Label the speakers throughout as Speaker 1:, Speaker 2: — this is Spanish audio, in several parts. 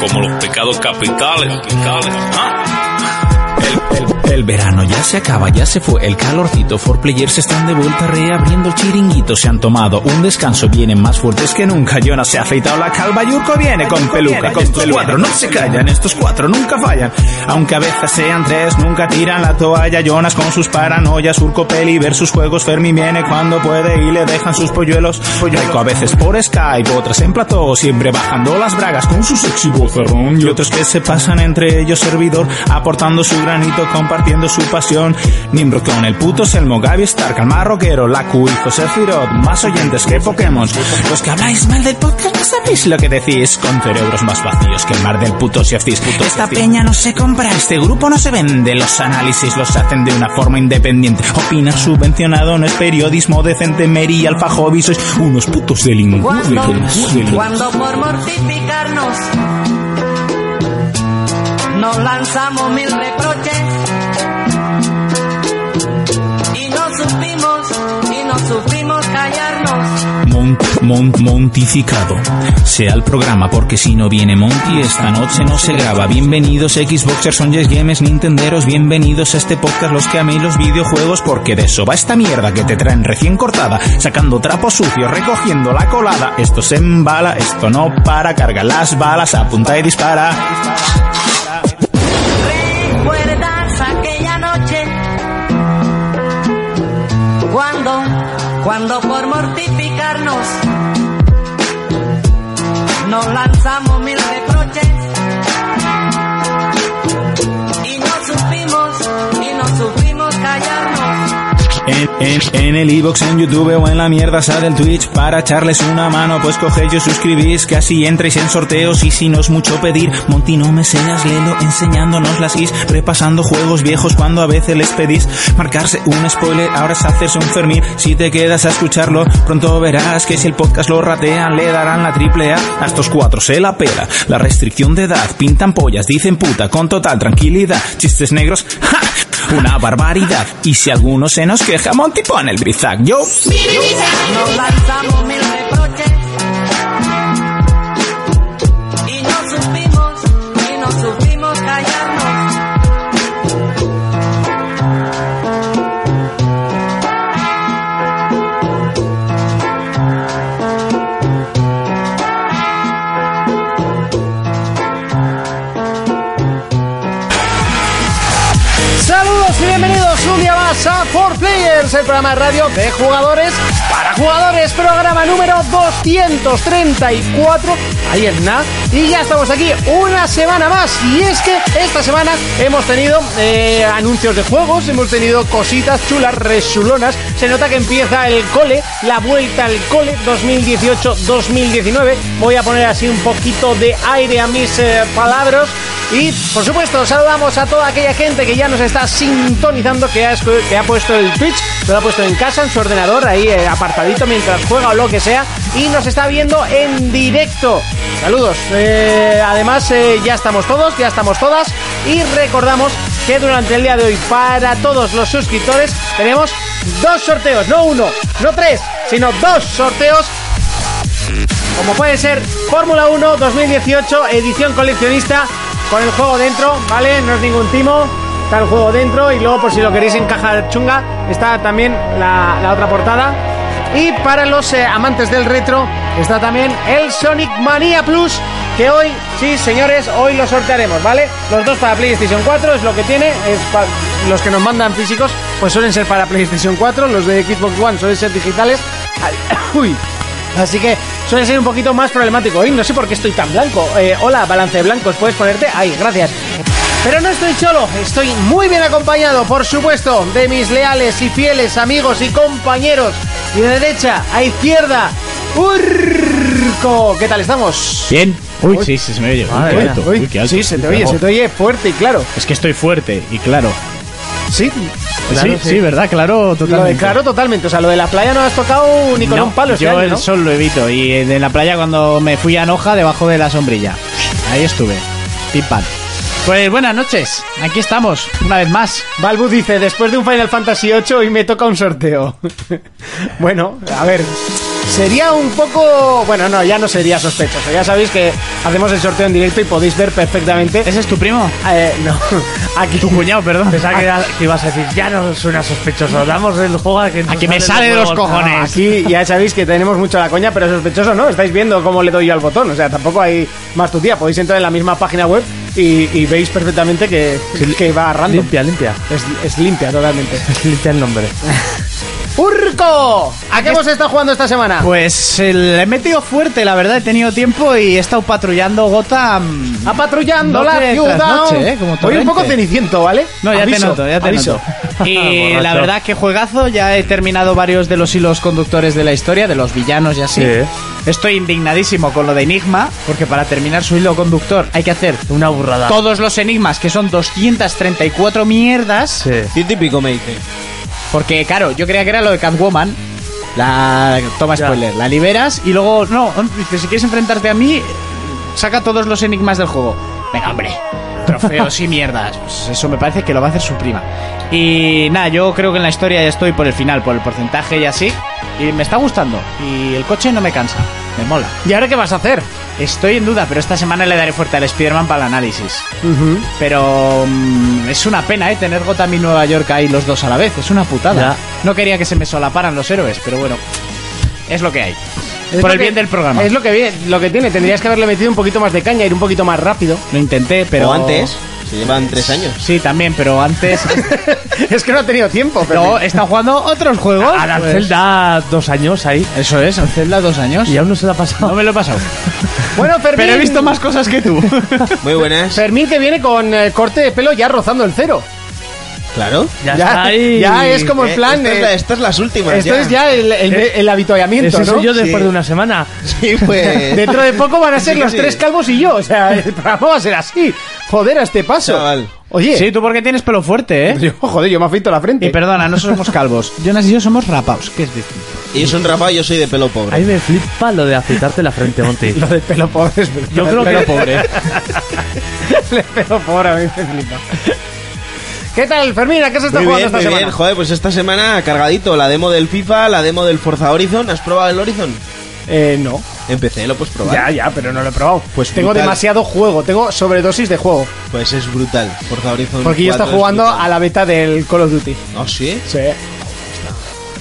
Speaker 1: como los pecados capitales. capitales ¿ah?
Speaker 2: el, el, el, verano ya se acaba, ya se fue el calorcito. For players están de vuelta reabriendo el chiringuito. Se han tomado un descanso, vienen más fuertes que nunca. Jonas se ha afeitado la calva, Yuko viene con peluca. Con estos cuatro no se callan, estos cuatro nunca fallan. Aunque a veces sean tres, nunca tiran la toalla. Jonas con sus paranoias, Urco Peli versus juegos. Fermi viene cuando puede y le dejan sus polluelos. Reco a veces por Skype, otras en plató, siempre bajando las bragas con su sexy bozarrón. Y otros que se pasan entre ellos servidor, aportando su granito, compartiendo su pasión. Nimrod con el puto Selmo, Gaby Stark, el marroquero, Laku y José Firot, más oyentes que Pokémon. Los que habláis mal del podcast no sabéis lo que decís, con cerebros más vacíos que el mar del puto si hacéis puto Esta si peña no se compra, este grupo no se vende, los análisis los hacen de una forma independiente. Opinar subvencionado no es periodismo decente, Mary y Alfa Hobby, sois unos putos delincuentes.
Speaker 3: Cuando, cuando por mortificarnos nos lanzamos mil reproches y no supimos, y no supimos callarnos.
Speaker 2: Mont, mont, montificado. Sea el programa, porque si no viene Monty, esta noche no se graba. Bienvenidos Xboxers, Songes Games, Nintenderos, bienvenidos a este podcast los que améis los videojuegos, porque de eso va esta mierda que te traen recién cortada, sacando trapos sucios, recogiendo la colada. Esto se embala, esto no para, carga las balas, apunta y dispara.
Speaker 3: ¿Recuerdas aquella noche? Cuando, cuando por mortificarnos nos lanzamos mil reproches y no supimos, y no supimos callarnos.
Speaker 2: En, en, en, el iBox, e en YouTube o en la mierda sale del Twitch para echarles una mano, pues cogéis y suscribís, que así entréis en sorteos y si no es mucho pedir, Monty no me seas lelo, enseñándonos las is, repasando juegos viejos cuando a veces les pedís, marcarse un spoiler, ahora es hacerse un Fermín, si te quedas a escucharlo, pronto verás que si el podcast lo ratean, le darán la triple A, a estos cuatro se la pela, la restricción de edad, pintan pollas, dicen puta, con total tranquilidad, chistes negros, ¡ja! una barbaridad. Y si alguno se nos queja, Monty pone el brizac. Yo.
Speaker 3: Nos lanzamos mil reproches. Y no supimos, y no supimos callarnos.
Speaker 4: a 4Players, el programa de radio de jugadores para jugadores, programa número 234. Ahí es nada. Y ya estamos aquí una semana más. Y es que esta semana hemos tenido eh, anuncios de juegos, hemos tenido cositas chulas, resulonas. Se nota que empieza el cole, la vuelta al cole 2018-2019. Voy a poner así un poquito de aire a mis eh, palabras. Y por supuesto, saludamos a toda aquella gente que ya nos está sintonizando, que ha, que ha puesto el Twitch, lo ha puesto en casa, en su ordenador, ahí eh, apartadito mientras juega o lo que sea, y nos está viendo en directo. Saludos. Eh, además, eh, ya estamos todos, ya estamos todas, y recordamos que durante el día de hoy, para todos los suscriptores, tenemos dos sorteos, no uno, no tres, sino dos sorteos como puede ser Fórmula 1 2018 edición coleccionista con el juego dentro, ¿vale? No es ningún timo, está el juego dentro y luego por si lo queréis en caja chunga está también la, la otra portada. Y para los eh, amantes del retro está también el Sonic Mania Plus que hoy, sí señores, hoy lo sortearemos, ¿vale? Los dos para PlayStation 4 es lo que tiene, es para los que nos mandan físicos pues suelen ser para PlayStation 4, los de Xbox One suelen ser digitales. Uy, Así que suele ser un poquito más problemático. Hoy no sé por qué estoy tan blanco. Eh, hola, balance de blancos, ¿puedes ponerte? Ahí, gracias. Pero no estoy cholo, estoy muy bien acompañado, por supuesto, de mis leales y fieles amigos y compañeros. Y de derecha a izquierda, Urco. ¿Qué tal estamos?
Speaker 5: Bien. Uy, uy. sí, sí, se me oye.
Speaker 4: Madre
Speaker 5: uy, correcto.
Speaker 4: Ah, Uy,
Speaker 5: qué
Speaker 4: asco. Sí, se te oye, se te oye fuerte y claro.
Speaker 5: Es que estoy fuerte y claro.
Speaker 4: Sí,
Speaker 5: claro, sí, sí, sí, ¿verdad? Claro, totalmente.
Speaker 4: Lo claro, totalmente. O sea, lo de la playa no has tocado ni con
Speaker 5: no,
Speaker 4: un palo. este
Speaker 5: Yo
Speaker 4: año,
Speaker 5: el
Speaker 4: ¿no?
Speaker 5: sol lo evito. Y en la playa cuando me fui a Noja, debajo de la sombrilla. Ahí estuve. Pim pam. Pues buenas noches, aquí estamos, una vez más.
Speaker 4: Balbu dice, después de un Final Fantasy VIII y me toca un sorteo. bueno, a ver, Sería un poco. Bueno, no, ya no sería sospechoso. Ya sabéis que hacemos el sorteo en directo y podéis ver perfectamente.
Speaker 5: ¿Ese es tu primo?
Speaker 4: Eh, no, aquí.
Speaker 5: Tu cuñado, perdón. Ah.
Speaker 6: Pensaba que, era- que ibas a decir, ya no suena sospechoso. Damos el juego a que, nos
Speaker 5: que me sale de los
Speaker 6: huevos".
Speaker 5: cojones.
Speaker 4: Aquí ya sabéis que tenemos mucho la coña, pero sospechoso no. Estáis viendo cómo le doy yo al botón. O sea, tampoco hay más tu tía. Podéis entrar en la misma página web y, y veis perfectamente que, que va a
Speaker 6: Ah,
Speaker 4: random.
Speaker 6: Limpia, limpia.
Speaker 4: Es, es limpia totalmente.
Speaker 6: Limpia el nombre.
Speaker 4: ¡Urco! ¿A qué hemos estado jugando esta semana?
Speaker 5: Pues eh, le he metido fuerte, la verdad, he tenido tiempo y he estado patrullando mm, Gotham.
Speaker 4: A patrullando la
Speaker 5: Noche tras
Speaker 4: ciudad.
Speaker 5: noche, ¿eh? Como
Speaker 4: Voy un poco
Speaker 5: torrente.
Speaker 4: ceniciento, ¿vale?
Speaker 5: No, ya te
Speaker 4: Aviso,
Speaker 5: noto, ya te
Speaker 4: aviso.
Speaker 5: noto. Ah, Y
Speaker 6: Borracho.
Speaker 5: la verdad que juegazo, ya he terminado varios de los hilos conductores de la historia, de los villanos y así.
Speaker 6: Sí.
Speaker 5: Estoy indignadísimo con lo de Enigma, porque para terminar su hilo conductor hay que hacer
Speaker 6: Una burrada.
Speaker 5: todos los enigmas, que son 234 mierdas.
Speaker 6: Sí.
Speaker 7: Científico me dice.
Speaker 5: Porque, claro, yo creía que era lo de Catwoman. La. Toma
Speaker 6: Ya.
Speaker 5: spoiler. La liberas y luego. No, dice, si quieres enfrentarte a mí, saca todos los enigmas del juego. Venga, hombre. Trofeos y mierdas. Pues eso me parece que lo va a hacer su prima. Y nada, yo creo que en la historia ya estoy por el final, por el porcentaje y así. Y me está gustando. Y el coche no me cansa. Me mola.
Speaker 4: ¿Y ahora qué vas a hacer?
Speaker 5: Estoy en duda, pero esta semana le daré fuerte al Spider-Man para el análisis. Pero mm, es una pena, ¿eh? Tener Gotham y Nueva York ahí los dos a la vez. Es una putada.
Speaker 6: Ya.
Speaker 5: No quería que se me solaparan los héroes, pero bueno. Es lo que hay.
Speaker 4: Es
Speaker 5: Por
Speaker 4: lo
Speaker 5: el
Speaker 4: que-
Speaker 5: bien del programa.
Speaker 4: Es lo que, viene- lo que tiene. Tendrías que haberle metido un poquito más de caña, ir un poquito más rápido.
Speaker 5: Lo intenté, pero...
Speaker 7: Pero antes, se llevan tres años.
Speaker 5: Sí, también, pero antes...
Speaker 4: es que no ha tenido tiempo, pero.
Speaker 5: no, están jugando otros juegos.
Speaker 6: A la
Speaker 5: Pues-
Speaker 6: celda dos años ahí.
Speaker 5: Eso es, al Zelda dos años.
Speaker 6: Y aún no se la ha
Speaker 5: No
Speaker 6: pasado.
Speaker 5: me lo he pasado.
Speaker 4: Bueno, Fermín.
Speaker 5: Pero he visto más cosas que tú.
Speaker 7: Muy buenas.
Speaker 4: Fermín que viene con eh, corte de pelo ya rozando el cero.
Speaker 7: Claro.
Speaker 6: Ya,
Speaker 4: Ya,
Speaker 6: está ahí.
Speaker 4: ya es como
Speaker 7: Eh,
Speaker 4: el plan.
Speaker 7: Estas,
Speaker 4: eh,
Speaker 7: la- estas las últimas.
Speaker 4: esto es ya el, el,
Speaker 5: Eh,
Speaker 4: el habituallamiento,
Speaker 6: Ese
Speaker 4: ¿no?
Speaker 6: soy yo
Speaker 7: Sí.
Speaker 6: después de una semana.
Speaker 7: Sí, pues.
Speaker 4: Dentro de poco van a ser
Speaker 7: Sí,
Speaker 4: los
Speaker 7: sí.
Speaker 4: tres calvos y yo. O sea, el programa va a ser así. Joder, a este paso.
Speaker 7: Chaval.
Speaker 4: Oye,
Speaker 5: Sí, tú porque tienes pelo fuerte, ¿eh?
Speaker 4: yo, joder, yo me afeito la frente.
Speaker 5: Y perdona, no somos calvos. Jonas y yo somos rapaos. ¿Qué es decir?
Speaker 7: Y es un rapaz, yo soy de pelo pobre.
Speaker 6: A mí me flipa lo de afeitarte la frente, Monty.
Speaker 4: Lo del pelo pobre es verdad.
Speaker 6: Yo creo que...
Speaker 4: Eh,
Speaker 6: pobre.
Speaker 4: El pelo pobre a mí me flipa. ¿Qué tal, Fermín? ¿A qué se está
Speaker 7: Muy
Speaker 4: jugando
Speaker 7: bien,
Speaker 4: esta
Speaker 7: muy
Speaker 4: semana?
Speaker 7: bien. Joder, pues esta semana cargadito. La demo del FIFA, la demo del Forza Horizon. ¿Has probado el Horizon?
Speaker 4: Eh, no.
Speaker 7: Empecé, lo puedes probar.
Speaker 4: Ya, ya, pero no lo he probado.
Speaker 7: Pues
Speaker 4: tengo
Speaker 7: brutal.
Speaker 4: demasiado juego, tengo sobredosis de juego.
Speaker 7: Pues es brutal. Forza Horizon.
Speaker 4: Porque yo
Speaker 7: 4
Speaker 4: estaba
Speaker 7: es
Speaker 4: jugando
Speaker 7: brutal.
Speaker 4: a la beta del Call of Duty.
Speaker 7: ¿Oh, sí?
Speaker 4: Sí.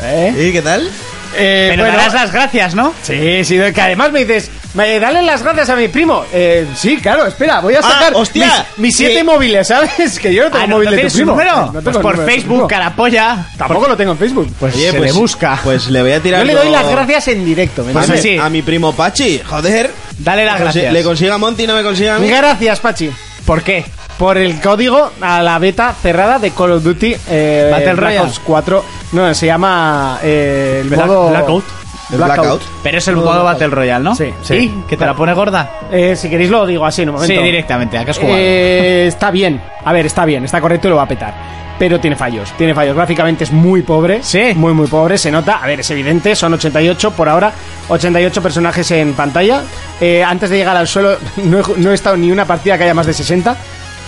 Speaker 4: ¿Eh?
Speaker 7: ¿Y qué tal?
Speaker 4: Eh,
Speaker 5: Pero
Speaker 4: bueno,
Speaker 5: darás las gracias, ¿no?
Speaker 4: Sí, sí, que además me dices, me, dale las gracias a mi primo. Eh, sí, claro, espera, voy a
Speaker 7: Ah,
Speaker 4: sacar
Speaker 7: hostia,
Speaker 4: mis, mis
Speaker 7: que-
Speaker 4: siete móviles, ¿sabes? Que yo no tengo
Speaker 5: Ah, ¿no,
Speaker 4: móvil
Speaker 5: no
Speaker 4: de tu
Speaker 5: tienes un
Speaker 4: primo.
Speaker 5: número?
Speaker 4: No tengo
Speaker 5: pues
Speaker 4: el
Speaker 5: por
Speaker 4: número de tu primo.
Speaker 5: Facebook, carapolla.
Speaker 4: Tampoco lo tengo en Facebook.
Speaker 5: Pues
Speaker 7: Oye,
Speaker 5: se
Speaker 7: pues-
Speaker 5: le busca.
Speaker 7: Pues le voy a tirar.
Speaker 4: yo le doy
Speaker 7: yo-
Speaker 4: las gracias en directo. ¿me
Speaker 7: A,
Speaker 5: Pues
Speaker 7: mi,
Speaker 4: entiendes?
Speaker 5: sí.
Speaker 7: a mi primo Pachi. Joder.
Speaker 5: Dale las gracias.
Speaker 7: Le consiga a Monty, no me consiga a mí.
Speaker 4: Gracias, Pachi.
Speaker 5: ¿Por qué?
Speaker 4: Por el código a la beta cerrada de Call of Duty eh,
Speaker 5: Battle
Speaker 4: Black
Speaker 5: Royale.
Speaker 4: Ops 4. No, se llama eh, el
Speaker 6: Black-
Speaker 4: modo-
Speaker 6: Blackout.
Speaker 7: El Blackout.
Speaker 5: Pero es el modo Battle Royale, ¿no?
Speaker 4: Sí,
Speaker 6: sí.
Speaker 5: ¿Y? ¿Que te la pone gorda?
Speaker 4: Eh, si queréis lo digo así en un momento.
Speaker 5: Sí, directamente. ¿A qué has jugado?
Speaker 4: Eh, está bien. A ver, está bien, está correcto y lo va a petar. Pero tiene fallos, tiene fallos. Gráficamente es muy pobre.
Speaker 5: Sí.
Speaker 4: Muy, muy pobre, se nota. A ver, es evidente, son 88 por ahora, 88 personajes en pantalla. Eh, antes de llegar al suelo, no he, no he estado ni una partida que haya más de 60.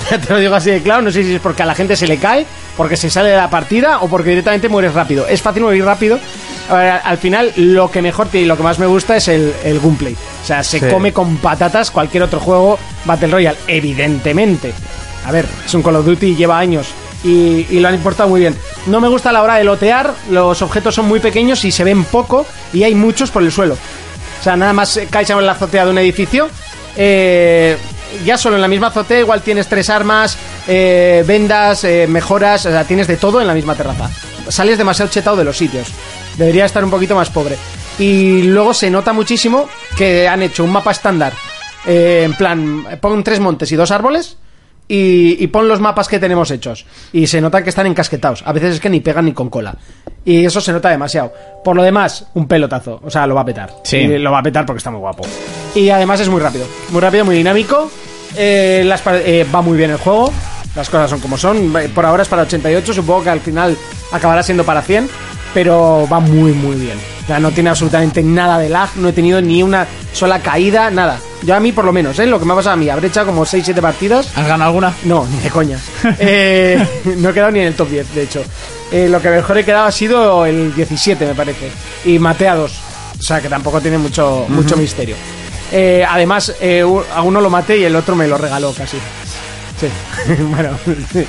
Speaker 4: Te lo digo así de claro, no sé si es porque a la gente se le cae, porque se sale de la partida o porque directamente mueres rápido. Es fácil morir rápido. A ver, al final, lo que mejor tiene y lo que más me gusta es el, el gameplay. O sea, se
Speaker 6: Sí.
Speaker 4: come con patatas cualquier otro juego Battle Royale, evidentemente. A ver, es un Call of Duty, lleva años y, y lo han importado muy bien. No me gusta la hora de lotear, los objetos son muy pequeños y se ven poco y hay muchos por el suelo. O sea, nada más eh, caes en la azotea de un edificio. eh, ya solo en la misma azotea igual tienes tres armas, eh, vendas, eh, mejoras, o sea, tienes de todo en la misma terraza. Sales demasiado chetado de los sitios. Debería estar un poquito más pobre. Y luego se nota muchísimo que han hecho un mapa estándar. eh, en plan, pon tres montes y dos árboles y, y pon los mapas que tenemos hechos. Y se notan que están encasquetados. A veces es que ni pegan ni con cola. Y eso se nota demasiado. Por lo demás, un pelotazo. O sea, lo va a petar.
Speaker 5: Sí.
Speaker 4: Y lo va a petar porque está muy guapo. Y además es muy rápido. Muy rápido, muy dinámico. Eh, las pa- eh, va muy bien el juego. Las cosas son como son. Eh, Por ahora es para 88. Supongo que al final acabará siendo para 100. Pero va muy, muy bien. O sea, no tiene absolutamente nada de lag. No he tenido ni una sola caída. Nada. Yo a mí, por lo menos, ¿eh? lo que me ha pasado a mí. Habré echado como 6-7 partidas.
Speaker 5: ¿Has ganado alguna?
Speaker 4: No, ni de coña. Eh, no he quedado ni en el top 10, de hecho. Eh, lo que mejor he quedado ha sido el 17, me parece. Y mate a dos. O sea, que tampoco tiene mucho, mucho misterio. Eh, además, eh, u- a uno lo maté y el otro me lo regaló casi. Sí. bueno, sí.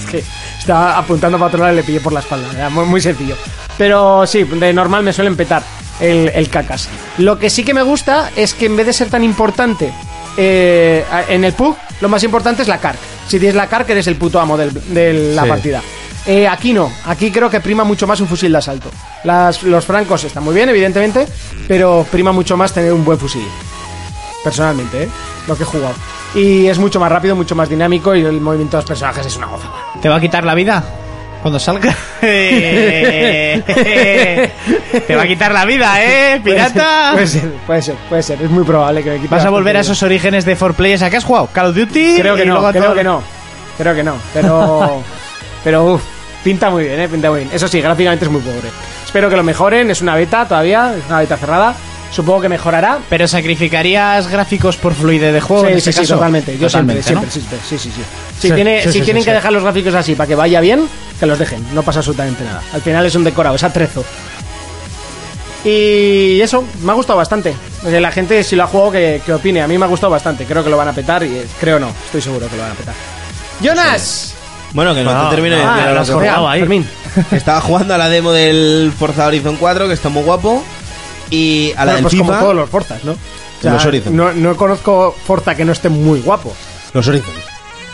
Speaker 4: es que estaba apuntando para otro lado y le pillé por la espalda. Era muy, muy sencillo. Pero sí, de normal me suelen petar el, el cacas. Lo que sí que me gusta es que en vez de ser tan importante eh, a- en el pub, lo más importante es la car. Si tienes la car, que eres el puto amo del- de la
Speaker 7: Sí.
Speaker 4: partida. Eh, aquí no, aquí creo que prima mucho más un fusil de asalto. Las- los francos están muy bien, evidentemente, pero prima mucho más tener un buen fusil personalmente, ¿eh? lo que he jugado. Y es mucho más rápido, mucho más dinámico y el movimiento de los personajes es una goza.
Speaker 5: ¿Te va a quitar la vida? Cuando salga. Te va a quitar la vida, ¿eh, pirata?
Speaker 4: Puede ser, puede ser, puede ser. Es muy probable que me quite
Speaker 5: Vas a
Speaker 4: bastante
Speaker 5: volver a
Speaker 4: vida.
Speaker 5: esos orígenes de 4Players. ¿A qué has jugado? ¿Call of Duty?
Speaker 4: Creo que
Speaker 5: y
Speaker 4: no,
Speaker 5: luego
Speaker 4: creo
Speaker 5: todo-
Speaker 4: que no. Creo que no, pero... pero uff, pinta muy bien, ¿eh? Pinta muy bien. Eso sí, gráficamente es muy pobre. Espero que lo mejoren, es una beta todavía, es una beta cerrada. Supongo que mejorará.
Speaker 5: Pero sacrificarías gráficos por fluidez de juego. en
Speaker 4: Sí, sí,
Speaker 5: ese
Speaker 4: sí,
Speaker 5: caso?
Speaker 4: totalmente. Yo siempre,
Speaker 5: Totalmente,
Speaker 4: siempre,
Speaker 5: ¿no?
Speaker 4: siempre, sí, sí, sí. Si, tiene- si tienen que dejar los gráficos así para que vaya bien, que los dejen. No pasa absolutamente nada. Al final es un decorado, es atrezo. Y eso, me ha gustado bastante. Porque la gente, si lo ha jugado, que, que opine. A mí me ha gustado bastante. Creo que lo van a petar y eh, creo no. Estoy seguro que lo van a petar. ¡Jonas!
Speaker 7: Bueno, que no, te termine de
Speaker 4: Ah,
Speaker 7: decir a lo
Speaker 4: has
Speaker 7: que
Speaker 4: cortado
Speaker 7: jugaba.
Speaker 4: ahí. Fermín.
Speaker 7: Que Estaba jugando a la demo del Forza Horizon 4, que está muy guapo. Y a
Speaker 4: Bueno,
Speaker 7: la del
Speaker 4: pues como
Speaker 7: FIFA.
Speaker 4: todos los Forzas, ¿no? O sea,
Speaker 7: Los Horizon.
Speaker 4: no, no conozco Forza que no esté muy guapo.
Speaker 7: Los Horizon.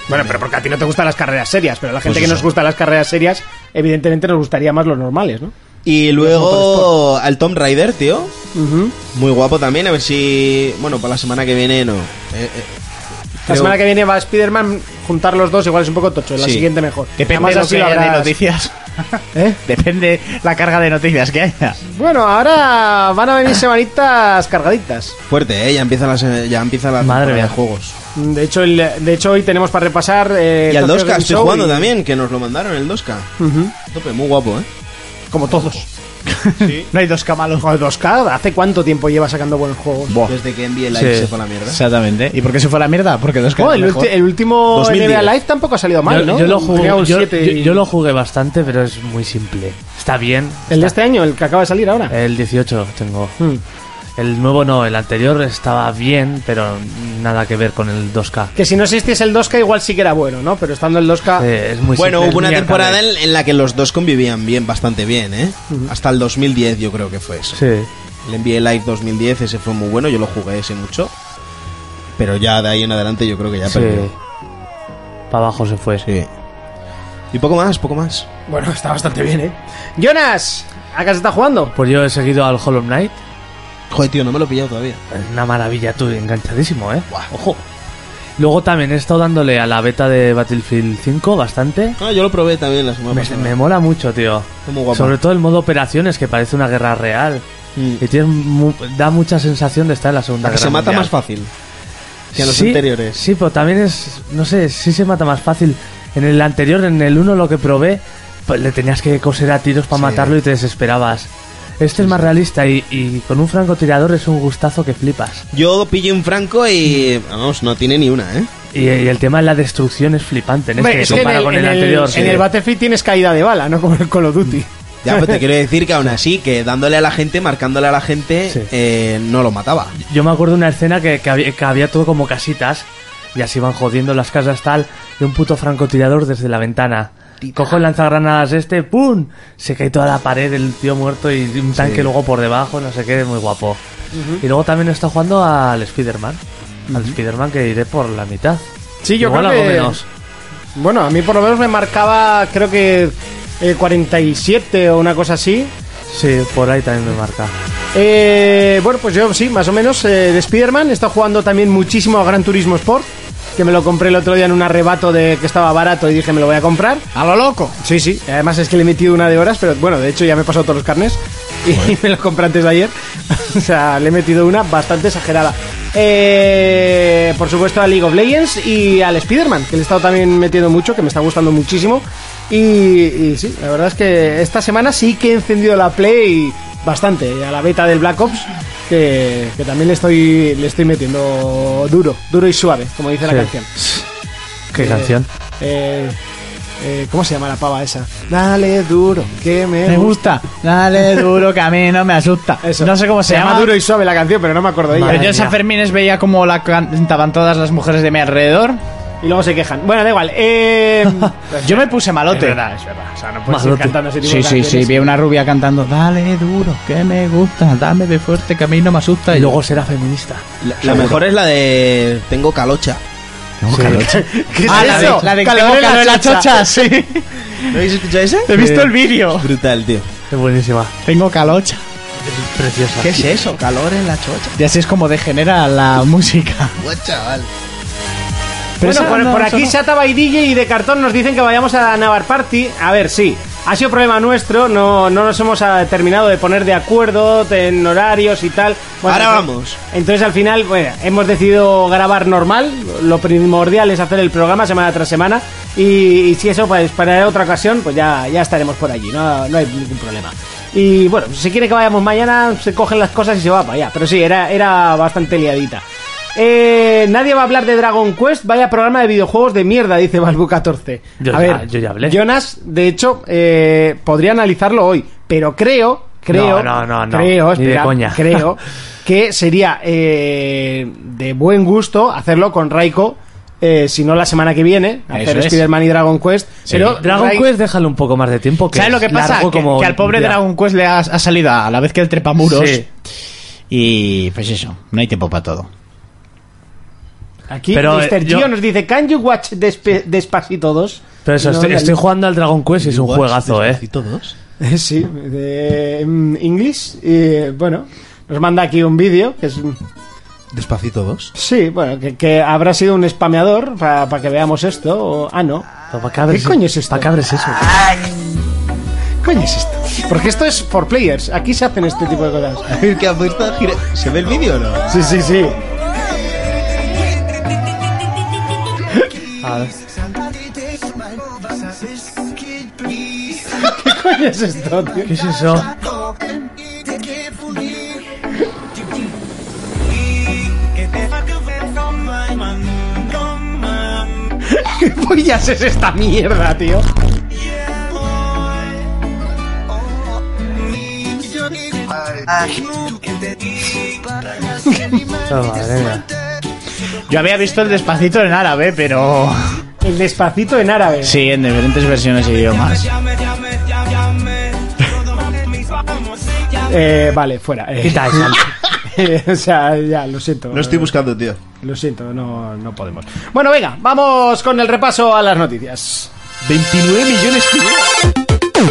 Speaker 4: Bueno, pero porque a ti no te gustan las carreras serias, pero a la gente
Speaker 7: Pues
Speaker 4: que
Speaker 7: eso.
Speaker 4: nos gustan las carreras serias, evidentemente nos gustaría más los normales, ¿no?
Speaker 7: Y luego al Tom Raider, tío. Muy guapo también. A ver si. Bueno, para la semana que viene no. Eh, eh,
Speaker 4: La
Speaker 7: creo-
Speaker 4: semana que viene va Spider-Man, juntar los dos igual es un poco tocho, la
Speaker 7: Sí.
Speaker 4: siguiente mejor.
Speaker 5: Depende
Speaker 4: Además,
Speaker 5: de lo
Speaker 4: así
Speaker 5: que haya de
Speaker 4: habrás-
Speaker 5: noticias.
Speaker 4: ¿Eh?
Speaker 5: Depende la carga de noticias que haya.
Speaker 4: Bueno, ahora van a venir semanitas cargaditas.
Speaker 7: Fuerte, eh. Ya empieza la, se- ya empieza la
Speaker 8: Madre
Speaker 7: temporada
Speaker 8: mía.
Speaker 7: de juegos.
Speaker 4: De hecho, el, de hecho hoy tenemos para repasar... eh,
Speaker 7: Y al
Speaker 4: Tokyo
Speaker 7: 2K
Speaker 4: Game
Speaker 7: estoy
Speaker 4: Show
Speaker 7: jugando
Speaker 4: y-
Speaker 7: también, que nos lo mandaron el 2K.
Speaker 4: Ujú.
Speaker 7: Tope, muy guapo, eh.
Speaker 4: Como todos.
Speaker 5: No hay dos camalos.
Speaker 4: Joder, 2K, ¿hace cuánto tiempo lleva sacando buenos juegos?
Speaker 7: Desde que envié like
Speaker 8: Sí.
Speaker 7: se fue a la mierda.
Speaker 5: Exactamente. ¿Y por qué se fue a la mierda? Porque dos
Speaker 4: Joder,
Speaker 5: camalos.
Speaker 4: Oh, el, ulti- el último
Speaker 7: 2010.
Speaker 4: NBA Live tampoco ha salido mal,
Speaker 8: yo,
Speaker 4: ¿no?
Speaker 8: yo lo
Speaker 4: Tenía un
Speaker 8: jugué, yo,
Speaker 4: 7 y-
Speaker 8: yo- yo lo jugué bastante, pero es muy simple. Está bien.
Speaker 4: El de
Speaker 8: está-
Speaker 4: este año, el que acaba de este? salir ahora.
Speaker 7: Eh.
Speaker 8: El 18 tengo.
Speaker 4: Mm.
Speaker 8: El nuevo no, el anterior estaba bien, pero nada que ver con el 2K.
Speaker 4: Que si no existiese el 2K igual sí que era bueno, ¿no? Pero estando el 2K...
Speaker 8: Eh, es muy
Speaker 7: Ah, Bueno,
Speaker 8: simple, es
Speaker 7: hubo una
Speaker 8: muy
Speaker 7: temporada
Speaker 8: arcade.
Speaker 7: en, en la que los dos convivían bien, bastante bien, ¿eh? Hasta el 2010 yo creo que fue eso.
Speaker 8: Sí.
Speaker 7: El NBA Live 2010, ese fue muy bueno, yo lo jugué ese mucho. Pero ya de ahí en adelante yo creo que ya
Speaker 8: sí.
Speaker 7: perdió.
Speaker 8: Para abajo se fue.
Speaker 7: Sí. Y poco más, poco más.
Speaker 4: Bueno, está bastante bien, ¿eh? Jonas, ¿a qué se está jugando?
Speaker 8: Pues yo he seguido al Hollow Knight.
Speaker 7: Joder, tío, no me lo he pillado todavía.
Speaker 8: Una maravilla, tú, enganchadísimo, ¿eh?
Speaker 7: Buah.
Speaker 8: Ojo. Luego también he estado dándole a la beta de Battlefield 5 bastante.
Speaker 7: Ah, yo lo probé también la semana
Speaker 8: Me,
Speaker 7: pasada.
Speaker 8: me mola mucho, tío.
Speaker 7: Está muy guapo.
Speaker 8: Sobre todo el modo operaciones, que parece una guerra real.
Speaker 7: Mm.
Speaker 8: Y tiene mu- da mucha sensación de estar en la Segunda
Speaker 7: La que
Speaker 8: Guerra
Speaker 7: se mata
Speaker 8: Mundial.
Speaker 7: más fácil que en los
Speaker 8: Sí,
Speaker 7: anteriores.
Speaker 8: Sí, pero también es. No sé, sí se mata más fácil. En el anterior, en el 1, lo que probé, pues, le tenías que coser a tiros para
Speaker 7: Sí.
Speaker 8: matarlo y te desesperabas. Este es más realista y, y con un francotirador es un gustazo que flipas.
Speaker 7: Yo pillé un franco y. Vamos, no tiene ni una, ¿eh?
Speaker 8: Y, y el tema de la destrucción es flipante. En
Speaker 4: Hombre,
Speaker 8: este
Speaker 4: es que en
Speaker 8: compara
Speaker 4: el,
Speaker 8: con
Speaker 4: en
Speaker 8: el,
Speaker 4: el-
Speaker 8: anterior.
Speaker 4: en
Speaker 8: sí.
Speaker 4: el Battlefield tienes caída de bala, no como en el Call of Duty.
Speaker 7: Ya, pero te quiero decir que aún así, que dándole a la gente, marcándole a la gente,
Speaker 8: Sí.
Speaker 7: eh, no lo mataba.
Speaker 8: Yo me acuerdo de una escena que, que había, que había todo como casitas y así van jodiendo las casas tal y un puto francotirador desde la ventana. Cojo el lanzagranadas este, ¡pum! Se cae toda la pared, el tío muerto y un tanque luego por debajo, no sé qué, muy guapo. Y luego también está jugando al Spider-Man. Al Spider-Man que iré por la mitad.
Speaker 4: Sí, yo
Speaker 8: Igual
Speaker 4: creo
Speaker 8: algo
Speaker 4: que-
Speaker 8: menos.
Speaker 4: Bueno, a mí por lo menos me marcaba, creo que eh, 47 o una cosa así.
Speaker 8: Sí, por ahí también me marca.
Speaker 4: Eh, bueno, pues yo sí, más o menos. eh, de Spider-Man está jugando también muchísimo a Gran Turismo Sport, que me lo compré el otro día en un arrebato de que estaba barato y dije me lo voy a comprar.
Speaker 5: A lo loco.
Speaker 4: Sí, sí. Además es que le he metido una de horas, pero bueno, de hecho ya me he pasado todos los carnes y me los compré antes de ayer. o sea, le he metido una bastante exagerada. Eh, por supuesto a League of Legends y al Spider-Man, que le he estado también metiendo mucho, que me está gustando muchísimo. Y, y sí, la verdad es que esta semana sí que he encendido la Play bastante, a la beta del Black Ops, que, que también le estoy, le estoy metiendo duro, duro y suave, como dice la
Speaker 8: Sí.
Speaker 4: canción.
Speaker 8: ¿Qué
Speaker 4: Eh,
Speaker 8: canción?
Speaker 4: eh, eh, ¿Cómo se llama la pava esa? Dale duro, que me,
Speaker 5: Me gusta. Dale duro que a mí no me asusta.
Speaker 4: Eso.
Speaker 5: No sé cómo se, llama.
Speaker 4: Duro y Suave la canción, pero no me acuerdo de ella.
Speaker 5: Pero yo en San Fermines veía como la cantaban todas las mujeres de mi alrededor.
Speaker 4: Y luego se quejan. Bueno, da igual. Eh,
Speaker 5: Yo me puse malote.
Speaker 4: es verdad. O sea, no puedes ir
Speaker 8: Malote.
Speaker 4: cantando ese tipo
Speaker 5: Sí,
Speaker 4: de
Speaker 5: sí, sí,
Speaker 4: canciones.
Speaker 5: vi una rubia cantando Dale duro, que me gusta, dame de fuerte, que a mí no me asusta Y luego será feminista
Speaker 7: La, la mejor es la de Tengo calocha.
Speaker 4: ¿Qué es
Speaker 5: Ah, la de,
Speaker 4: eso?
Speaker 5: la de
Speaker 4: Calor en la chocha.
Speaker 5: sí
Speaker 7: ¿No habéis escuchado ese?
Speaker 5: He visto el vídeo
Speaker 7: Brutal, tío.
Speaker 8: Es buenísima.
Speaker 5: Tengo calocha
Speaker 8: Preciosa.
Speaker 7: ¿Qué es eso? Calor en la chocha.
Speaker 5: Y así es como degenera la música
Speaker 7: Guau, chaval.
Speaker 5: Pero
Speaker 4: bueno,
Speaker 5: esa
Speaker 4: por,
Speaker 5: no,
Speaker 4: por
Speaker 5: esa
Speaker 4: aquí
Speaker 5: no.
Speaker 4: Sataba y DJ y de cartón nos dicen que vayamos a Navar Party. A ver, sí. Ha sido problema nuestro, no, no nos hemos ah, terminado de poner de acuerdo en horarios y tal. Bueno,
Speaker 7: Ahora
Speaker 4: entonces-
Speaker 7: vamos.
Speaker 4: Entonces al final bueno, hemos decidido grabar normal. Lo primordial es hacer el programa semana tras semana. Y, y si eso, pues para otra ocasión, pues ya, ya estaremos por allí. No, no hay ningún problema. Y bueno, si quiere que vayamos mañana, se cogen las cosas y se va para allá. Pero sí, era, era bastante liadita. Eh, nadie va a hablar de Dragon Quest, vaya programa de videojuegos de mierda, dice Balbu14. a
Speaker 8: Yo ya-
Speaker 4: ver,
Speaker 8: yo ya hablé.
Speaker 4: Jonas, de hecho, eh, podría analizarlo hoy, pero creo, creo,
Speaker 8: No, no, no, no,
Speaker 4: creo,
Speaker 8: ni de
Speaker 4: espera,
Speaker 8: coña.
Speaker 4: creo que sería eh, de buen gusto hacerlo con Raiko, eh, si no la semana que viene, hacer
Speaker 5: Eso es.
Speaker 4: Spider-Man y Dragon Quest. Pero
Speaker 8: Dragon
Speaker 4: Rai-
Speaker 8: Quest déjale un poco más de tiempo que
Speaker 5: ¿Sabes lo
Speaker 8: es
Speaker 5: que pasa?
Speaker 8: largo
Speaker 5: Que,
Speaker 8: como
Speaker 5: que al pobre
Speaker 8: ya.
Speaker 5: Dragon Quest le ha, ha salido a la vez que el trepamuros
Speaker 8: Sí.
Speaker 5: Y pues eso, no hay tiempo para todo
Speaker 4: Aquí
Speaker 8: Pero, eh,
Speaker 4: Mr. Gio
Speaker 8: yo-
Speaker 4: nos dice, ¿Can you watch despe- Despacito 2?
Speaker 8: Pero eso,
Speaker 4: No,
Speaker 8: estoy,
Speaker 4: la-
Speaker 8: estoy jugando al Dragon Quest y es un juegazo, eh.
Speaker 7: Todos.
Speaker 4: Eh, Sí, de mm, English. Y eh, bueno, nos manda aquí un vídeo que es.
Speaker 7: Despacito dos.
Speaker 4: Sí, bueno, que, que habrá sido un spameador para que veamos esto. o- ah, no.
Speaker 8: ¿Para qué abres-
Speaker 4: ¿Qué coño es esto? Ah,
Speaker 8: ¿Para qué abres eso?
Speaker 4: ¿Qué coño es esto? Porque esto es for players. Aquí se hacen este tipo de cosas.
Speaker 7: ¿Qué ha puesto a girar? ¿Se ve el vídeo o no?
Speaker 4: Sí, sí, sí.
Speaker 8: A ver.
Speaker 4: ¿Qué coño es esto, tío?
Speaker 8: ¿Qué es eso?
Speaker 4: ¿Qué pollas es esta mierda, tío?
Speaker 8: Oh, madre mía.
Speaker 5: Yo había visto el despacito en árabe, pero...
Speaker 4: El despacito en árabe.
Speaker 5: Sí, en diferentes versiones y idiomas
Speaker 4: Eh, vale, fuera. Eh,
Speaker 8: Quita eso.
Speaker 4: o sea, ya, lo siento.
Speaker 7: No estoy buscando, tío.
Speaker 4: Lo siento, no, no podemos. Bueno, venga, vamos con el repaso a las noticias.
Speaker 7: 29 millones que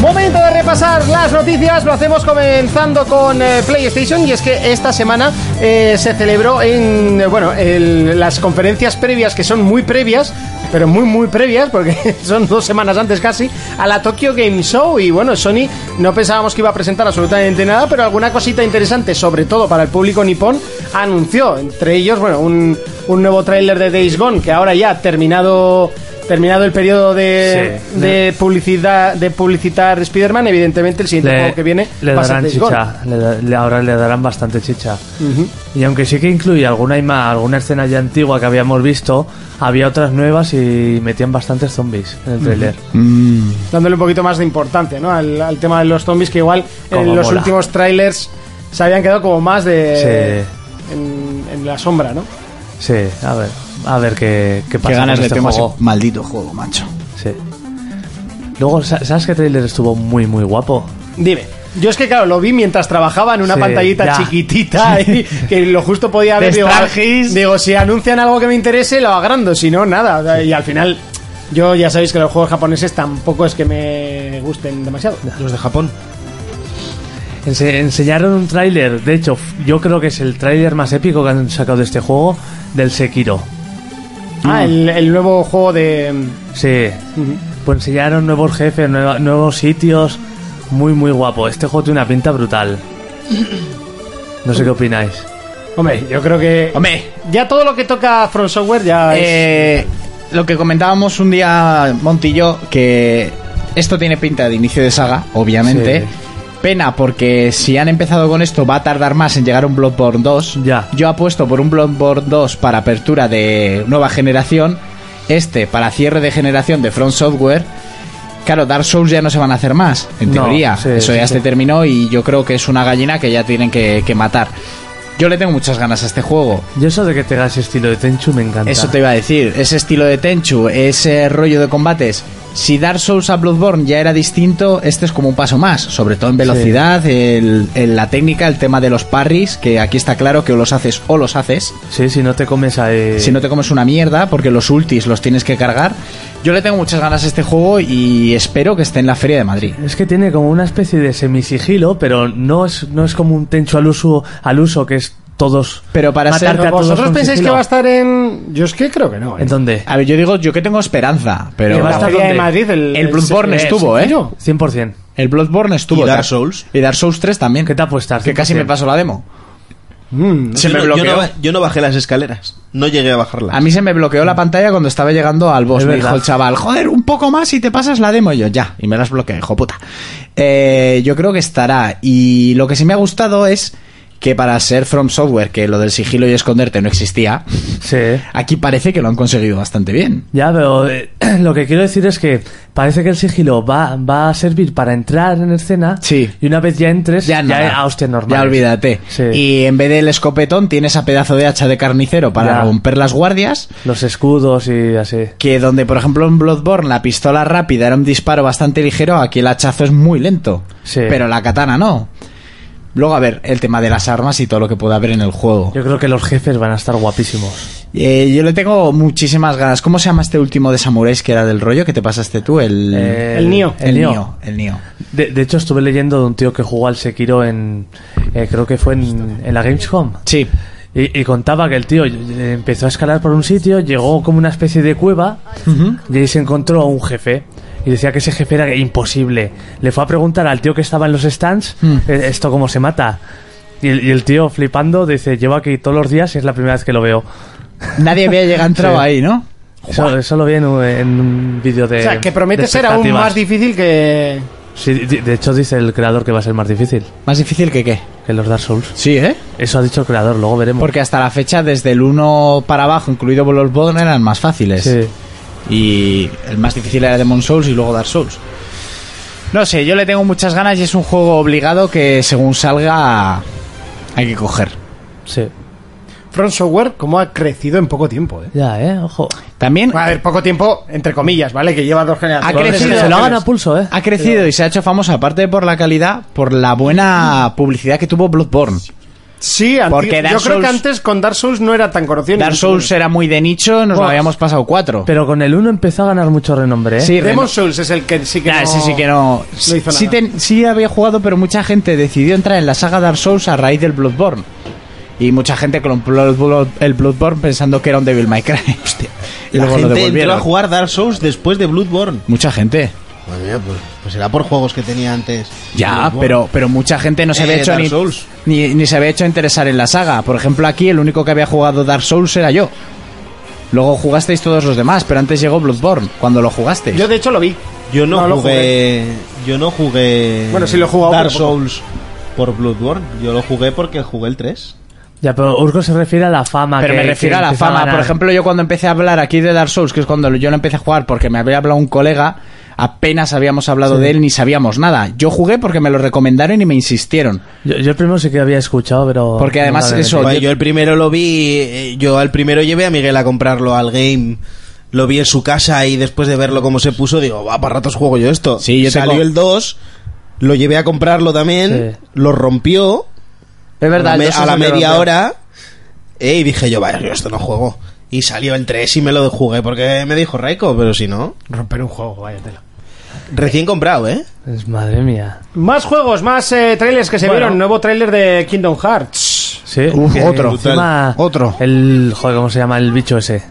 Speaker 4: Momento de repasar las noticias, lo hacemos comenzando con eh, PlayStation y es que esta semana eh, se celebró en eh, bueno el- las conferencias previas que son muy previas, pero muy muy previas porque son dos semanas antes casi a la Tokyo Game Show y bueno Sony no pensábamos que iba a presentar absolutamente nada, pero alguna cosita interesante sobre todo para el público nipón anunció entre ellos bueno un, un nuevo tráiler de Days Gone que ahora ya ha terminado terminado el periodo de,
Speaker 8: Sí.
Speaker 4: de de publicidad de publicitar Spider-Man, evidentemente el siguiente juego que viene
Speaker 8: le
Speaker 4: va a ser
Speaker 8: darán
Speaker 4: Days Gone.
Speaker 8: chicha. Le da- le- ahora le darán bastante chicha. Y aunque sí que incluye alguna, ima- alguna escena ya antigua que habíamos visto, había otras nuevas y metían bastantes zombies en el trailer.
Speaker 4: Dándole un poquito más de importancia, ¿no? Al, al tema de los zombies que igual en
Speaker 8: Como
Speaker 4: los
Speaker 8: mola.
Speaker 4: últimos trailers se habían quedado como más de en, en la sombra, ¿no?
Speaker 8: Sí, a ver, a ver qué, qué pasa.
Speaker 5: Qué ganas
Speaker 8: con
Speaker 5: le
Speaker 8: este
Speaker 5: tengo a ese
Speaker 8: juego.
Speaker 5: maldito juego, macho
Speaker 8: Sí. Luego, sa- ¿sabes qué trailer estuvo muy, muy guapo?
Speaker 4: Dime. Yo es que, claro, lo vi mientras trabajaba en una
Speaker 8: Sí,
Speaker 4: pantallita
Speaker 8: ya.
Speaker 4: chiquitita y que lo justo podía ver.
Speaker 5: De
Speaker 4: Digo,
Speaker 5: Star Hits.
Speaker 4: digo, si anuncian algo que me interese, lo agrando, si no, nada. O sea, Y al final, yo ya sabéis que los juegos japoneses tampoco es que me gusten demasiado.
Speaker 7: Los de Japón.
Speaker 8: Ense- enseñaron un tráiler, de hecho, f- yo creo que es el tráiler más épico que han sacado de este juego, del Sekiro. Mm.
Speaker 4: Ah, el, el nuevo juego de.
Speaker 8: Sí. Pues enseñaron nuevos jefes, nueva- nuevos sitios. Muy, muy guapo. Este juego tiene una pinta brutal. No sé qué opináis.
Speaker 4: Hombre, yo creo que.
Speaker 5: Hombre,
Speaker 4: Ya todo lo que toca From Software ya es.
Speaker 5: Eh, lo que comentábamos un día Montillo que Esto tiene pinta de inicio de saga, obviamente.
Speaker 8: Sí.
Speaker 5: Pena, porque si han empezado con esto, va a tardar más en llegar a un Bloodborne 2.
Speaker 8: Ya.
Speaker 5: Yo apuesto por un Bloodborne 2 para apertura de nueva generación. Este para cierre de generación de Front Software. Claro, Dark Souls ya no se van a hacer más, en
Speaker 8: No,
Speaker 5: teoría.
Speaker 8: sí,
Speaker 5: Eso
Speaker 8: sí,
Speaker 5: ya
Speaker 8: sí.
Speaker 5: se terminó y yo creo que es una gallina que ya tienen que, que matar. Yo le tengo muchas ganas a este juego.
Speaker 8: Yo eso de que te hagas estilo de Tenchu me encanta.
Speaker 5: Eso te iba a decir, ese estilo de Tenchu, ese rollo de combates. Si Dark Souls a Bloodborne ya era distinto, este es como un paso más, sobre todo en velocidad, el- en la técnica, el tema de los parries, que aquí está claro que o los haces o los haces.
Speaker 8: Sí, si no te comes a... eh,
Speaker 5: Si no te comes una mierda, porque los ultis los tienes que cargar. Yo le tengo muchas ganas a este juego y espero que esté en la Feria de Madrid.
Speaker 8: Es que tiene como una especie de semisigilo, pero no es, no es como un Tenchu al uso, al uso que es todos...
Speaker 5: Pero para ser-
Speaker 8: matarte a todos
Speaker 4: ¿Vosotros
Speaker 8: con
Speaker 4: pensáis que
Speaker 8: sigilo.
Speaker 4: va a estar en.? Yo es que creo que no. ¿eh?
Speaker 8: ¿En dónde?
Speaker 5: A ver, yo digo, yo que tengo esperanza, pero...
Speaker 8: Que va a
Speaker 4: la
Speaker 8: estar
Speaker 4: Feria de
Speaker 8: dónde?
Speaker 4: Madrid, el,
Speaker 5: El Bloodborne estuvo, ¿eh?
Speaker 8: 100%.
Speaker 5: El Bloodborne estuvo.
Speaker 7: ¿Y Dark
Speaker 5: tal.
Speaker 7: Souls?
Speaker 5: Y Dark Souls 3 también.
Speaker 8: ¿Qué te apuestas?
Speaker 5: Que casi me
Speaker 8: 100%.
Speaker 5: pasó la demo.
Speaker 4: Mm,
Speaker 7: yo, no, yo no ba- yo no bajé las escaleras. No llegué a bajarlas.
Speaker 5: A mí se me bloqueó la pantalla cuando estaba llegando al boss.
Speaker 8: Mm. Es
Speaker 5: Me
Speaker 8: verdad.
Speaker 5: dijo el chaval, joder, un poco más y te pasas la demo. Y yo, ya. Y me las bloqueé, hijo puta. Eh, yo creo que estará. Y lo que sí me ha gustado es que para ser From Software, que lo del sigilo y esconderte no existía,
Speaker 8: Sí.
Speaker 5: aquí parece que lo han conseguido bastante bien.
Speaker 8: Ya, pero eh, lo que quiero decir es que parece que el sigilo va, va a servir para entrar en escena.
Speaker 5: Sí.
Speaker 8: Y una vez ya entres, ya,
Speaker 5: nada.
Speaker 8: a hostia normal.
Speaker 5: Ya olvídate.
Speaker 8: Sí.
Speaker 5: Y en vez del escopetón, tienes a pedazo de hacha de carnicero para
Speaker 8: Ya.
Speaker 5: romper las guardias.
Speaker 8: Los escudos y así.
Speaker 5: Que donde, por ejemplo, en Bloodborne la pistola rápida era un disparo bastante ligero, aquí el hachazo es muy lento.
Speaker 8: Sí.
Speaker 5: Pero la katana no. Luego, a ver, el tema de las armas y todo lo que pueda haber en el juego.
Speaker 8: Yo creo que los jefes van a estar guapísimos.
Speaker 5: Eh, yo le tengo muchísimas ganas. ¿Cómo se llama este último de Samuráis que era del rollo que te pasaste tú? El,
Speaker 8: Eh,
Speaker 4: el Nioh.
Speaker 5: El, Nioh, el Nioh.
Speaker 8: De, de hecho, estuve leyendo de un tío que jugó al Sekiro en. eh, creo que fue en, en la Gamescom.
Speaker 5: Sí.
Speaker 8: Y, y contaba que el tío eh, empezó a escalar por un sitio, llegó como una especie de cueva y ahí se encontró a un jefe. Y decía que ese jefe era imposible. Le fue a preguntar al tío que estaba en los stands
Speaker 5: Mm.
Speaker 8: eh, esto cómo se mata. Y, el- y el tío flipando dice, llevo aquí todos los días y es la primera vez que lo veo.
Speaker 5: Nadie había llegado entrado
Speaker 8: Sí.
Speaker 5: ahí, ¿no?
Speaker 8: Eso, eso lo vi en un, en un vídeo de...
Speaker 4: O sea, que promete
Speaker 8: de
Speaker 4: ser aún
Speaker 8: Eh, expectativas.
Speaker 4: más difícil que.
Speaker 8: Sí, de, de hecho dice el creador que va a ser más difícil
Speaker 5: Más difícil que qué.
Speaker 8: que los Dark Souls.
Speaker 5: Sí, ¿eh?
Speaker 8: Eso ha dicho el creador, luego veremos.
Speaker 5: Porque hasta la fecha, desde el 1 para abajo, incluido Bloodborne, eran más fáciles.
Speaker 8: Sí.
Speaker 5: Y el más difícil era Demon Souls y luego Dark Souls. No sé, yo le tengo muchas ganas y es un juego obligado que según salga hay que coger.
Speaker 8: sí.
Speaker 4: Front Software, cómo ha crecido en poco tiempo, ¿eh?
Speaker 8: Ya, eh, ojo.
Speaker 5: También
Speaker 4: A ver, poco tiempo, entre comillas, ¿vale? Que lleva dos generaciones.
Speaker 5: Ha crecido.
Speaker 8: Se lo hagan a pulso, eh.
Speaker 5: ha crecido y se ha hecho famoso, aparte por la calidad, por la buena publicidad que tuvo Bloodborne.
Speaker 4: Sí, anti-
Speaker 5: Porque Dark
Speaker 4: yo creo que
Speaker 5: Souls-
Speaker 4: antes con Dark Souls no era tan conocido. ni
Speaker 5: Dark
Speaker 4: mucho menos.
Speaker 5: Souls era muy de nicho, nos lo
Speaker 4: Buah.
Speaker 5: habíamos pasado cuatro.
Speaker 8: Pero con el 1 empezó a ganar mucho renombre, ¿eh?
Speaker 5: Sí,
Speaker 4: Demon
Speaker 5: Reno-
Speaker 4: Souls es el que sí que
Speaker 5: Ah,
Speaker 4: no...
Speaker 5: sí, sí que no.
Speaker 4: no hizo
Speaker 5: sí,
Speaker 4: nada.
Speaker 5: ten- sí había jugado, pero mucha gente decidió entrar en la saga Dark Souls a raíz del Bloodborne. Y mucha gente compró el Blood- el Bloodborne pensando que era un Devil May Cry. Hostia. Y luego
Speaker 7: La
Speaker 5: lo
Speaker 7: gente entró
Speaker 5: devolvieron.
Speaker 7: a jugar Dark Souls después de Bloodborne.
Speaker 5: Mucha gente.
Speaker 7: Pues, mira, pues, pues era por juegos que tenía antes.
Speaker 5: Ya,
Speaker 7: Bloodborne.
Speaker 5: pero, pero mucha gente no se había
Speaker 7: Eh,
Speaker 5: hecho
Speaker 7: Dark
Speaker 5: ni,
Speaker 7: Souls.
Speaker 5: ni, ni se había hecho interesar en la saga. Por ejemplo, aquí el único que había jugado Dark Souls era yo. Luego jugasteis todos los demás, pero antes llegó Bloodborne, cuando lo jugastesteis.
Speaker 4: Yo de hecho lo vi.
Speaker 7: Yo no,
Speaker 4: No lo
Speaker 7: jugué, Yo no jugué.
Speaker 4: Bueno, sí lo he jugado,
Speaker 7: Dark
Speaker 4: pero poco.
Speaker 7: Souls por Bloodborne. Yo lo jugué porque jugué el 3.
Speaker 8: Ya, pero Urco se refiere a la fama.
Speaker 5: Pero
Speaker 8: que-
Speaker 5: me refiero
Speaker 8: que
Speaker 5: a la
Speaker 8: empezó
Speaker 5: fama.
Speaker 8: ganar.
Speaker 5: Por ejemplo, yo cuando empecé a hablar aquí de Dark Souls, que es cuando yo lo empecé a jugar porque me había hablado un colega, apenas habíamos hablado de él ni sabíamos nada. Yo jugué porque me lo recomendaron y me insistieron.
Speaker 8: Yo, yo el primero sí que había escuchado, pero...
Speaker 5: Porque además
Speaker 8: nunca me
Speaker 5: eso-
Speaker 8: metí.
Speaker 7: Bueno,
Speaker 5: yo-
Speaker 7: yo el primero lo vi. eh, Yo al primero llevé a Miguel a comprarlo al game. Lo vi en su casa y después de verlo cómo se puso, digo, va, para ratos juego yo esto.
Speaker 5: Sí, yo
Speaker 7: Salió
Speaker 5: tengo-
Speaker 7: el 2, lo llevé a comprarlo también,
Speaker 8: Sí.
Speaker 7: lo rompió.
Speaker 5: Es
Speaker 7: a
Speaker 5: verdad.
Speaker 7: la me-
Speaker 5: yo soy
Speaker 7: a la
Speaker 5: muy
Speaker 7: media
Speaker 5: europeo.
Speaker 7: hora. eh, y dije yo, vaya, yo esto no juego. Y salió el 3 y me lo jugué porque me dijo Raiko, pero si no.
Speaker 4: Romper un juego, vaya tela.
Speaker 7: Recién comprado, ¿eh?
Speaker 8: Es- madre mía.
Speaker 4: Más juegos, más eh, trailers que se
Speaker 8: Bueno.
Speaker 4: vieron. Nuevo trailer de Kingdom Hearts.
Speaker 8: Sí.
Speaker 5: Uf,
Speaker 8: que
Speaker 5: otro.
Speaker 8: encima-
Speaker 5: Otro.
Speaker 8: El... Joder, ¿cómo se llama el bicho ese?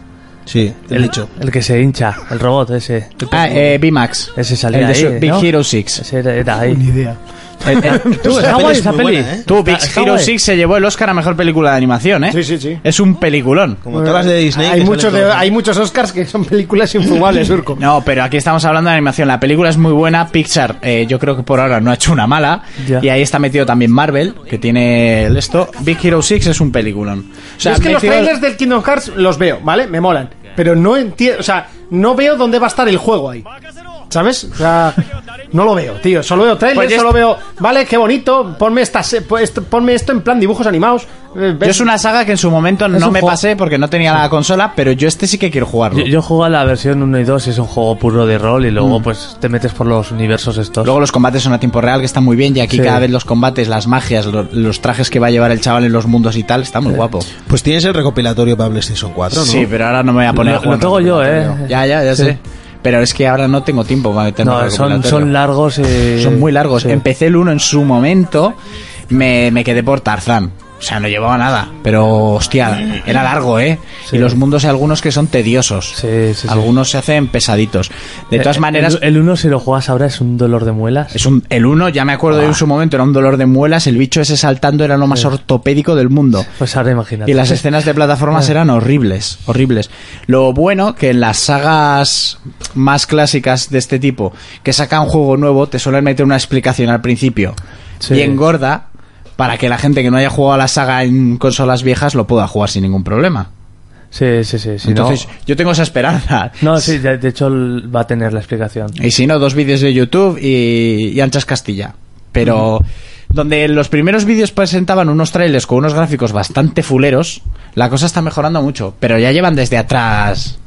Speaker 7: Sí, el dicho.
Speaker 8: El que se hincha. El robot ese.
Speaker 5: Ah, eh, B-Max.
Speaker 8: Ese salía
Speaker 5: El de
Speaker 8: ahí,
Speaker 5: su- Big
Speaker 8: ¿no?
Speaker 5: Hero 6.
Speaker 8: Ese era, era ahí. Eh,
Speaker 4: idea.
Speaker 8: Tú, está
Speaker 7: peli
Speaker 8: guay
Speaker 7: es
Speaker 8: esa
Speaker 7: muy
Speaker 8: peli.
Speaker 7: buena, ¿eh?
Speaker 5: Tú, Big
Speaker 8: Está- está
Speaker 5: Hero
Speaker 8: guay.
Speaker 5: 6 se llevó el Oscar a mejor película de animación, ¿eh?
Speaker 4: Sí, sí, sí.
Speaker 5: Es un peliculón.
Speaker 7: Como todas las de Disney.
Speaker 4: hay,
Speaker 7: que
Speaker 4: muchos
Speaker 7: salen
Speaker 4: de-
Speaker 7: todos.
Speaker 4: hay muchos Oscars que son películas infumables, Urco.
Speaker 5: No, pero aquí estamos hablando de animación. La película es muy buena. Pixar, eh, yo creo que por ahora no ha hecho una mala.
Speaker 8: Ya.
Speaker 5: Y ahí está metido también Marvel, que tiene el esto. Big Hero 6 es un peliculón. O
Speaker 4: Yo
Speaker 5: sea,
Speaker 4: es que los
Speaker 5: metido-
Speaker 4: trailers del Kingdom Hearts los veo, ¿vale? Me molan. Pero no entiendo, o sea, no veo dónde va a estar el juego ahí. ¿Sabes? O sea, no lo veo, tío. Solo veo trailers,
Speaker 5: Pues ya
Speaker 4: solo
Speaker 5: es-
Speaker 4: veo, vale, qué bonito, ponme, esta, se- po- esto- ponme esto en plan dibujos animados. eh,
Speaker 5: Yo
Speaker 4: ves-
Speaker 5: es una saga que en su momento no
Speaker 8: un
Speaker 5: me
Speaker 8: juego.
Speaker 5: pasé porque no tenía la consola, pero yo este sí que quiero jugarlo.
Speaker 8: Yo, yo juego a la versión 1 y 2 y es un juego puro de rol y luego pues te metes por los universos estos.
Speaker 5: Mm. Luego los combates son a tiempo real, que están muy bien, y aquí
Speaker 8: Sí.
Speaker 5: cada vez los combates, las magias, lo- los trajes que va a llevar el chaval en los mundos y tal, está muy guapo.
Speaker 7: Pues tienes el recopilatorio para PlayStation 4, ¿no?
Speaker 5: Sí, pero ahora no me voy a poner
Speaker 8: Lo-
Speaker 5: a jugar
Speaker 8: lo tengo yo,
Speaker 5: recopilatorio.
Speaker 8: eh.
Speaker 5: Ya, ya, ya
Speaker 8: Sí.
Speaker 5: sé. Pero es que ahora no tengo tiempo para meterme
Speaker 8: no,
Speaker 5: al
Speaker 8: son,
Speaker 5: recopilatorio.
Speaker 8: son largos. eh,
Speaker 5: Son muy largos.
Speaker 8: sí.
Speaker 5: Empecé el 1 en su momento, me, me quedé por Tarzán. O sea, no llevaba nada, pero hostia, era largo, ¿eh?
Speaker 8: Sí.
Speaker 5: Y los mundos hay algunos que son tediosos.
Speaker 8: Sí, sí, sí.
Speaker 5: Algunos se hacen pesaditos. De todas
Speaker 8: Eh,
Speaker 5: maneras,
Speaker 8: El el 1 si lo juegas ahora es un dolor de muelas.
Speaker 5: es un, el 1, ya me acuerdo
Speaker 8: Ah.
Speaker 5: de en su momento, era un dolor de muelas, el bicho ese saltando era lo más ortopédico del mundo.
Speaker 8: Pues ahora imagínate.
Speaker 5: Y las escenas de
Speaker 8: Ah.
Speaker 5: plataformas eran horribles, horribles. Lo bueno que en las sagas más clásicas de este tipo, que sacan un juego nuevo, te suelen meter una explicación al principio.
Speaker 8: Sí.
Speaker 5: Bien gorda, para que la gente que no haya jugado a la saga en consolas viejas lo pueda jugar sin ningún problema.
Speaker 8: Sí, sí, sí. sí
Speaker 5: Entonces, yo tengo esa esperanza.
Speaker 8: no, no, sí, de de hecho el- va a tener la explicación.
Speaker 5: Y si no, dos vídeos de YouTube y, y Anchas Castilla. Pero donde los primeros vídeos presentaban unos trailers con unos gráficos bastante fuleros, la cosa está mejorando mucho. Pero ya llevan desde atrás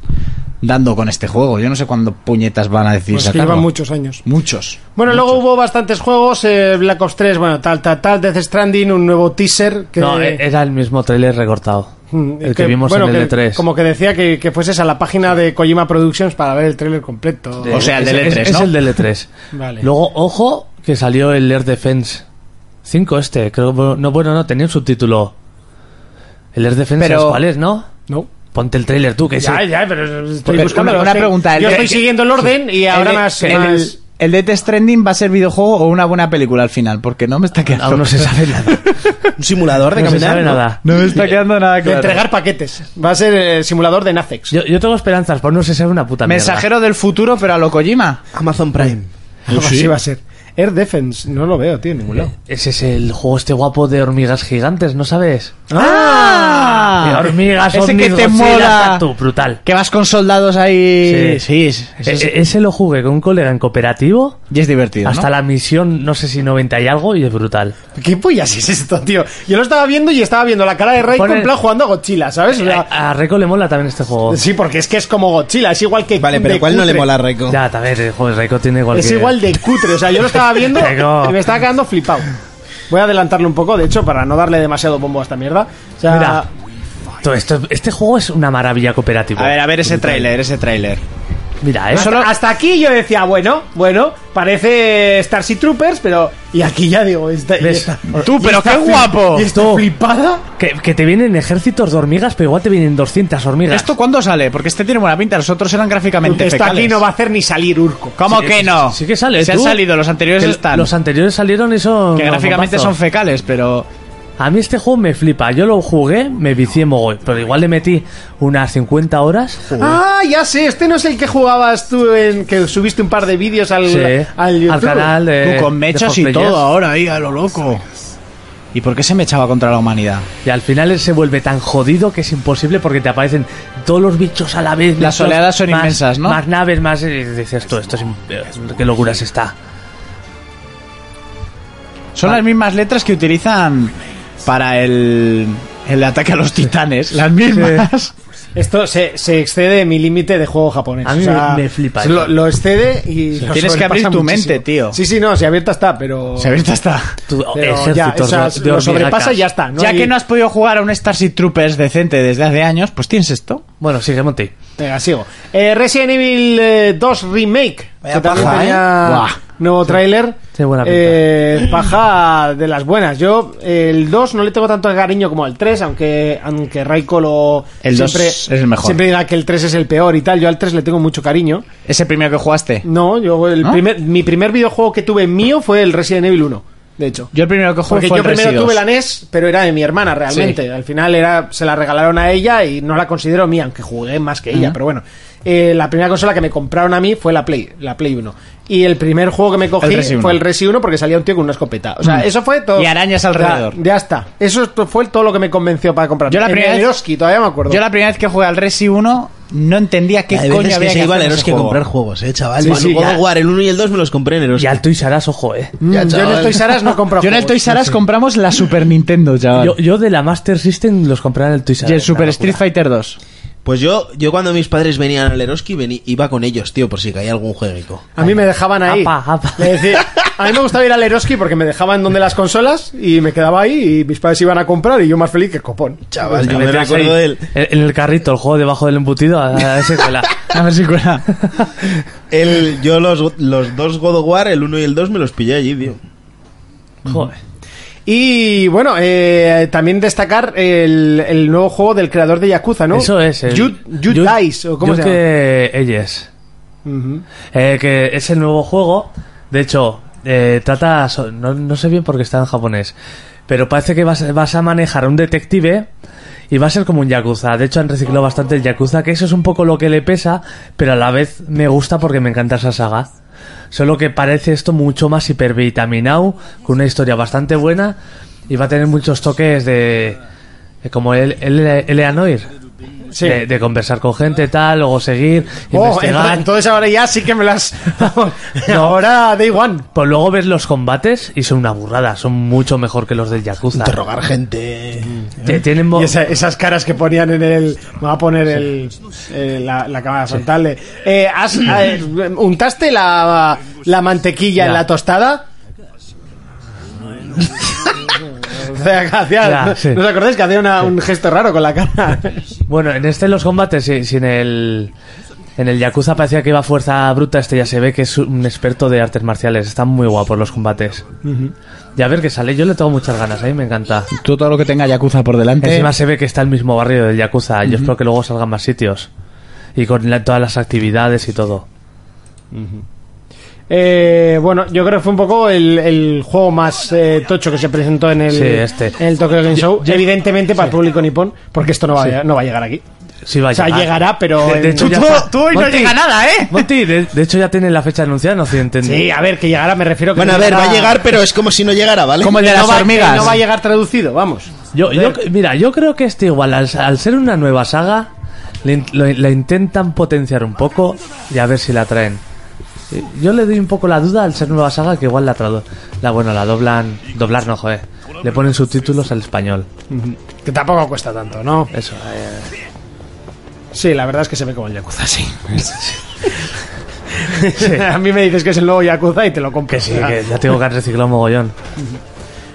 Speaker 5: dando con este juego. Yo no sé cuándo puñetas van a decidir
Speaker 4: pues que
Speaker 5: sacarlo.
Speaker 4: llevan muchos años.
Speaker 5: Muchos.
Speaker 4: Bueno, luego hubo bastantes juegos, eh, Black Ops 3, bueno, tal, tal, tal, Death Stranding, un nuevo teaser que...
Speaker 8: No, e- era el mismo tráiler recortado.
Speaker 4: Mm,
Speaker 8: El que, vimos
Speaker 4: bueno,
Speaker 8: en el E
Speaker 4: que-
Speaker 8: E3.
Speaker 4: Como que decía que, que fueses a la página de Kojima Productions para ver el tráiler completo.
Speaker 5: O sea, el del
Speaker 8: Es-
Speaker 5: E3,
Speaker 8: es,
Speaker 5: ¿no?
Speaker 8: es el del E3.
Speaker 4: Vale.
Speaker 8: Luego, ojo, que salió el Air Defense 5 este. Creo que- no, bueno, no, tenía un subtítulo. El Air Defense,
Speaker 5: Pero-
Speaker 8: ¿sabes cuál es, no?
Speaker 4: No.
Speaker 8: Ponte el tráiler tú, que ese-
Speaker 4: Ya, ya, pero estoy
Speaker 5: Pero
Speaker 4: buscando
Speaker 5: una pregunta, el
Speaker 4: Yo
Speaker 5: de-
Speaker 4: estoy siguiendo el orden y ahora
Speaker 5: El de-
Speaker 4: más.
Speaker 5: el,
Speaker 4: más-
Speaker 5: el de Test Trending va a ser videojuego o una buena película al final, porque no me está quedando.
Speaker 8: Aún no se sabe nada.
Speaker 7: Un simulador de
Speaker 8: No se
Speaker 7: caminar.
Speaker 8: sabe
Speaker 7: ¿no?
Speaker 8: nada.
Speaker 5: No me está quedando nada
Speaker 4: de
Speaker 5: claro.
Speaker 4: entregar paquetes. Va a ser el simulador de Nacex.
Speaker 8: Yo, yo tengo esperanzas, por no se sabe una puta mierda.
Speaker 5: Mensajero del futuro, pero a lo Kojima.
Speaker 7: Amazon Prime.
Speaker 4: Algo así va a ser. Air Defense, no lo veo, tío, en ningún lado.
Speaker 8: Ese es el juego este guapo de hormigas gigantes, ¿no sabes?
Speaker 5: ¡Ah!
Speaker 8: De hormigas,
Speaker 5: Ese que
Speaker 8: ovnis,
Speaker 5: te
Speaker 8: Godzilla,
Speaker 5: mola.
Speaker 8: está tú, brutal.
Speaker 5: Que vas con soldados ahí.
Speaker 8: Sí.
Speaker 5: sí, Eh,
Speaker 8: E- e- ese lo jugué con un colega en cooperativo.
Speaker 5: Y es divertido.
Speaker 8: Hasta la misión, no sé si 90 y algo, y es brutal.
Speaker 4: ¿Qué pollas es esto, tío? Yo lo estaba viendo y estaba viendo la cara de Raiko
Speaker 8: Pone-
Speaker 4: en plan jugando a Godzilla, ¿sabes? O sea,
Speaker 8: A, a Reco le mola también este juego.
Speaker 4: sí, porque es que es como Godzilla, es igual que.
Speaker 7: Vale, pero
Speaker 4: de
Speaker 7: ¿cuál no le
Speaker 4: cutre.
Speaker 7: mola a Reiko?
Speaker 8: Ya, también, eh, joder, Reco tiene cualquier...
Speaker 4: Es igual de cutre, o sea, yo lo estaba viendo
Speaker 8: Venga.
Speaker 4: y me estaba quedando flipado. Voy a adelantarle un poco, de hecho, para no darle demasiado bombo a esta mierda. O sea,
Speaker 8: Mira, todo esto, este juego es una maravilla cooperativa.
Speaker 5: A ver, a ver ese tráiler, ese tráiler.
Speaker 8: Mira, eh,
Speaker 4: hasta, hasta aquí yo decía, bueno, bueno, parece Starship Troopers, pero. Y aquí ya digo, está, y
Speaker 8: ¿Ves?
Speaker 4: está-
Speaker 5: Tú,
Speaker 4: y
Speaker 5: pero
Speaker 4: está
Speaker 5: qué
Speaker 4: fli-
Speaker 5: guapo.
Speaker 4: ¿Y está
Speaker 8: Tú.
Speaker 4: flipada?
Speaker 8: que, que te vienen ejércitos de hormigas, pero igual te vienen 200 hormigas.
Speaker 5: ¿Esto cuándo sale? Porque este tiene buena pinta, los otros eran gráficamente
Speaker 4: Esto
Speaker 5: fecales.
Speaker 4: aquí no va a hacer ni salir Urco.
Speaker 5: ¿Cómo que no?
Speaker 8: sí que sale,
Speaker 5: Se
Speaker 8: tú.
Speaker 5: han salido, los anteriores
Speaker 8: Que
Speaker 5: están.
Speaker 8: Los anteriores salieron y son...
Speaker 5: que
Speaker 8: unos
Speaker 5: gráficamente son
Speaker 8: bombazos.
Speaker 5: fecales, pero.
Speaker 8: A mí este juego me flipa. Yo lo jugué, me vicié mogoy, pero igual le metí unas 50 horas.
Speaker 4: Ah, ya sé, este no es el que jugabas tú en que subiste un par de vídeos al,
Speaker 8: Sí,
Speaker 4: al YouTube.
Speaker 8: canal de...
Speaker 5: Tú con
Speaker 8: de
Speaker 5: mechas y
Speaker 8: Foxplayers.
Speaker 5: todo ahora, ahí, a lo loco. ¿Y por qué se me echaba contra la humanidad?
Speaker 8: Y al final él se vuelve tan jodido que es imposible porque te aparecen todos los bichos a la vez.
Speaker 5: Las
Speaker 8: bichos,
Speaker 5: oleadas son
Speaker 8: más-
Speaker 5: inmensas, ¿no?
Speaker 8: Más naves, más... eh, Dices tú, esto es... im- eh, Qué locuras está.
Speaker 5: Son las mismas letras que utilizan para el. El ataque a los titanes, las mismas.
Speaker 4: Esto se, se excede de mi límite de juego japonés.
Speaker 8: A mí
Speaker 4: o sea,
Speaker 8: me- me flipa
Speaker 4: Lo,
Speaker 8: eso.
Speaker 4: lo excede y. lo
Speaker 5: Tienes que
Speaker 4: sobrepasa
Speaker 5: abrir tu
Speaker 4: muchísimo.
Speaker 5: mente, tío.
Speaker 4: Sí, sí, no, si abierta está, pero.
Speaker 5: Se abierta está.
Speaker 8: Tú,
Speaker 4: pero
Speaker 8: ejércitos
Speaker 4: ya, o sea,
Speaker 8: de- de
Speaker 4: lo sobrepasa
Speaker 8: hormigacas.
Speaker 4: y ya está. ¿no?
Speaker 5: ya
Speaker 4: hay-
Speaker 5: que no has podido jugar a un Starship Troopers decente desde hace años, pues tienes esto.
Speaker 8: Bueno, sigue, Monty.
Speaker 4: Venga, sigo. Eh, Resident Evil eh, 2 Remake.
Speaker 7: Vaya
Speaker 4: que también
Speaker 7: paja,
Speaker 4: tenía
Speaker 5: ¿eh? Buah.
Speaker 4: Nuevo tráiler.
Speaker 8: Tiene buena pinta.
Speaker 4: Eh, paja de las buenas. Yo eh, el 2 no le tengo tanto cariño como al 3, aunque, aunque Raiko lo...
Speaker 5: El 2 es el mejor.
Speaker 4: Siempre diga que el 3 es el peor y tal. Yo al 3 le tengo mucho cariño.
Speaker 5: Ese primero que jugaste.
Speaker 4: No, yo el
Speaker 5: ¿No?
Speaker 4: primer, mi primer videojuego que tuve mío fue el Resident Evil 1. de hecho.
Speaker 5: Yo el primero que jugué
Speaker 4: Porque
Speaker 5: fue
Speaker 4: yo
Speaker 5: el
Speaker 4: primero
Speaker 5: Resi 2.
Speaker 4: tuve la NES, pero era de mi hermana realmente. Al final era se la regalaron a ella y no la considero mía, aunque jugué más que ella, pero bueno. Eh, la primera consola que me compraron a mí fue la Play, la Play 1. Y el primer juego que me cogí
Speaker 5: El Resi 1.
Speaker 4: fue el Resi 1 porque salía un tío con una escopeta. O sea,
Speaker 5: Mm.
Speaker 4: eso fue todo.
Speaker 5: Y arañas alrededor.
Speaker 4: Ya, ya está. Eso to- fue todo lo que me convenció para comprar.
Speaker 5: Yo la
Speaker 4: En
Speaker 5: primera
Speaker 4: el
Speaker 5: vez-
Speaker 4: Eroski, todavía me acuerdo.
Speaker 5: Yo la primera vez que jugué al Resi 1 no entendía qué
Speaker 7: Hay
Speaker 5: coño
Speaker 7: veces
Speaker 5: había
Speaker 7: que se iba a
Speaker 5: hacer en
Speaker 7: Eros
Speaker 5: ese
Speaker 7: que
Speaker 5: juego.
Speaker 7: comprar juegos, eh, chaval.
Speaker 4: Sí,
Speaker 7: Sí,
Speaker 4: sí,
Speaker 7: God
Speaker 4: ya.
Speaker 7: of War, el 1 y el 2 me los compré en Eros.
Speaker 8: Y al Toys R Us, ojo, eh.
Speaker 4: Mm,
Speaker 7: Ya,
Speaker 4: yo en
Speaker 7: chaval.
Speaker 4: el Toys R Us no compro
Speaker 5: Yo en el
Speaker 4: juegos.
Speaker 5: Toys R Us compramos la Super Nintendo, chaval.
Speaker 8: Yo, yo de la Master System los compré en el Toys R
Speaker 5: y el
Speaker 8: Us,
Speaker 5: Super
Speaker 8: una
Speaker 5: Street
Speaker 8: locura.
Speaker 5: Fighter 2.
Speaker 7: Pues yo, yo cuando mis padres venían al Eroski, vení- iba con ellos, tío, por si caía algún jueguico.
Speaker 4: A mí me dejaban ahí.
Speaker 8: Apa, apa.
Speaker 4: Le decía- a mí me gustaba ir al Eroski porque me dejaban donde las consolas y me quedaba ahí y mis padres iban a comprar y yo más feliz que copón.
Speaker 7: Chaval,
Speaker 8: Te
Speaker 7: yo me
Speaker 8: metías
Speaker 7: recuerdo
Speaker 8: ahí,
Speaker 7: del,
Speaker 8: En en el carrito, el juego debajo del embutido, a, a ese cuela.
Speaker 5: A ver si cuela.
Speaker 7: el- yo los, los dos God of War, el 1 y el 2, me los pillé allí, tío.
Speaker 5: Mm.
Speaker 8: Joder.
Speaker 4: Y bueno, eh, también destacar el, el nuevo juego del creador de Yakuza, ¿no?
Speaker 8: Eso es. el-
Speaker 4: Jude, Jude
Speaker 8: Jude-
Speaker 4: Dice, o cómo
Speaker 8: Jude
Speaker 4: se llama.
Speaker 8: que Ellas.
Speaker 4: Ujú.
Speaker 8: Eh, que es el nuevo juego. De hecho, eh, trata. so- No, no sé bien por qué está en japonés. Pero parece que vas, vas a manejar a un detective. Y va a ser como un Yakuza. De hecho, han reciclado bastante el Yakuza. Que eso es un poco lo que le pesa. Pero a la vez me gusta porque me encanta esa saga. Solo que parece esto mucho más hipervitaminado. Con una historia bastante buena. Y va a tener muchos toques de. de como el, el, el Eleanor. De, de conversar con gente, tal, luego seguir,
Speaker 4: Oh, ento-
Speaker 8: investigar.
Speaker 4: entonces ahora ya sí que me las... ahora Day One.
Speaker 8: Pues luego ves los combates y son una burrada, son mucho mejor que los del Yakuza.
Speaker 7: Interrogar gente.
Speaker 4: Mm.
Speaker 8: Te- Tienen mo-
Speaker 4: Y esa- esas caras que ponían en el. Me va a poner el, eh, la, la cámara frontal. de, eh, has- eh, ¿Untaste la, la mantequilla en
Speaker 8: Ya.
Speaker 4: la tostada? O sea, que hacía-
Speaker 8: Ya, sí.
Speaker 4: ¿No os acordáis que hacía una- un gesto raro con la cara?
Speaker 8: Bueno, en este los combates, si, si en el en el Yakuza parecía que iba a fuerza bruta, este ya se ve que es un experto de artes marciales. Están muy guapos los combates. Y a ver qué sale, yo le tengo muchas ganas, a mí me encanta.
Speaker 4: Eh.
Speaker 5: Tú todo lo que tenga Yakuza por delante.
Speaker 8: Encima se ve que está el mismo barrio del Yakuza, yo espero que luego salgan más sitios. Y con la- todas las actividades y todo.
Speaker 4: Eh, bueno, yo creo que fue un poco el, el juego más eh, tocho que se presentó en el,
Speaker 8: Sí, este.
Speaker 4: en el Tokyo Game Show. evidentemente para el público nipón, porque esto no va, a, no va a llegar aquí.
Speaker 8: Sí va a
Speaker 4: O sea,
Speaker 8: llegar.
Speaker 4: llegará, pero
Speaker 8: De, de
Speaker 4: en-
Speaker 8: hecho,
Speaker 4: Tú-
Speaker 8: ya
Speaker 4: tú-
Speaker 8: está.
Speaker 4: tú hoy no llega
Speaker 8: nada, ¿eh? Monty, de, de hecho ya tiene la fecha anunciada en Occidente.
Speaker 4: Sí, a ver, que llegará, me refiero que
Speaker 7: Bueno, a
Speaker 4: no
Speaker 7: ver, va a
Speaker 4: llegará-
Speaker 7: llegar, pero es como si no llegara, ¿vale?
Speaker 5: Como el de
Speaker 4: que
Speaker 5: las
Speaker 4: no va- que
Speaker 5: hormigas.
Speaker 4: no va a llegar traducido, vamos.
Speaker 8: Yo, yo- mira, yo creo que este igual, al, al ser una nueva saga, le in- lo- la intentan potenciar un poco y a ver si la traen. Eh, Yo le doy un poco la duda al ser nueva saga que igual la tradu la bueno la doblan doblar no joder le ponen subtítulos al español
Speaker 4: Que tampoco cuesta tanto, ¿no?
Speaker 8: eso
Speaker 4: Sí, la verdad es que se ve como el Yakuza, sí. a mí me dices que es el nuevo Yakuza y te lo compro.
Speaker 8: que sí que ya tengo que han reciclado mogollón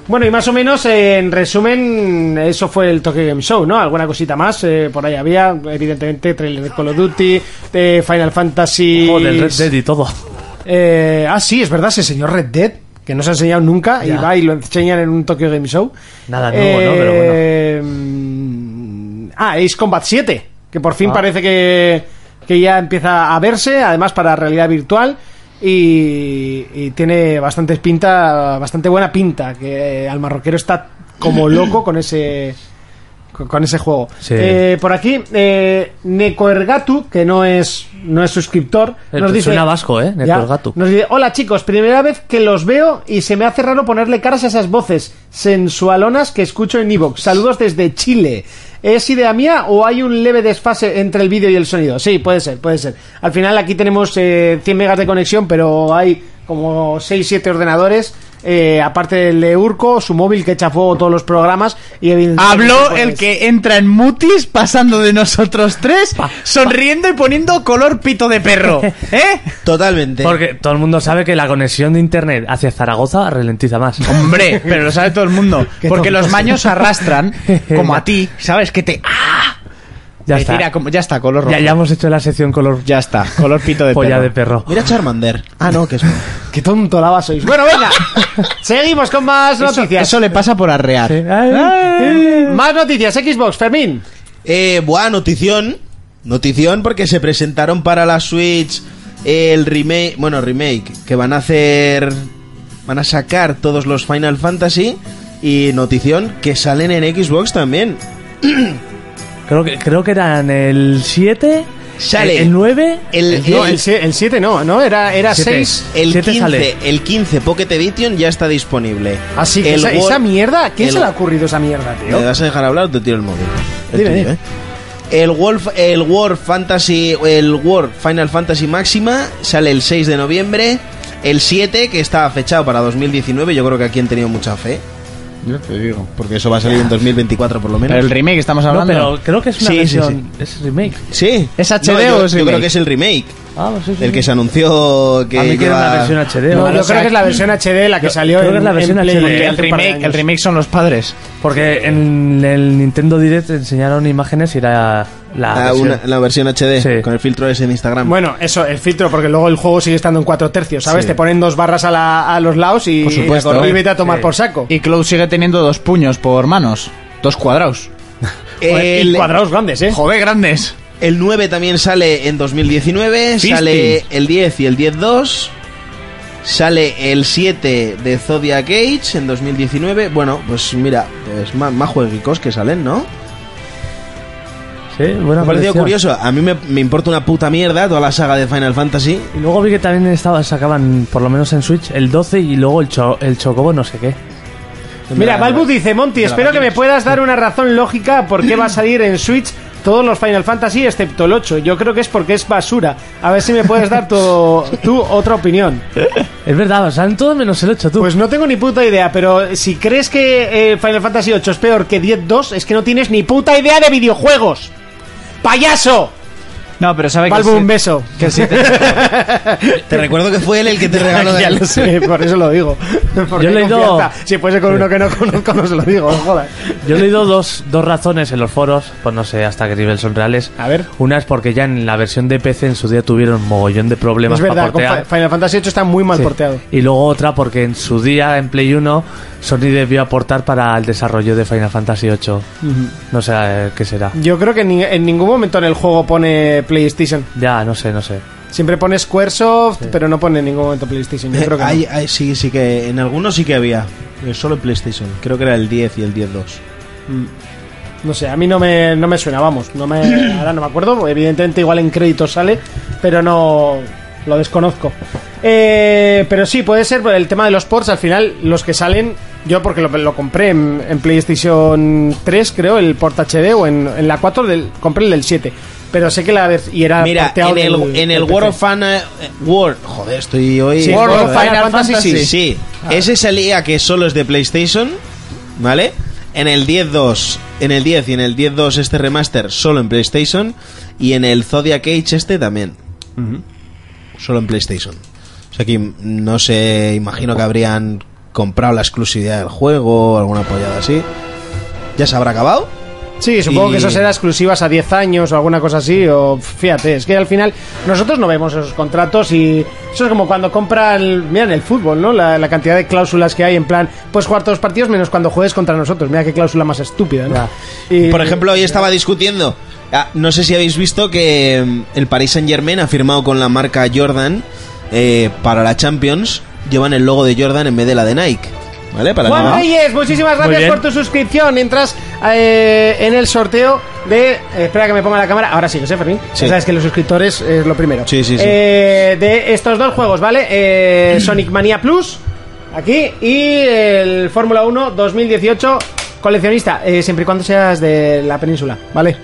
Speaker 4: Bueno, y más o menos, eh, en resumen, eso fue el Tokyo Game Show, ¿no? Alguna cosita más, eh, por ahí había, evidentemente, trailer de Call of Duty, de Final Fantasy...
Speaker 8: joder Red Dead y todo
Speaker 4: Eh, ah, sí, es verdad, se enseñó Red Dead, que no se ha enseñado nunca, y
Speaker 8: Ya.
Speaker 4: va y lo enseñan en un Tokyo Game Show.
Speaker 8: Nada nuevo, ¿no? Pero
Speaker 4: bueno. Ah, Ace Combat 7, que por fin
Speaker 8: Ah.
Speaker 4: parece que, que ya empieza a verse, además para realidad virtual. Y, y tiene bastante pinta, bastante buena pinta, que eh, al marroquero está como loco con ese con, con ese juego.
Speaker 8: Sí.
Speaker 4: Eh, por aquí, eh, Necoergatu, que no es no es suscriptor,
Speaker 8: Eh,
Speaker 4: nos
Speaker 8: pues
Speaker 4: dice,
Speaker 8: suena vasco, ¿eh?
Speaker 4: Ya.
Speaker 8: Necoergatu.
Speaker 4: Nos dice, hola chicos, primera vez que los veo y se me hace raro ponerle caras a esas voces sensualonas que escucho en Evox. Saludos desde Chile. ¿Es idea mía o hay un leve desfase entre el vídeo y el sonido? Sí, puede ser, puede ser. Al final aquí tenemos eh, 100 megas de conexión, pero hay como 6-7 ordenadores. eh, aparte del de Urco, su móvil que echa a fuego todos los programas y evidentemente-
Speaker 5: Habló
Speaker 4: pues,
Speaker 5: el que entra en mutis pasando de nosotros tres, sonriendo y poniendo color pito de perro. ¿Eh?
Speaker 7: Totalmente.
Speaker 8: porque todo el mundo sabe que la conexión de internet hacia Zaragoza ralentiza más
Speaker 5: Hombre, pero lo sabe todo el mundo. Porque los maños arrastran, como a ti, ¿sabes? Que te. ah,
Speaker 8: ya
Speaker 5: te
Speaker 8: está
Speaker 5: tira como- ya está, color rojo.
Speaker 8: ya, ya hemos hecho la sección color
Speaker 5: Ya está, color pito de
Speaker 8: polla
Speaker 5: perro.
Speaker 8: de perro
Speaker 7: Mira Charmander.
Speaker 5: Ah, no, que es.
Speaker 4: Qué tonto lava sois. Bueno, venga. Seguimos con más
Speaker 5: Eso,
Speaker 4: noticias.
Speaker 5: eso le pasa por arrear.
Speaker 8: Sí. Ay.
Speaker 4: Más noticias, Xbox, Fermín.
Speaker 7: Eh, buah, notición. Notición porque se eh, presentaron para la Switch el remake, bueno, remake, que van a hacer Van a sacar todos los Final Fantasy y notición que salen en Xbox también.
Speaker 8: Creo que, creo que eran el 7,
Speaker 7: Sale.
Speaker 8: el 9,
Speaker 7: El,
Speaker 4: Eh, No,
Speaker 7: el-
Speaker 4: el 7 no, ¿no? Era, era
Speaker 8: Siete.
Speaker 4: 6.
Speaker 7: el
Speaker 8: siete
Speaker 7: 15,
Speaker 8: sale.
Speaker 7: el 15 Pocket Edition ya está disponible.
Speaker 4: Así Ah, que
Speaker 7: El
Speaker 4: esa,
Speaker 7: Word-
Speaker 4: esa mierda, ¿qué
Speaker 7: el-
Speaker 4: se le ha ocurrido a esa mierda, tío?
Speaker 7: ¿Me vas a dejar hablar o te tiro el móvil? El
Speaker 4: Dime,
Speaker 7: tuyo,
Speaker 4: dime.
Speaker 7: ¿eh? El Wolf, el World Fantasy, el World Final Fantasy Máxima sale el 6 de noviembre. El 7, que está fechado para 2019, yo creo que aquí han tenido mucha fe.
Speaker 5: Yo te digo.
Speaker 7: Porque eso va a salir en 2024 por lo
Speaker 5: Pero el
Speaker 7: menos.
Speaker 5: remake estamos
Speaker 8: No,
Speaker 5: hablando.
Speaker 8: pero creo que es una
Speaker 7: Sí, sí,
Speaker 8: versión. Es remake.
Speaker 7: Sí.
Speaker 5: ¿Es
Speaker 7: No,
Speaker 5: HD
Speaker 7: yo-
Speaker 5: o es
Speaker 7: Yo creo
Speaker 5: remake? Mm.
Speaker 7: que es el remake.
Speaker 8: Ah, pues sí, sí,
Speaker 7: El que
Speaker 8: sí.
Speaker 7: se anunció que
Speaker 8: A mí que era
Speaker 7: lleva-
Speaker 8: una versión HD.
Speaker 4: No,
Speaker 8: ¿no?
Speaker 4: yo
Speaker 8: O sea,
Speaker 4: creo que es la versión HD la que salió
Speaker 8: creo que es
Speaker 4: en,
Speaker 8: la
Speaker 4: en
Speaker 8: versión
Speaker 4: Play
Speaker 8: HD.
Speaker 4: hace
Speaker 5: el,
Speaker 4: un par de
Speaker 5: remake, el
Speaker 4: años.
Speaker 5: remake son los padres.
Speaker 8: Porque en el Nintendo Direct enseñaron imágenes y era la.
Speaker 7: Ah,
Speaker 8: versión.
Speaker 7: una- la versión HD
Speaker 8: Sí.
Speaker 7: con el filtro ese en Instagram.
Speaker 4: Bueno, eso, el filtro, porque luego el juego sigue estando en cuatro tercios, ¿sabes?
Speaker 7: Sí.
Speaker 4: Te ponen dos barras a, la- a los lados y,
Speaker 7: Por supuesto.
Speaker 4: y vete a tomar
Speaker 8: Sí.
Speaker 4: por saco.
Speaker 5: Y Cloud sigue teniendo dos puños por manos. Dos cuadrados. pues,
Speaker 4: Joder, y
Speaker 7: el,
Speaker 4: cuadrados grandes, ¿eh?
Speaker 5: Joder, grandes.
Speaker 7: el 9 también sale en 2019.
Speaker 5: Fisting.
Speaker 7: Sale el 10 y el 10-2. Sale el 7 de Zodiac Age en 2019. Bueno, pues mira, pues más, más jueguicos que salen, ¿no?
Speaker 8: Sí,
Speaker 7: Me
Speaker 8: buena
Speaker 7: ha parecido
Speaker 8: colección.
Speaker 7: curioso. A mí me, me importa una puta mierda toda la saga de Final Fantasy.
Speaker 8: Y luego vi que también estaba, sacaban, por lo menos en Switch, el 12 y luego el, cho- el Chocobo, no sé qué.
Speaker 4: Mira, Balbu dice, Monty, espero que me puedas dar una razón lógica por qué va a salir en Switch todos los Final Fantasy excepto el 8. Yo creo que es porque es basura. A ver si me puedes dar tu, tu otra opinión.
Speaker 8: Es verdad, salen todos menos el 8, tú.
Speaker 4: Pues no tengo ni puta idea, pero si crees que eh, Final Fantasy 8 es peor que 10-2, es que no tienes ni puta idea de videojuegos. ¡Payaso!
Speaker 5: No, pero sabe que.
Speaker 4: Balbu,
Speaker 5: se-
Speaker 4: un beso.
Speaker 5: que sí te-
Speaker 7: Te recuerdo que fue él el que te regaló
Speaker 4: Ya
Speaker 7: el-
Speaker 4: lo sé, por eso lo digo. Porque
Speaker 8: Yo he
Speaker 4: hay
Speaker 8: leído-
Speaker 4: confianza. Si fuese con uno que no conozco, no se lo digo, no jodas.
Speaker 8: Yo he leído dos, dos razones en los foros, pues no sé hasta qué nivel son reales.
Speaker 4: A ver.
Speaker 8: Una es porque ya en la versión de PC en su día tuvieron mogollón de problemas
Speaker 4: Es verdad,
Speaker 8: para
Speaker 4: con
Speaker 8: portear.
Speaker 4: Fi- Final Fantasy 8 está muy mal
Speaker 8: Sí.
Speaker 4: porteado.
Speaker 8: Y luego otra porque en su día en Play 1 Sony debió aportar para el desarrollo de Final Fantasy VIII. No sé eh, qué será.
Speaker 4: Yo creo que ni- en ningún momento en el juego pone PlayStation.
Speaker 8: Ya, no sé, no sé.
Speaker 4: Siempre pone Squaresoft, pero no pone en ningún momento PlayStation. Yo creo que no.
Speaker 7: Ay, ay, sí, sí que en algunos sí que había. pero Solo en PlayStation. Creo que era el 10 y el 10-2.
Speaker 4: No sé, a mí no me, no me suena, vamos. No me, ahora no me acuerdo, evidentemente igual en créditos sale, pero no lo desconozco. Eh, pero sí, puede ser por el tema de los ports, al final los que salen, yo porque lo, lo compré en, en PlayStation 3, creo, el port HD, o en, en la 4, del, compré el del 7. Pero sé que la vez... Y era
Speaker 7: Mira,
Speaker 4: porteado
Speaker 7: en el,
Speaker 4: del-
Speaker 7: en
Speaker 4: del
Speaker 7: el World
Speaker 4: PC.
Speaker 7: of Fan eh, World, joder, estoy hoy
Speaker 4: Sí,
Speaker 7: World
Speaker 4: World
Speaker 7: of
Speaker 4: of
Speaker 7: Fan-
Speaker 4: Final Fantasy,
Speaker 7: sí,
Speaker 4: sí.
Speaker 7: sí. Ese salía que solo es de PlayStation, ¿vale? En el 10.2, en el 10 y en el 10.2 este remaster solo en PlayStation y en el Zodiac Age este también. Solo en PlayStation. O sea, que no sé, imagino que habrían comprado la exclusividad del juego o alguna apoyada así. ¿Ya se habrá acabado?
Speaker 4: Sí, supongo
Speaker 7: Y-
Speaker 4: que eso será exclusivas a 10 años o alguna cosa así, o fíjate, es que al final nosotros no vemos esos contratos y eso es como cuando compran, mira en el fútbol, ¿no? La, la cantidad de cláusulas que hay en plan, puedes jugar todos los partidos menos cuando juegues contra nosotros, mira qué cláusula más estúpida, ¿no? Y-
Speaker 7: Por ejemplo, hoy estaba discutiendo. ah, No sé si habéis visto que mm, el Paris Saint Germain ha firmado con la marca Jordan eh, para la Champions. Llevan el logo de Jordan en vez de la de Nike. ¿Vale? Para
Speaker 4: Juan
Speaker 7: no-
Speaker 4: Reyes, muchísimas gracias
Speaker 8: bien.
Speaker 4: por tu suscripción. Entras eh, en el sorteo de. eh, espera que me ponga la cámara. Ahora sí, José Fermín.
Speaker 7: Sí.
Speaker 4: Ya sabes que los suscriptores es lo primero.
Speaker 7: Sí, sí, sí.
Speaker 4: Eh, de estos dos juegos, ¿vale? Eh, Sonic Mania Plus, aquí, y el Fórmula 1 2018 coleccionista, eh, siempre y cuando seas de la península, ¿vale?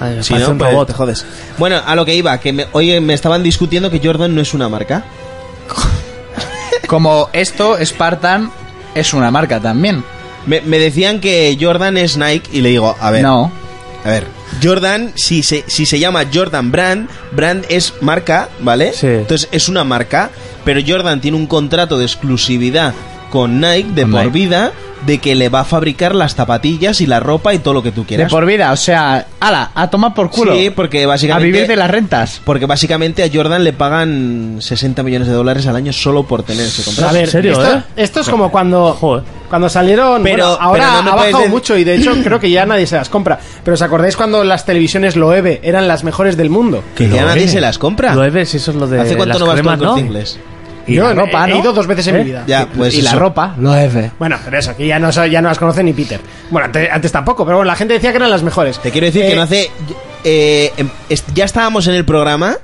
Speaker 8: Ay,
Speaker 7: Si
Speaker 8: parece
Speaker 7: no,
Speaker 8: un
Speaker 7: pues,
Speaker 8: robot.
Speaker 7: te jodes. Bueno, a lo que iba, que me- hoy me estaban discutiendo que Jordan no es una marca.
Speaker 5: Como esto, Spartan es una marca también.
Speaker 7: Me, me decían que Jordan es Nike y le digo, a ver,
Speaker 5: No.
Speaker 7: a ver, Jordan, si se, si se llama Jordan Brand, Brand es marca, ¿vale?
Speaker 8: Sí.
Speaker 7: Entonces es una marca, pero Jordan tiene un contrato de exclusividad con Nike de
Speaker 5: Con
Speaker 7: por
Speaker 5: Nike.
Speaker 7: vida de que le va a fabricar las zapatillas y la ropa y todo lo que tú
Speaker 5: De
Speaker 7: quieras.
Speaker 5: por vida, o sea, ala, a tomar por culo.
Speaker 7: Sí, porque
Speaker 5: a
Speaker 7: básicamente...
Speaker 5: vivir de las rentas.
Speaker 7: Porque básicamente a Jordan le pagan 60 millones de dólares al año solo por tener ese contrato.
Speaker 4: A ver,
Speaker 8: ¿En serio,
Speaker 4: esto,
Speaker 8: eh?
Speaker 4: esto es como cuando,
Speaker 8: Joder.
Speaker 4: cuando salieron.
Speaker 7: Pero-
Speaker 4: bueno, ahora
Speaker 7: pero no me
Speaker 4: ha
Speaker 7: puedes
Speaker 4: bajado
Speaker 7: decir-
Speaker 4: mucho y de hecho creo que ya nadie se las compra. Pero ¿os acordáis cuando las televisiones Loewe eran las mejores del mundo?
Speaker 7: Que ya
Speaker 8: Lo
Speaker 7: nadie
Speaker 8: ves.
Speaker 7: se las compra.
Speaker 8: Lo ves, eso es lo de
Speaker 7: ¿Hace cuánto
Speaker 8: las
Speaker 7: no vas
Speaker 8: cremas,
Speaker 7: con Corte
Speaker 8: ¿no?
Speaker 7: Inglés?
Speaker 9: Y
Speaker 4: Yo
Speaker 9: la ropa,
Speaker 4: he,
Speaker 9: ¿no?
Speaker 4: he ido dos veces en
Speaker 8: ¿Eh?
Speaker 4: mi vida.
Speaker 7: Ya, pues
Speaker 9: y la
Speaker 7: eso.
Speaker 9: ropa, lo F.
Speaker 4: Bueno, pero eso, aquí ya no, so- ya no las conoce ni Peter. Bueno, ante- antes, tampoco, pero bueno, la gente decía que eran las mejores.
Speaker 7: Te quiero decir
Speaker 4: Eh,
Speaker 7: que no hace. eh, em- est- ya estábamos en el programa.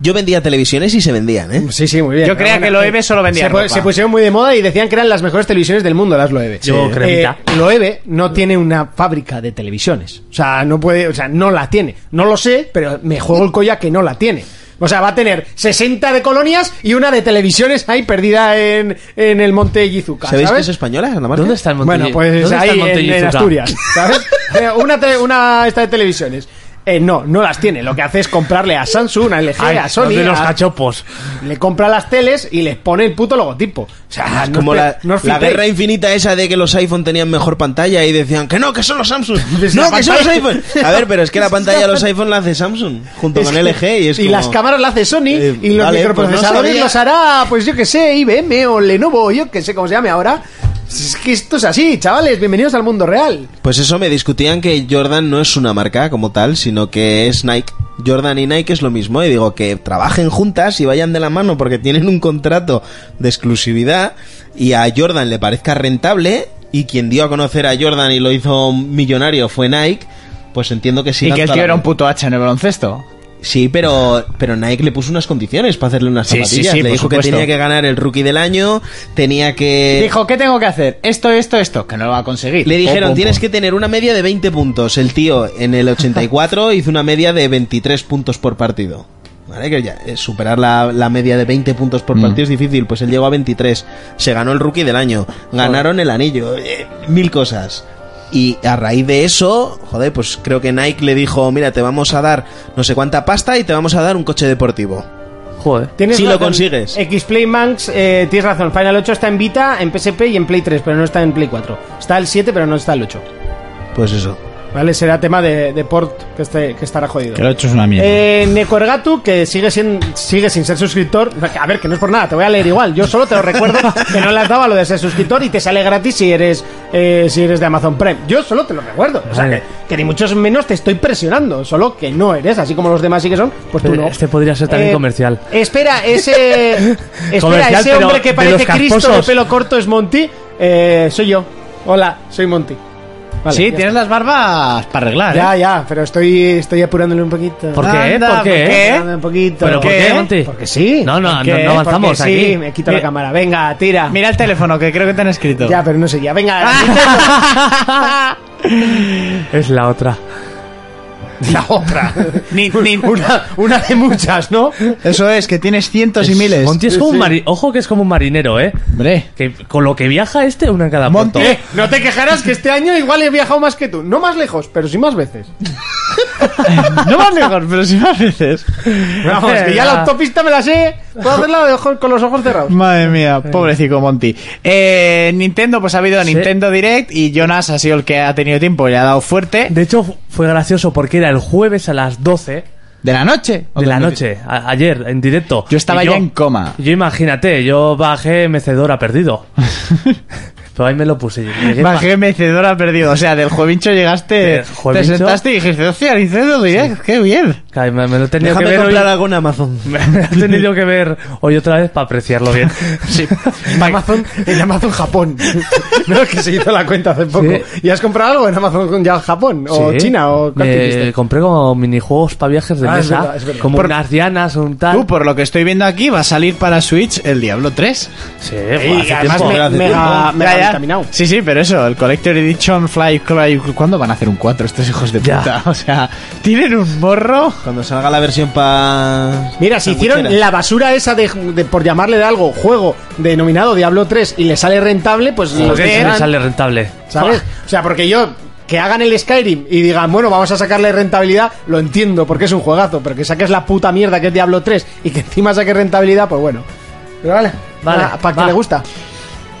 Speaker 7: Yo vendía televisiones y se vendían, ¿eh?
Speaker 4: Sí, sí, muy bien.
Speaker 5: Yo
Speaker 4: Pero
Speaker 5: creía que Loewe
Speaker 4: eh,
Speaker 5: solo vendía
Speaker 4: se, pu-
Speaker 5: ropa.
Speaker 4: se pusieron muy de moda y decían que eran las mejores televisiones del mundo las Loewe. Eh,
Speaker 8: Yo, cremita.
Speaker 4: Loewe no tiene una fábrica de televisiones. O sea, no puede, o sea, no la tiene. No lo sé, pero me juego el collar que no la tiene. O sea, va a tener 60 de colonias y una de televisiones ahí perdida en, en el monte Yizuka.
Speaker 7: ¿Sabéis que
Speaker 4: ¿sabes?
Speaker 7: es española la marca?
Speaker 8: ¿Dónde está el Montell-
Speaker 4: Bueno, pues
Speaker 8: ¿dónde está
Speaker 4: ahí
Speaker 8: el Montell
Speaker 4: en, en
Speaker 8: Izuka?
Speaker 4: Asturias, ¿sabes? Eh, una, tele- una esta de televisiones. Eh, no, no las tiene. Lo que hace es comprarle a Samsung, a LG,
Speaker 8: Ay,
Speaker 4: a
Speaker 8: los
Speaker 4: Sony.
Speaker 8: de los
Speaker 4: a-
Speaker 8: cachopos.
Speaker 4: Le compra las teles y les pone el puto logotipo. O sea,
Speaker 7: Es
Speaker 4: Ah, no
Speaker 7: como
Speaker 4: os pe-
Speaker 7: la,
Speaker 4: no os
Speaker 7: la
Speaker 4: flipéis.
Speaker 7: guerra infinita esa de que los iPhone tenían mejor pantalla y decían que no, que son los Samsung.
Speaker 4: Pues la
Speaker 7: no, que son los
Speaker 4: pantalla-
Speaker 7: iPhone. A ver, pero es que la pantalla de los iPhone la hace Samsung junto
Speaker 4: Es
Speaker 7: con
Speaker 4: que-
Speaker 7: LG y es
Speaker 4: y
Speaker 7: como-
Speaker 4: las cámaras las hace Sony
Speaker 7: Eh,
Speaker 4: y los
Speaker 7: vale, pues no
Speaker 4: microprocesadores
Speaker 7: sabía.
Speaker 4: los hará, pues yo que sé, IBM o Lenovo, yo que sé cómo se llame ahora. Es que esto es así, chavales, bienvenidos al mundo real.
Speaker 7: Pues eso me discutían que Jordan no es una marca como tal, sino que es Nike. Jordan y Nike es lo mismo y digo que trabajen juntas y vayan de la mano porque tienen un contrato de exclusividad y a Jordan le parezca rentable y quien dio a conocer a Jordan y lo hizo millonario fue Nike, pues entiendo que sí.
Speaker 5: Y que el tío era un puto H en el baloncesto.
Speaker 7: Sí, pero, pero Nike le puso unas condiciones para hacerle unas
Speaker 5: Sí, sí,
Speaker 7: zapatillas.
Speaker 5: sí,
Speaker 7: le
Speaker 5: por
Speaker 7: dijo que
Speaker 5: supuesto.
Speaker 7: tenía que ganar el rookie del año, tenía que...
Speaker 5: Dijo, ¿qué tengo que hacer? Esto, esto, esto, que no lo va a conseguir.
Speaker 7: Eh. Le dijeron, tienes que tener una media de 20 puntos. El tío en el 84 hizo una media de 23 puntos por partido. ¿Vale? Que ya, eh, superar la, la media de 20 puntos por partido es difícil. Pues él llegó a 23. Se ganó el rookie del año. Ganaron el anillo. eh, mil cosas. Y a raíz de eso, joder, pues creo que Nike le dijo, mira, te vamos a dar no sé cuánta pasta y te vamos a dar un coche deportivo.
Speaker 8: Joder.
Speaker 4: Tienes
Speaker 7: Si lo
Speaker 4: razón.
Speaker 7: consigues.
Speaker 4: X-Play Manx, eh, tienes razón. Final 8 está en Vita, en PSP y en Play 3, pero no está en Play 4. Está el 7, pero no está el 8.
Speaker 7: Pues eso.
Speaker 4: ¿Vale? Será tema de, de port que, esté- que estará jodido.
Speaker 2: Que lo he hecho es una mierda.
Speaker 4: Eh, Necorgatu, que sigue sin, sigue sin ser suscriptor. A ver, que no es por nada, te voy a leer igual. Yo solo te lo recuerdo que no le has dado a lo de ser suscriptor y te sale gratis si eres, eh, si eres de Amazon Prime. Yo solo te lo recuerdo. O sea,
Speaker 8: Vale.
Speaker 4: que, que ni muchos menos te estoy presionando. Solo que no eres, así como los demás sí que son, pues tú
Speaker 8: Pero
Speaker 4: no.
Speaker 8: este podría ser
Speaker 4: Eh,
Speaker 8: también comercial.
Speaker 4: Espera, ese, espera,
Speaker 8: Comercial,
Speaker 4: ese
Speaker 8: pero
Speaker 4: hombre que
Speaker 8: de
Speaker 4: parece
Speaker 8: los
Speaker 4: Cristo de
Speaker 8: casposos.
Speaker 4: pelo corto es Monty. eh, soy yo. Hola, soy Monty. Vale,
Speaker 5: sí,
Speaker 4: ya
Speaker 5: tienes las barbas para arreglar.
Speaker 4: ya,
Speaker 5: ¿eh?
Speaker 4: ya, pero estoy, estoy apurándole un poquito.
Speaker 8: ¿Por qué?
Speaker 5: Anda,
Speaker 8: ¿Por qué?
Speaker 4: Dame Un poquito.
Speaker 8: ¿Pero por qué, Monty?
Speaker 4: Porque sí.
Speaker 8: No, no,
Speaker 4: ¿Por
Speaker 8: no-
Speaker 4: qué?
Speaker 8: no avanzamos
Speaker 4: Porque Sí,
Speaker 8: aquí.
Speaker 4: me quito la
Speaker 5: Mi-
Speaker 4: cámara. Venga, tira.
Speaker 5: Mira el teléfono que creo que te han escrito.
Speaker 4: Ya, pero no sé, ya. Venga,
Speaker 8: Es la otra.
Speaker 4: la otra.
Speaker 5: Ni- ni-
Speaker 4: una, una de muchas, ¿no?
Speaker 5: Eso es, que tienes cientos y miles.
Speaker 8: Monty es como un mari- Ojo que es como un marinero, ¿eh?
Speaker 9: Hombre.
Speaker 8: Que con lo que viaja este, una en cada
Speaker 9: Monty.
Speaker 8: puerto.
Speaker 4: Eh, no te quejarás que este año igual he viajado más que tú. No más lejos, pero sí más veces.
Speaker 5: No más lejos, pero sí más veces.
Speaker 4: Vamos, que ya la
Speaker 8: Ah.
Speaker 4: autopista me la sé. Puedo hacerla de ojo- con los ojos cerrados.
Speaker 5: Madre mía, pobrecito Monty. Eh, Nintendo, pues ha habido Nintendo Direct y Jonas ha sido el que ha tenido tiempo y le ha dado fuerte.
Speaker 8: De hecho, fu- fue gracioso porque era el jueves a las 12
Speaker 9: ¿De la noche?
Speaker 8: de la noche, a- ayer, en directo.
Speaker 9: Yo estaba
Speaker 8: Y
Speaker 9: ya en coma.
Speaker 8: Yo imagínate, yo bajé mecedora perdido. Pero ahí me lo puse. llegué pa-
Speaker 5: Bajé mecedora perdido. O sea, del juevincho llegaste,
Speaker 8: Del juevincho.
Speaker 5: te sentaste y dijiste, hostia, Nintendo Direct, qué bien.
Speaker 8: Ay, me, me lo he tenido que
Speaker 7: Déjame
Speaker 8: ver hoy.
Speaker 7: comprar algo en Amazon.
Speaker 8: Me lo he tenido que ver hoy otra vez para apreciarlo bien.
Speaker 5: Sí.
Speaker 4: En Amazon, en Amazon Japón. no, que se hizo la cuenta hace poco.
Speaker 8: Sí.
Speaker 4: ¿Y has comprado algo en Amazon ya Japón? ¿O
Speaker 8: Sí.
Speaker 4: China? ¿O cuál te
Speaker 8: Me
Speaker 4: hiciste?
Speaker 8: compré como minijuegos para viajes de
Speaker 4: Ah, es
Speaker 8: mesa.
Speaker 4: verdad, es verdad.
Speaker 8: Como
Speaker 4: Por-
Speaker 8: unas dianas, un tal.
Speaker 5: Tú, por lo que estoy viendo aquí, va a salir para Switch el Diablo 3.
Speaker 8: Sí,
Speaker 4: Y
Speaker 8: fue hace
Speaker 4: además
Speaker 8: tiempo.
Speaker 4: Ah, me- mega,
Speaker 5: Ya,
Speaker 7: hace
Speaker 4: mega
Speaker 5: ya.
Speaker 4: vitaminado.
Speaker 5: Sí, sí, pero eso, el Collector Edition Fly Cry. ¿Cuándo van a hacer un 4 estos hijos de
Speaker 8: Ya.
Speaker 5: puta? O sea, tienen un morro.
Speaker 7: Cuando salga la versión para...
Speaker 4: Mira, si hicieron la basura esa de, de- por llamarle de algo, juego denominado Diablo 3 y le sale rentable, pues lo
Speaker 8: Porque
Speaker 4: que
Speaker 8: me
Speaker 4: eran,
Speaker 8: sale rentable.
Speaker 4: ¿sabes? O sea, porque yo que hagan el Skyrim y digan, bueno, vamos a sacarle rentabilidad, lo entiendo porque es un juegazo, pero que saques la puta mierda que es Diablo 3 y que encima saques rentabilidad, pues bueno. Pero vale,
Speaker 8: Vale,
Speaker 4: para que
Speaker 8: va.
Speaker 4: le gusta.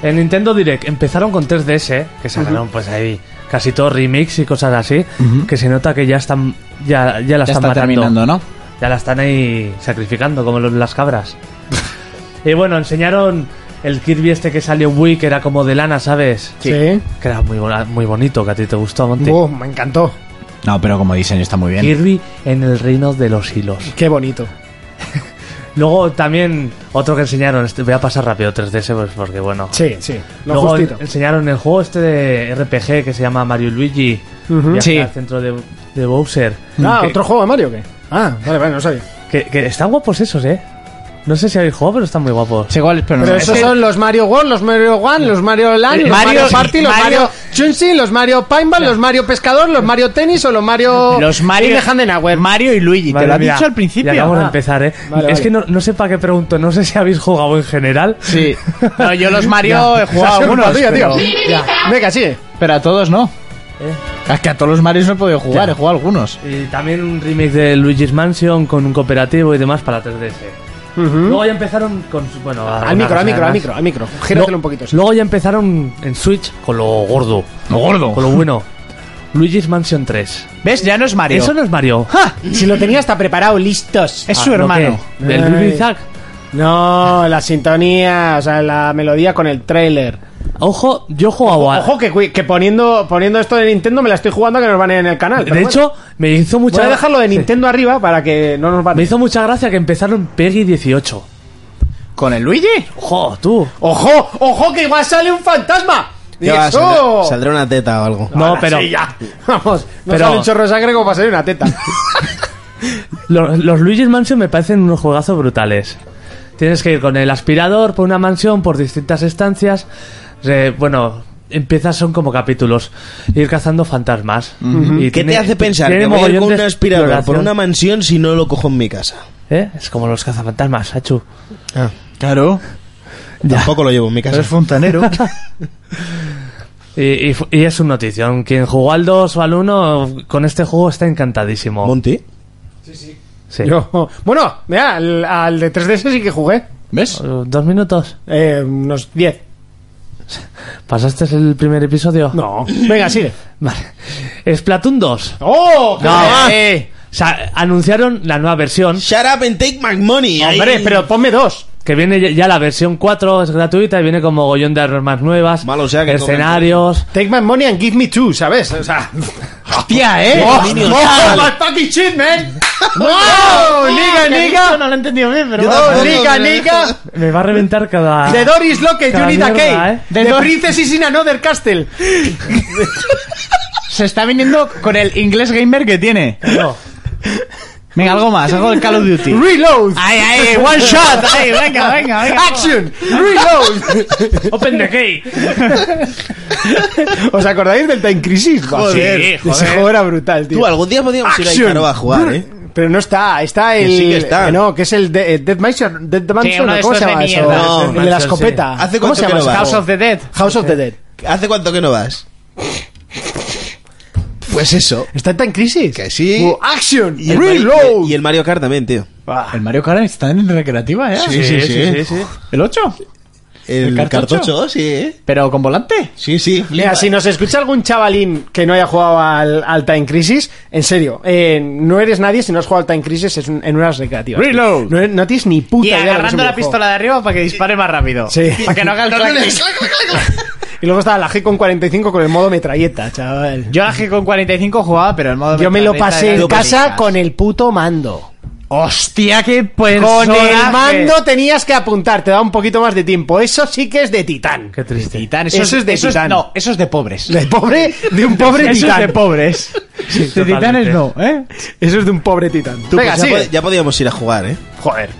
Speaker 8: En Nintendo Direct empezaron con 3DS, que sacaron pues ahí casi todo remix y cosas así, que se nota que ya están ya, ya la
Speaker 9: Ya
Speaker 8: están
Speaker 9: está
Speaker 8: matando.
Speaker 9: terminando, ¿no?
Speaker 8: Ya la están ahí sacrificando como los- las cabras. y bueno, enseñaron el Kirby este que salió en Wii que era como de lana, ¿sabes?
Speaker 4: Sí.
Speaker 8: Que era muy bona- muy bonito, que a ti te gustó, Monty.
Speaker 4: Oh, me encantó.
Speaker 9: No, pero como diseño está muy bien.
Speaker 8: Kirby en el reino de los hilos.
Speaker 4: Qué bonito.
Speaker 8: Luego también otro que enseñaron, este- voy a pasar rápido 3DS pues, porque bueno.
Speaker 4: Sí, sí. Lo
Speaker 8: Luego
Speaker 4: justito.
Speaker 8: enseñaron el juego este de RPG que se llama Mario y Luigi, viaje
Speaker 5: Sí.
Speaker 8: al centro de, de Bowser.
Speaker 4: Ah,
Speaker 8: Mm. que,
Speaker 4: ¿otro juego de Mario o qué? Ah, vale, vale, no sabía.
Speaker 8: que- que están guapos esos, ¿eh? No sé si habéis jugado, pero están muy guapos.
Speaker 5: Sé cuál es, pero no.
Speaker 4: Pero
Speaker 5: Es
Speaker 4: esos
Speaker 5: que-
Speaker 4: son los Mario World, los Mario One, los Mario Land, los
Speaker 5: Mario-
Speaker 4: Mario, Party, los
Speaker 5: Mario-
Speaker 4: Mario, Chunsi, los Mario Paintball, los Mario Pescador, los Mario Tenis o los Mario...
Speaker 5: Los Mario, Mario y Luigi, te
Speaker 8: Madre
Speaker 5: lo ha
Speaker 8: mía,
Speaker 5: dicho al principio.
Speaker 8: Y acabamos de
Speaker 5: Ah.
Speaker 8: empezar, ¿eh?
Speaker 4: Vale,
Speaker 8: es
Speaker 4: vale.
Speaker 8: que no, no sé para qué pregunto, no sé si habéis jugado en general.
Speaker 5: Sí. No, yo los Mario he jugado
Speaker 4: Ha sido
Speaker 5: algunos,
Speaker 4: culpa tuya,
Speaker 5: pero,
Speaker 4: tío. Ya. Venga, sigue.
Speaker 5: pero a todos no.
Speaker 8: Eh.
Speaker 5: Es que a todos los Marios no he podido jugar, he jugado algunos.
Speaker 8: Y también un remake de Luigi's Mansion con un cooperativo y demás para 3DS. Luego ya empezaron con. su- Bueno,
Speaker 4: Al micro, al micro, al micro, al micro. Gíratelo un poquito. sí.
Speaker 8: Luego ya empezaron en Switch con lo gordo,
Speaker 5: No
Speaker 8: con
Speaker 5: gordo.
Speaker 8: lo bueno. Luigi's Mansion 3.
Speaker 5: ¿Ves? Ya no es Mario.
Speaker 8: Eso no es Mario.
Speaker 4: Si lo tenía hasta preparado, listos.
Speaker 5: Es su
Speaker 8: Ah, ¿no
Speaker 5: hermano.
Speaker 8: qué? ¿El Ruby
Speaker 4: Ay.
Speaker 8: Zack?
Speaker 4: No, la sintonía, o sea, la melodía con el trailer.
Speaker 8: Ojo, yo jugaba.
Speaker 4: Ojo, que, cui- que poniendo, poniendo esto de Nintendo me la estoy jugando que nos van en el canal.
Speaker 8: de
Speaker 4: pero bueno.
Speaker 8: hecho, me hizo mucha
Speaker 4: voy a dejarlo de
Speaker 8: Sí.
Speaker 4: Nintendo arriba para que no nos
Speaker 8: Me
Speaker 4: van.
Speaker 8: hizo mucha gracia que empezaron Peggy 18.
Speaker 5: ¿Con el Luigi?
Speaker 8: Ojo, tú.
Speaker 4: ¡Ojo! ¡Ojo! ¡Que igual sale un fantasma! ¡Y
Speaker 7: Ya va,
Speaker 4: eso!
Speaker 7: saldrá, saldrá una teta o algo.
Speaker 8: No, pero
Speaker 4: Sí, ya. Vamos, no
Speaker 8: Pero-
Speaker 4: sale un chorro de sangre como para salir una teta.
Speaker 8: lo- los, Luigi's Mansion me parecen unos juegazos brutales. Tienes que ir con el aspirador por una mansión, por distintas estancias. Re- bueno, empiezas son como capítulos. Ir cazando fantasmas. Y
Speaker 7: ¿Qué
Speaker 8: tiene-
Speaker 7: te hace pensar
Speaker 8: tiene
Speaker 7: que voy a ir
Speaker 8: mogollón
Speaker 7: con
Speaker 8: de
Speaker 7: una aspiradora por
Speaker 8: exploración.
Speaker 7: una mansión si no lo cojo en mi casa?
Speaker 8: ¿Eh? Es como los cazafantasmas, Hachu.
Speaker 5: Claro.
Speaker 7: Tampoco lo llevo en mi casa.
Speaker 5: Eres fontanero.
Speaker 8: Y, y fu- y es un notición. Quien jugó al 2 o al 1 con este juego está encantadísimo.
Speaker 7: Monty.
Speaker 8: Sí.
Speaker 4: Yo- Bueno, mira, al, al de 3DS sí que jugué.
Speaker 5: ¿Ves?
Speaker 8: Eh, ¿Dos minutos?
Speaker 4: Eh, unos 10.
Speaker 8: ¿Pasaste el primer episodio?
Speaker 4: No. Venga, sigue.
Speaker 8: Vale. Splatoon 2.
Speaker 4: ¡Oh!
Speaker 7: Ah.
Speaker 8: No.
Speaker 5: Eh,
Speaker 8: O sea, anunciaron la nueva versión,
Speaker 7: Shut up and take my money. eh.
Speaker 4: Hombre,
Speaker 7: Ay.
Speaker 4: pero ponme dos.
Speaker 8: que viene ya- ya la versión 4, es gratuita y viene con mogollón de armas nuevas,
Speaker 7: Malo sea que
Speaker 8: escenarios.
Speaker 4: Take my money and give me two, ¿sabes? O sea.
Speaker 5: Hostia, eh.
Speaker 4: ¡Oh,
Speaker 7: Minions.
Speaker 4: oh, my fucking shit, man! ¡No! ¡Niga, niga!
Speaker 5: No lo he entendido bien, pero.
Speaker 7: Yo
Speaker 5: vamos.
Speaker 4: ¡Oh,
Speaker 7: tampoco,
Speaker 4: niga,
Speaker 7: pero-
Speaker 4: niga!
Speaker 8: Me va a reventar cada...
Speaker 4: The door is locked, you
Speaker 8: Ah. Cada
Speaker 4: need a
Speaker 8: mierda,
Speaker 4: key.
Speaker 8: ¿eh?
Speaker 4: The,
Speaker 5: The door-
Speaker 4: princess is in another castle.
Speaker 5: Se está viniendo con el inglés gamer que tiene.
Speaker 8: No.
Speaker 5: Venga, algo más, algo del Call of Duty.
Speaker 4: Reload.
Speaker 5: ¡Ay, ay! ¡One shot! ¡Ay, venga, venga, venga!
Speaker 4: Action. Reload.
Speaker 8: Open the key.
Speaker 4: ¿Os acordáis del Time Crisis?
Speaker 7: Joder,
Speaker 4: Sí, Ese juego era brutal, tío.
Speaker 7: Tú, algún día podríamos ir a
Speaker 4: Action.
Speaker 7: Icaroa a jugar, ¿eh?
Speaker 4: Pero no está, está el.
Speaker 7: sí que está.
Speaker 4: eh, no, que es el de, eh, Dead Mansion. Dead Mansion
Speaker 5: uno
Speaker 4: ¿o
Speaker 5: de
Speaker 4: ¿cómo se
Speaker 5: estos
Speaker 4: llama
Speaker 5: de
Speaker 4: eso?
Speaker 5: mierda.
Speaker 7: No,
Speaker 4: el de la
Speaker 8: Mansion, sí.
Speaker 4: escopeta.
Speaker 7: ¿Hace
Speaker 4: ¿Cómo
Speaker 7: cuánto
Speaker 4: se llama?
Speaker 7: que
Speaker 4: ese?
Speaker 7: no va?
Speaker 5: House of the Dead.
Speaker 4: House of the Dead.
Speaker 7: ¿Hace cuánto que no vas? Pues eso.
Speaker 4: ¿Está en Time Crisis?
Speaker 7: Que sí.
Speaker 4: Uh, action.
Speaker 7: Y el, Mari-
Speaker 4: Reload.
Speaker 7: y el Mario Kart también, tío.
Speaker 5: El Mario Kart está en recreativa, ¿eh?
Speaker 7: sí,
Speaker 8: sí, sí.
Speaker 5: ¿El 8?
Speaker 7: El,
Speaker 5: ¿El cartucho?
Speaker 7: cartucho, sí, ¿eh?
Speaker 5: ¿Pero con volante?
Speaker 7: Sí, sí.
Speaker 4: Mira,
Speaker 7: flipa.
Speaker 4: si nos escucha algún chavalín que no haya jugado al, al Time Crisis, en serio, eh, no eres nadie si no has jugado al Time Crisis es un- en unas recreativas.
Speaker 5: Reload.
Speaker 4: No, eres- no tienes ni puta
Speaker 5: Y
Speaker 4: idea de lo que
Speaker 5: agarrando
Speaker 4: es un
Speaker 5: la
Speaker 4: videojuego.
Speaker 5: pistola de arriba para que dispare más rápido.
Speaker 4: Sí.
Speaker 5: Para que no haga el crack.
Speaker 4: Y luego estaba la G con 45 con el modo metralleta, chaval.
Speaker 5: Yo la G con 45 jugaba, pero el modo
Speaker 4: Yo me lo
Speaker 5: metralleta
Speaker 4: pasé
Speaker 5: era
Speaker 4: en
Speaker 5: de
Speaker 4: casa
Speaker 5: películas.
Speaker 4: con el puto mando.
Speaker 5: Hostia, qué personaje.
Speaker 4: Con el mando tenías que apuntar, te da un poquito más de tiempo. Eso sí que es de titán.
Speaker 8: Qué triste.
Speaker 5: Titán,
Speaker 4: Eso es de titán.
Speaker 5: No, eso es de pobres.
Speaker 4: De pobre, de un pobre
Speaker 5: Eso es
Speaker 4: titán.
Speaker 5: de pobres. de
Speaker 8: totalmente.
Speaker 5: titanes no, ¿eh?
Speaker 4: Eso es de un pobre titán.
Speaker 7: Tú,
Speaker 4: Venga,
Speaker 7: pues ya,
Speaker 4: sigue.
Speaker 7: pod- ya podíamos ir a jugar, ¿eh?
Speaker 4: Joder.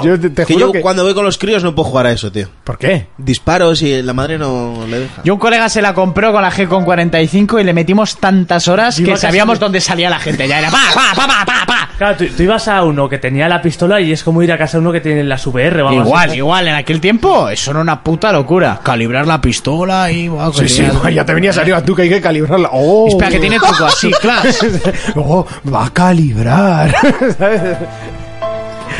Speaker 4: Yo te, te
Speaker 7: Que
Speaker 4: juro
Speaker 7: yo
Speaker 4: que...
Speaker 7: cuando voy con los críos no puedo jugar a eso, tío.
Speaker 4: ¿Por qué?
Speaker 7: Disparos y la madre no le deja.
Speaker 5: Yo un colega se la compró con la G con 45 y le metimos tantas horas que
Speaker 8: casi-
Speaker 5: sabíamos dónde salía la gente. Ya era pa, pa, pa, pa, pa, pa.
Speaker 8: Claro, tú, tú ibas a uno que tenía la pistola y es como ir a casa de uno que tiene las VR o algo así.
Speaker 5: Igual, igual, en aquel tiempo eso era una puta locura. Calibrar la pistola y... guau, que tenía-
Speaker 4: ya te venías arriba tú que hay que calibrarla. Oh.
Speaker 5: Espera, que tiene truco así, claro.
Speaker 4: oh, va a calibrar.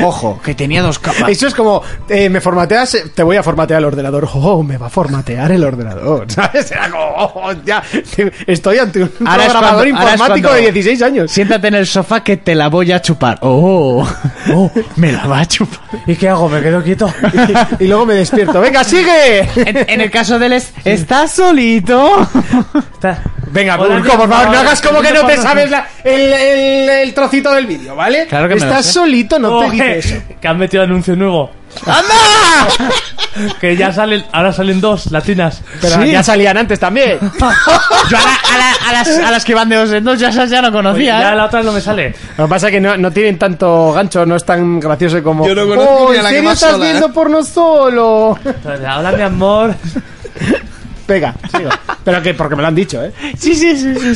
Speaker 5: Ojo, que tenía dos capas.
Speaker 4: Eso es como, eh, me formateas, eh, te voy a formatear el ordenador. Oh, me va a formatear el ordenador. ¿Sabes? Era como, oh, ya, te- estoy ante un
Speaker 5: Ahora
Speaker 4: programador
Speaker 5: es cuando- ahora es
Speaker 4: informático
Speaker 5: cuando-
Speaker 4: de 16 años.
Speaker 5: Siéntate en el sofá que te la voy a chupar. Oh, oh, me la va a chupar.
Speaker 8: ¿Y qué hago? ¿Me quedo quieto?
Speaker 4: y, y luego me despierto. ¡Venga, sigue!
Speaker 5: En, en el caso de él es, ¿estás solito?
Speaker 8: Está-
Speaker 4: Venga,
Speaker 8: Hola,
Speaker 4: Burko, por favor, no
Speaker 8: hola,
Speaker 4: hagas como que no te
Speaker 8: hola.
Speaker 4: sabes la- el, el- el trocito del vídeo, ¿vale?
Speaker 5: Claro que me lo
Speaker 4: Estás
Speaker 5: sé.
Speaker 4: solito, no te
Speaker 8: Oye,
Speaker 4: dices eso.
Speaker 8: que han metido anuncio nuevo. ¡Anda! que ya salen, ahora salen dos latinas.
Speaker 4: Pero ya salían antes también.
Speaker 5: Yo a, la- a la- a las, a las que van de dos en dos ya, esas ya no
Speaker 4: Pues
Speaker 8: Oye,
Speaker 5: conocía.
Speaker 8: ya
Speaker 5: ¿eh?
Speaker 8: la otra no me sale.
Speaker 4: Lo que pasa es que no, no tienen tanto gancho, no es tan gracioso como.
Speaker 7: Yo no conozco
Speaker 4: "Oh,
Speaker 7: ni a
Speaker 4: ¿en
Speaker 7: la que
Speaker 4: serio
Speaker 7: más
Speaker 4: estás
Speaker 7: sola,
Speaker 4: viendo
Speaker 7: eh?"
Speaker 4: porno solo?
Speaker 8: Hola, mi amor.
Speaker 4: Venga, sigo. Pero que porque me lo han dicho, ¿eh?
Speaker 5: Sí, sí, sí, sí.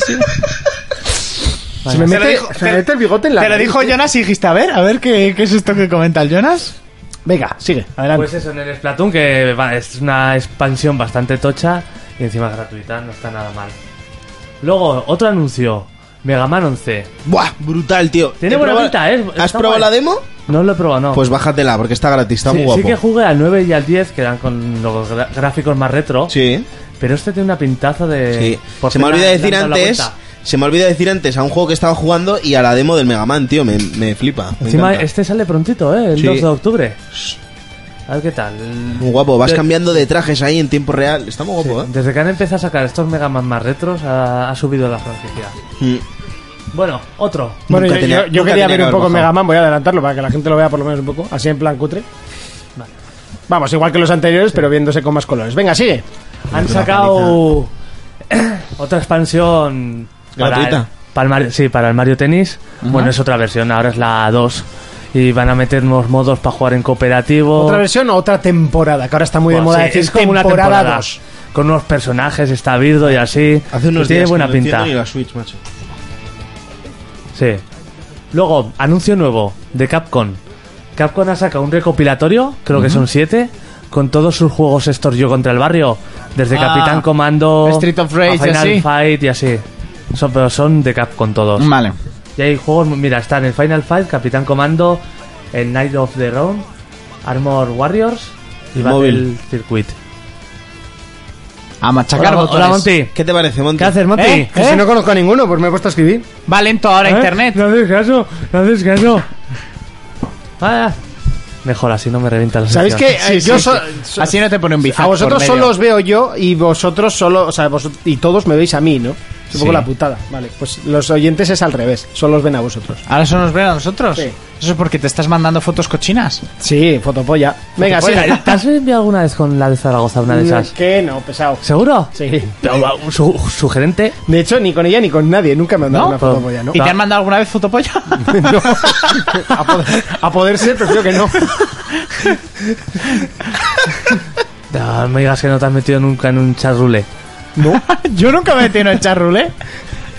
Speaker 4: se
Speaker 5: sí.
Speaker 4: me,
Speaker 5: Se
Speaker 4: mete,
Speaker 5: lo dijo-
Speaker 4: se me mete el bigote en la.
Speaker 5: Te lo
Speaker 4: nariz.
Speaker 5: dijo Jonas y dijiste, a ver, a ver qué, qué es esto que comenta el Jonas.
Speaker 4: Venga, sigue, adelante.
Speaker 8: Pues eso, en el Splatoon, que va, es una expansión bastante tocha y encima gratuita, no está nada mal. Luego, otro anuncio. Mega Man 11.
Speaker 7: Buah, brutal, tío.
Speaker 8: Tiene
Speaker 7: He
Speaker 8: buena
Speaker 7: probado-
Speaker 8: pinta, ¿eh?
Speaker 7: ¿Has
Speaker 8: Está
Speaker 7: probado la
Speaker 8: guay.
Speaker 7: demo?
Speaker 8: No lo he probado, no.
Speaker 7: Pues bájatela, porque está gratis, está
Speaker 8: sí,
Speaker 7: muy
Speaker 8: sí
Speaker 7: guapo.
Speaker 8: que jugué al 9 y al 10, que eran con los gra- gráficos más retro.
Speaker 7: Sí,
Speaker 8: Pero este tiene una pintaza de.
Speaker 7: sí. Se me olvida
Speaker 8: porcelana,
Speaker 7: decir
Speaker 8: le han dado la
Speaker 7: antes.
Speaker 8: vuelta.
Speaker 7: Se me olvida decir antes a un juego que estaba jugando y a la demo del Mega Man, tío. Me, me flipa. me
Speaker 8: Encima,
Speaker 7: encanta.
Speaker 8: este sale prontito, ¿eh? El
Speaker 7: Sí.
Speaker 8: 2 de octubre. A ver qué tal.
Speaker 7: Muy guapo, vas
Speaker 8: De-
Speaker 7: cambiando de trajes ahí en tiempo real. Está muy
Speaker 8: Sí,
Speaker 7: guapo, ¿eh?
Speaker 8: Desde que han empezado a sacar estos Mega Man más retros, ha, ha subido la franquicia.
Speaker 7: ¿eh?
Speaker 8: Bueno, otro.
Speaker 4: Bueno,
Speaker 7: Nunca
Speaker 4: yo,
Speaker 7: tenía-
Speaker 4: eh, yo- yo
Speaker 7: nunca
Speaker 4: quería
Speaker 7: tenía que
Speaker 4: ver un
Speaker 7: haber
Speaker 4: poco
Speaker 7: bajado.
Speaker 4: Mega Man, voy a adelantarlo para que la gente lo vea por lo menos un poco, así en plan cutre.
Speaker 8: Vale.
Speaker 4: Vamos, igual que los anteriores, pero viéndose con más colores. Venga, sigue.
Speaker 8: Han sacado otra expansión
Speaker 7: Gratuita.
Speaker 8: Para el, para el Mario, sí, para el Mario Tennis. Bueno, es otra versión, ahora es la 2. Y van a meter nuevos modos para jugar en cooperativo.
Speaker 4: ¿Otra versión o otra temporada? Que ahora está muy de
Speaker 5: Pues
Speaker 8: Buah,
Speaker 4: moda
Speaker 8: sí,
Speaker 4: decir
Speaker 8: es como una
Speaker 4: temporada
Speaker 8: temporada.
Speaker 4: dos.
Speaker 8: Con unos personajes, está Birdo y así. Y tiene buena pinta.
Speaker 7: Y la Switch, macho.
Speaker 8: Sí. Luego, anuncio nuevo de Capcom. Capcom ha sacado un recopilatorio, creo que son siete, con todos sus juegos estos yo contra el barrio. Desde
Speaker 5: Ah,
Speaker 8: Capitán Comando,
Speaker 5: Street of Rage
Speaker 8: a
Speaker 5: y
Speaker 8: Final
Speaker 5: así. Mm.
Speaker 8: Fight y así. Son, pero son de Capcom todos.
Speaker 9: Vale.
Speaker 8: Y hay juegos, mira, están el Final Fight, Capitán Comando, el Knight of the Round, Armor Warriors y Battle
Speaker 7: Móvil.
Speaker 8: Circuit.
Speaker 9: A machacar
Speaker 8: Hola, Mon-
Speaker 9: botones.
Speaker 8: hola, Monty.
Speaker 7: ¿Qué te parece, Monty?
Speaker 8: ¿Qué haces, Monty?
Speaker 5: ¿Eh?
Speaker 4: Que Si no conozco a ninguno, pues me he puesto a escribir.
Speaker 5: Va lento ahora
Speaker 8: ¿Eh?
Speaker 5: internet.
Speaker 8: No haces caso, no haces caso. Ah, mejor así no me revienta la
Speaker 4: ¿Sabéis
Speaker 8: sección.
Speaker 4: que eh, yo so- so-
Speaker 5: Así no te pone un bizac
Speaker 4: a vosotros
Speaker 5: por medio.
Speaker 4: solo os veo yo y vosotros solo, o sea, vosot- y todos me veis a mí, ¿no? Es un poco
Speaker 8: Sí.
Speaker 4: la putada. Vale, pues los oyentes es al revés, solo os ven a vosotros.
Speaker 5: Ahora solo nos ven a nosotros.
Speaker 4: Sí.
Speaker 5: Eso es porque te estás mandando fotos cochinas.
Speaker 4: Sí, fotopolla. Venga, sí.
Speaker 5: ¿eh?
Speaker 8: ¿Te has enviado alguna vez con la de Zaragoza una de esas?
Speaker 4: Que no, pesado.
Speaker 8: ¿Seguro?
Speaker 4: Sí.
Speaker 8: Pero, Su, su gerente.
Speaker 4: De hecho, ni con ella ni con nadie, nunca me han dado
Speaker 8: ¿No?
Speaker 4: una
Speaker 8: Pero-
Speaker 4: fotopolla, ¿no?
Speaker 5: ¿Y te han mandado alguna vez fotopolla?
Speaker 4: a, poder, a poder ser, prefiero que no.
Speaker 8: No me digas que no te has metido nunca en un charrule.
Speaker 5: Yo nunca me he metido en charrule.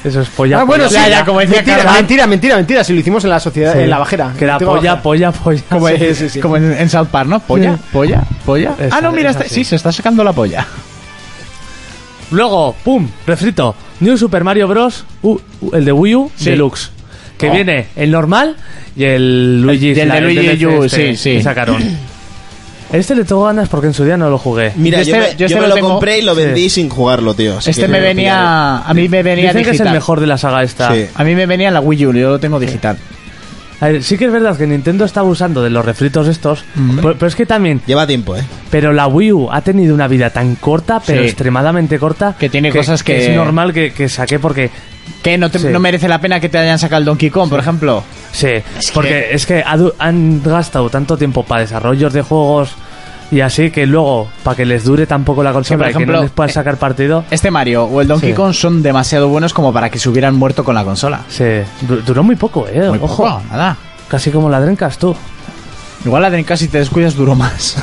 Speaker 8: Eso es polla.
Speaker 4: ah, bueno,
Speaker 8: polla,
Speaker 4: sí,
Speaker 8: polla.
Speaker 5: ya, como decía
Speaker 4: mentira,
Speaker 5: Carvajal.
Speaker 4: mentira, mentira, mentira, si lo hicimos en la sociedad, en la bajera.
Speaker 8: Que era
Speaker 4: Tengo
Speaker 8: polla,
Speaker 4: bajera.
Speaker 8: polla, polla.
Speaker 4: Como
Speaker 8: Sí.
Speaker 4: es, sí, sí.
Speaker 5: Pues, Como en, en South Park, ¿no? Polla, polla, polla.
Speaker 8: Esa,
Speaker 5: ah, no, mira,
Speaker 8: esa
Speaker 5: está-
Speaker 8: sí.
Speaker 5: sí, se está sacando la polla.
Speaker 8: Luego, pum, refrito. New Super Mario Bros. uh, uh, el de Wii U
Speaker 5: Sí. Oh.
Speaker 8: Deluxe. Que viene el normal y el Luigi.
Speaker 5: del de Luigi
Speaker 8: DLC
Speaker 5: U, sí,
Speaker 8: este
Speaker 5: sí.
Speaker 8: que sacaron. Este le tengo ganas porque en su día no lo jugué.
Speaker 7: Mira,
Speaker 5: Yo
Speaker 7: yo,
Speaker 5: este- yo
Speaker 7: me, yo
Speaker 5: este
Speaker 7: me
Speaker 5: lo
Speaker 7: lo,
Speaker 5: tengo-
Speaker 7: compré y lo vendí sin jugarlo, tío. así
Speaker 5: Este
Speaker 7: que
Speaker 5: me
Speaker 7: lo pillaré.
Speaker 5: venía. A mí me venía
Speaker 8: Dicen que es el
Speaker 5: digital.
Speaker 8: mejor de la saga esta.
Speaker 7: Sí.
Speaker 5: A mí me venía en la Wii U, yo lo tengo digital.
Speaker 8: A ver, sí que es verdad que Nintendo está abusando de los refritos estos, pero, pero es que también,
Speaker 7: Lleva tiempo, ¿eh?
Speaker 8: pero la Wii U ha tenido una vida tan corta, pero
Speaker 5: Sí.
Speaker 8: extremadamente corta,
Speaker 5: Que tiene cosas que-
Speaker 8: es normal que, que saque porque
Speaker 5: Que no, te-
Speaker 8: Sí.
Speaker 5: no merece la pena que te hayan sacado el Donkey Kong, por ejemplo.
Speaker 8: sí, porque es que ha du- han gastado tanto tiempo para desarrollos de juegos y así que luego para que les dure tampoco la consola
Speaker 5: por
Speaker 8: y que
Speaker 5: ejemplo,
Speaker 8: no les puedan
Speaker 5: eh,
Speaker 8: sacar partido,
Speaker 5: Este Mario o el Donkey
Speaker 8: Sí.
Speaker 5: Kong son demasiado buenos como para que se hubieran muerto con la consola.
Speaker 8: se du- duró muy poco, eh,
Speaker 5: Muy
Speaker 8: ojo,
Speaker 5: poco, nada.
Speaker 8: casi como la Drencas tú.
Speaker 5: Igual la Dreamcast si te descuidas duró más.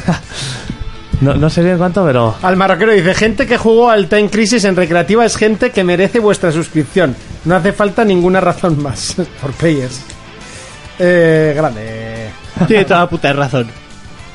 Speaker 8: No, no sé bien cuánto, pero
Speaker 4: Al marroquero dice, gente que jugó al Time Crisis en recreativa es gente que merece vuestra suscripción. No hace falta ninguna razón más por players. Eh, grande.
Speaker 5: Tiene toda puta razón.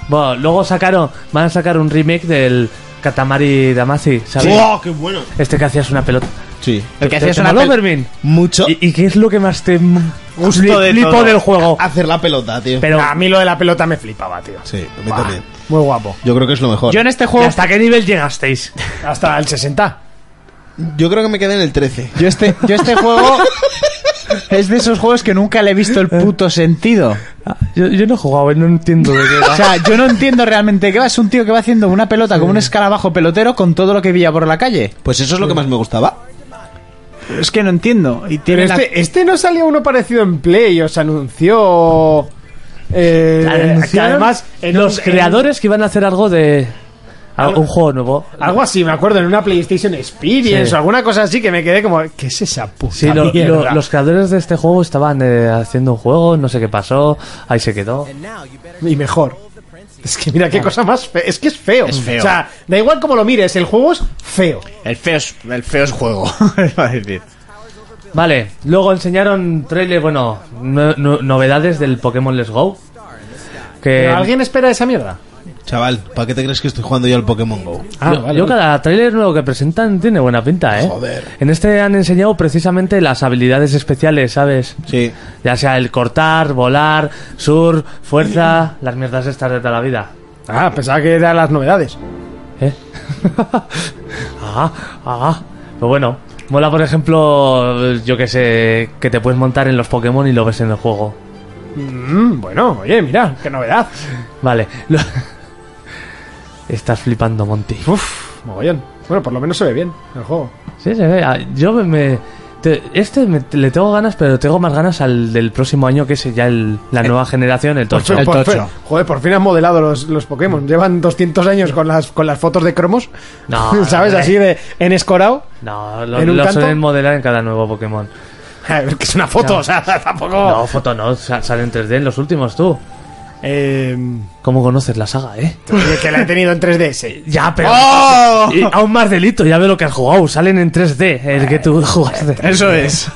Speaker 8: Bueno, luego sacaron, van a sacar un remake del Katamari Damacy, ¿sabes?
Speaker 7: ¡Oh, qué bueno!
Speaker 8: Este que hacías una pelota.
Speaker 7: Sí.
Speaker 5: El que
Speaker 8: ¿Te-
Speaker 5: hacías
Speaker 8: te
Speaker 5: una
Speaker 8: moló,
Speaker 5: pel-
Speaker 8: Fermín?
Speaker 7: Mucho
Speaker 8: ¿Y, y qué es lo que más te m-
Speaker 5: Gusto de
Speaker 8: flipo
Speaker 5: todo.
Speaker 8: del juego?
Speaker 7: hacer la pelota, tío.
Speaker 8: Pero
Speaker 4: A mí lo de la pelota me flipaba, tío.
Speaker 7: Sí, a mí también.
Speaker 4: Muy guapo.
Speaker 7: Yo creo que es lo mejor.
Speaker 5: Yo
Speaker 7: Yo,
Speaker 5: en este juego.
Speaker 8: ¿hasta qué nivel llegasteis?
Speaker 4: Hasta el 60.
Speaker 7: creo que me quedé en el 13.
Speaker 5: Yo este, yo este juego. Es de esos juegos que nunca le he visto el puto sentido.
Speaker 8: Yo, yo no he jugado, eh, no entiendo de qué
Speaker 5: O
Speaker 8: va.
Speaker 5: sea, yo no entiendo realmente qué va. Es un tío que va haciendo una pelota como un escarabajo pelotero con todo lo que pilla por la calle.
Speaker 7: Pues eso es lo que más me gustaba.
Speaker 5: Es que no entiendo. Y
Speaker 4: Pero
Speaker 5: tiene la-
Speaker 4: este, este no salía uno parecido en Play, os anunció. eh, que
Speaker 8: Anunciaron
Speaker 4: además, en
Speaker 8: los
Speaker 4: un- en- Ah,
Speaker 8: creadores que iban a hacer algo de. a- un juego nuevo.
Speaker 4: algo así, me acuerdo, en una PlayStation Experience
Speaker 8: Sí.
Speaker 4: o alguna cosa así que me quedé como, ¿qué es esa puta?
Speaker 8: Sí, lo- lo-
Speaker 4: mierda?
Speaker 8: los creadores de este juego estaban eh, haciendo un juego, no sé qué pasó, ahí se quedó.
Speaker 4: Y mejor. Es que
Speaker 8: Ah.
Speaker 4: mira, qué cosa más fea. Es que es feo.
Speaker 5: Es feo.
Speaker 4: O sea, da igual como lo mires, el juego es feo.
Speaker 8: Eh,
Speaker 5: El feo es, el feo es juego. iba a decir.
Speaker 8: Vale, luego enseñaron trailer, bueno, no- no- novedades del Pokémon Let's Go. Que
Speaker 4: Pero ¿Alguien espera esa mierda?
Speaker 7: Chaval, ¿para qué te crees que estoy jugando yo al Pokémon Go?
Speaker 8: yo, Ah, yo cada tráiler nuevo que presentan tiene buena pinta, ¿eh?
Speaker 7: Joder.
Speaker 8: En este han enseñado precisamente las habilidades especiales, ¿sabes?
Speaker 7: Sí.
Speaker 8: Ya sea el cortar, volar, sur, fuerza, las mierdas estas de toda la vida.
Speaker 4: Ah, pensaba que eran las novedades.
Speaker 8: ¿Eh? ah, ah. Pero bueno, mola por ejemplo, yo que sé, que te puedes montar en los Pokémon y lo ves en el juego.
Speaker 4: Mm, bueno, oye, mira, qué novedad.
Speaker 8: Vale. lo- Estás flipando, Monty.
Speaker 4: Uf, mogollón. Bueno, por lo menos se ve bien el juego.
Speaker 8: Sí, se ve. Ah, Yo me... me- te- este me- le tengo ganas, pero tengo más ganas al del próximo año, que es ya el- la
Speaker 4: Eh,
Speaker 8: nueva generación, el tocho.
Speaker 4: Por-
Speaker 9: El
Speaker 4: por
Speaker 9: tocho.
Speaker 4: fin- joder, por fin han modelado los, los Pokémon. Llevan 200 años con las, con las fotos de cromos.
Speaker 8: No,
Speaker 4: ¿Sabes?
Speaker 8: hombre.
Speaker 4: Así de en escorado.
Speaker 8: No, lo,
Speaker 4: ¿En un
Speaker 8: lo
Speaker 4: canto?
Speaker 8: suelen modelar en cada nuevo Pokémon.
Speaker 4: A ver, que es una foto, o sea, tampoco.
Speaker 8: No, foto no, sa- sale en 3D en los últimos, tú.
Speaker 4: Eh,
Speaker 8: ¿Cómo conoces la saga, eh?
Speaker 4: oye, que la he tenido en 3DS.
Speaker 8: Ya, pero... Y aún más delito, ya ve lo que has jugado. Salen en 3D, el que tú jugaste.
Speaker 5: Eso es.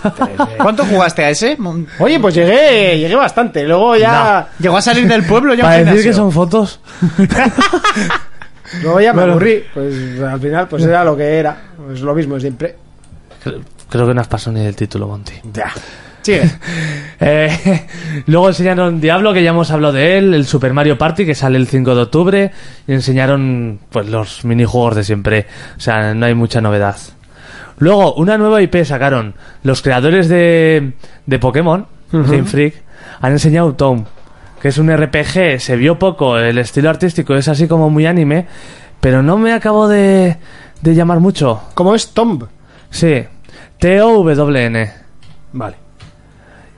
Speaker 5: ¿Cuánto jugaste a ese?
Speaker 4: Oye, pues llegué, llegué bastante. Luego ya.
Speaker 5: Llegó a salir del pueblo ya.
Speaker 8: Para
Speaker 5: un
Speaker 8: decir que
Speaker 5: gimnasio.
Speaker 8: son fotos.
Speaker 4: Luego ya me aburrí. Pues al final, pues era lo que era. Es lo mismo de siempre.
Speaker 8: Creo, creo que no has pasado ni del título, Monty.
Speaker 4: Ya. Sigue.
Speaker 8: Eh, luego enseñaron Diablo, que ya hemos hablado de él, el Super Mario Party, que sale el 5 de octubre, y enseñaron pues los minijuegos de siempre. O sea, no hay mucha novedad. Luego, una nueva IP sacaron. Los creadores de, de Pokémon, Game Freak, han enseñado Tom, que es un RPG, se vio poco, el estilo artístico es así como muy anime, pero no me acabo de, de llamar mucho.
Speaker 4: ¿Cómo es Tomb?
Speaker 8: Sí, T-O-W-N.
Speaker 4: Vale.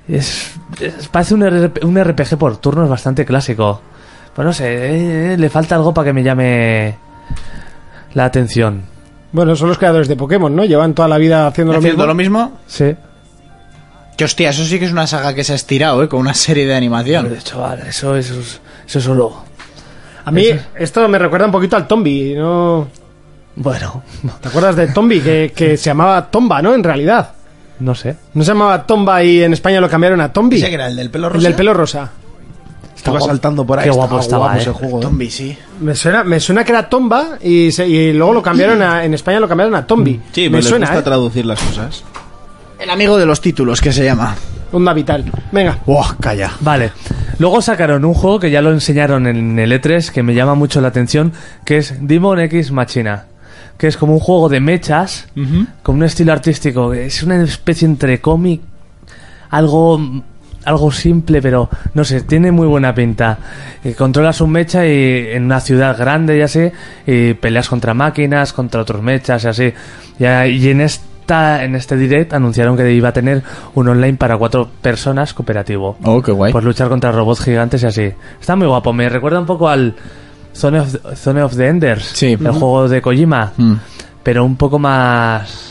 Speaker 8: Es, es- parece un, RP un RPG por turnos bastante clásico. Pues no sé, eh, eh, le falta algo para que me llame la atención.
Speaker 4: Bueno, son los creadores de Pokémon, ¿no? Llevan toda la vida haciendo lo
Speaker 5: Haciendo
Speaker 4: mismo.
Speaker 5: lo mismo.
Speaker 8: Sí.
Speaker 5: Que hostia, eso sí que es una saga que se ha estirado, ¿eh? Con una serie de animación.
Speaker 8: Chaval, eso, eso, es- eso es solo.
Speaker 4: A mí esto me recuerda un poquito al Tombi, ¿no?
Speaker 8: Bueno,
Speaker 4: ¿Te acuerdas de Tombi? Que, que se llamaba Tomba, ¿no? En realidad.
Speaker 8: no sé.
Speaker 4: No se llamaba Tomba y en España lo cambiaron a Tombi.
Speaker 7: ¿Ese que era el del pelo rosa?
Speaker 4: El del pelo rosa.
Speaker 7: Estaba
Speaker 8: guapo.
Speaker 7: saltando por ahí.
Speaker 8: Qué guapo estaba,
Speaker 7: guapo
Speaker 8: eh.
Speaker 7: ese juego, ¿eh?
Speaker 5: Tombi, sí.
Speaker 4: Me suena, me suena que era Tomba y, se- y luego lo cambiaron a, en España lo cambiaron a
Speaker 8: Mm.
Speaker 4: Tombi.
Speaker 7: Sí,
Speaker 4: me
Speaker 7: me
Speaker 8: pues
Speaker 7: les
Speaker 4: suena,
Speaker 7: gusta
Speaker 4: ¿eh?
Speaker 7: traducir las cosas.
Speaker 5: El amigo de los títulos, que se llama.
Speaker 4: Onda vital. Venga.
Speaker 5: Buah, calla.
Speaker 8: Vale. Luego sacaron un juego que ya lo enseñaron en el E3 que me llama mucho la atención, que es Demon X Machina, que es como un juego de mechas con un estilo artístico, que es una especie entre cómic algo algo simple, pero no sé, tiene muy buena pinta. Eh, controlas un mecha y en una ciudad grande y así y peleas contra máquinas, contra otros mechas y así. Y, ah, y en esta en este direct anunciaron que iba a tener un online para cuatro personas cooperativo.
Speaker 5: Oh, qué guay.
Speaker 8: Pues luchar contra robots gigantes y así. Está muy guapo. Me recuerda un poco al Zone of, Zone of the Enders.
Speaker 5: Sí.
Speaker 8: El
Speaker 5: Ujú.
Speaker 8: juego de Kojima.
Speaker 5: Mm.
Speaker 8: Pero un poco más.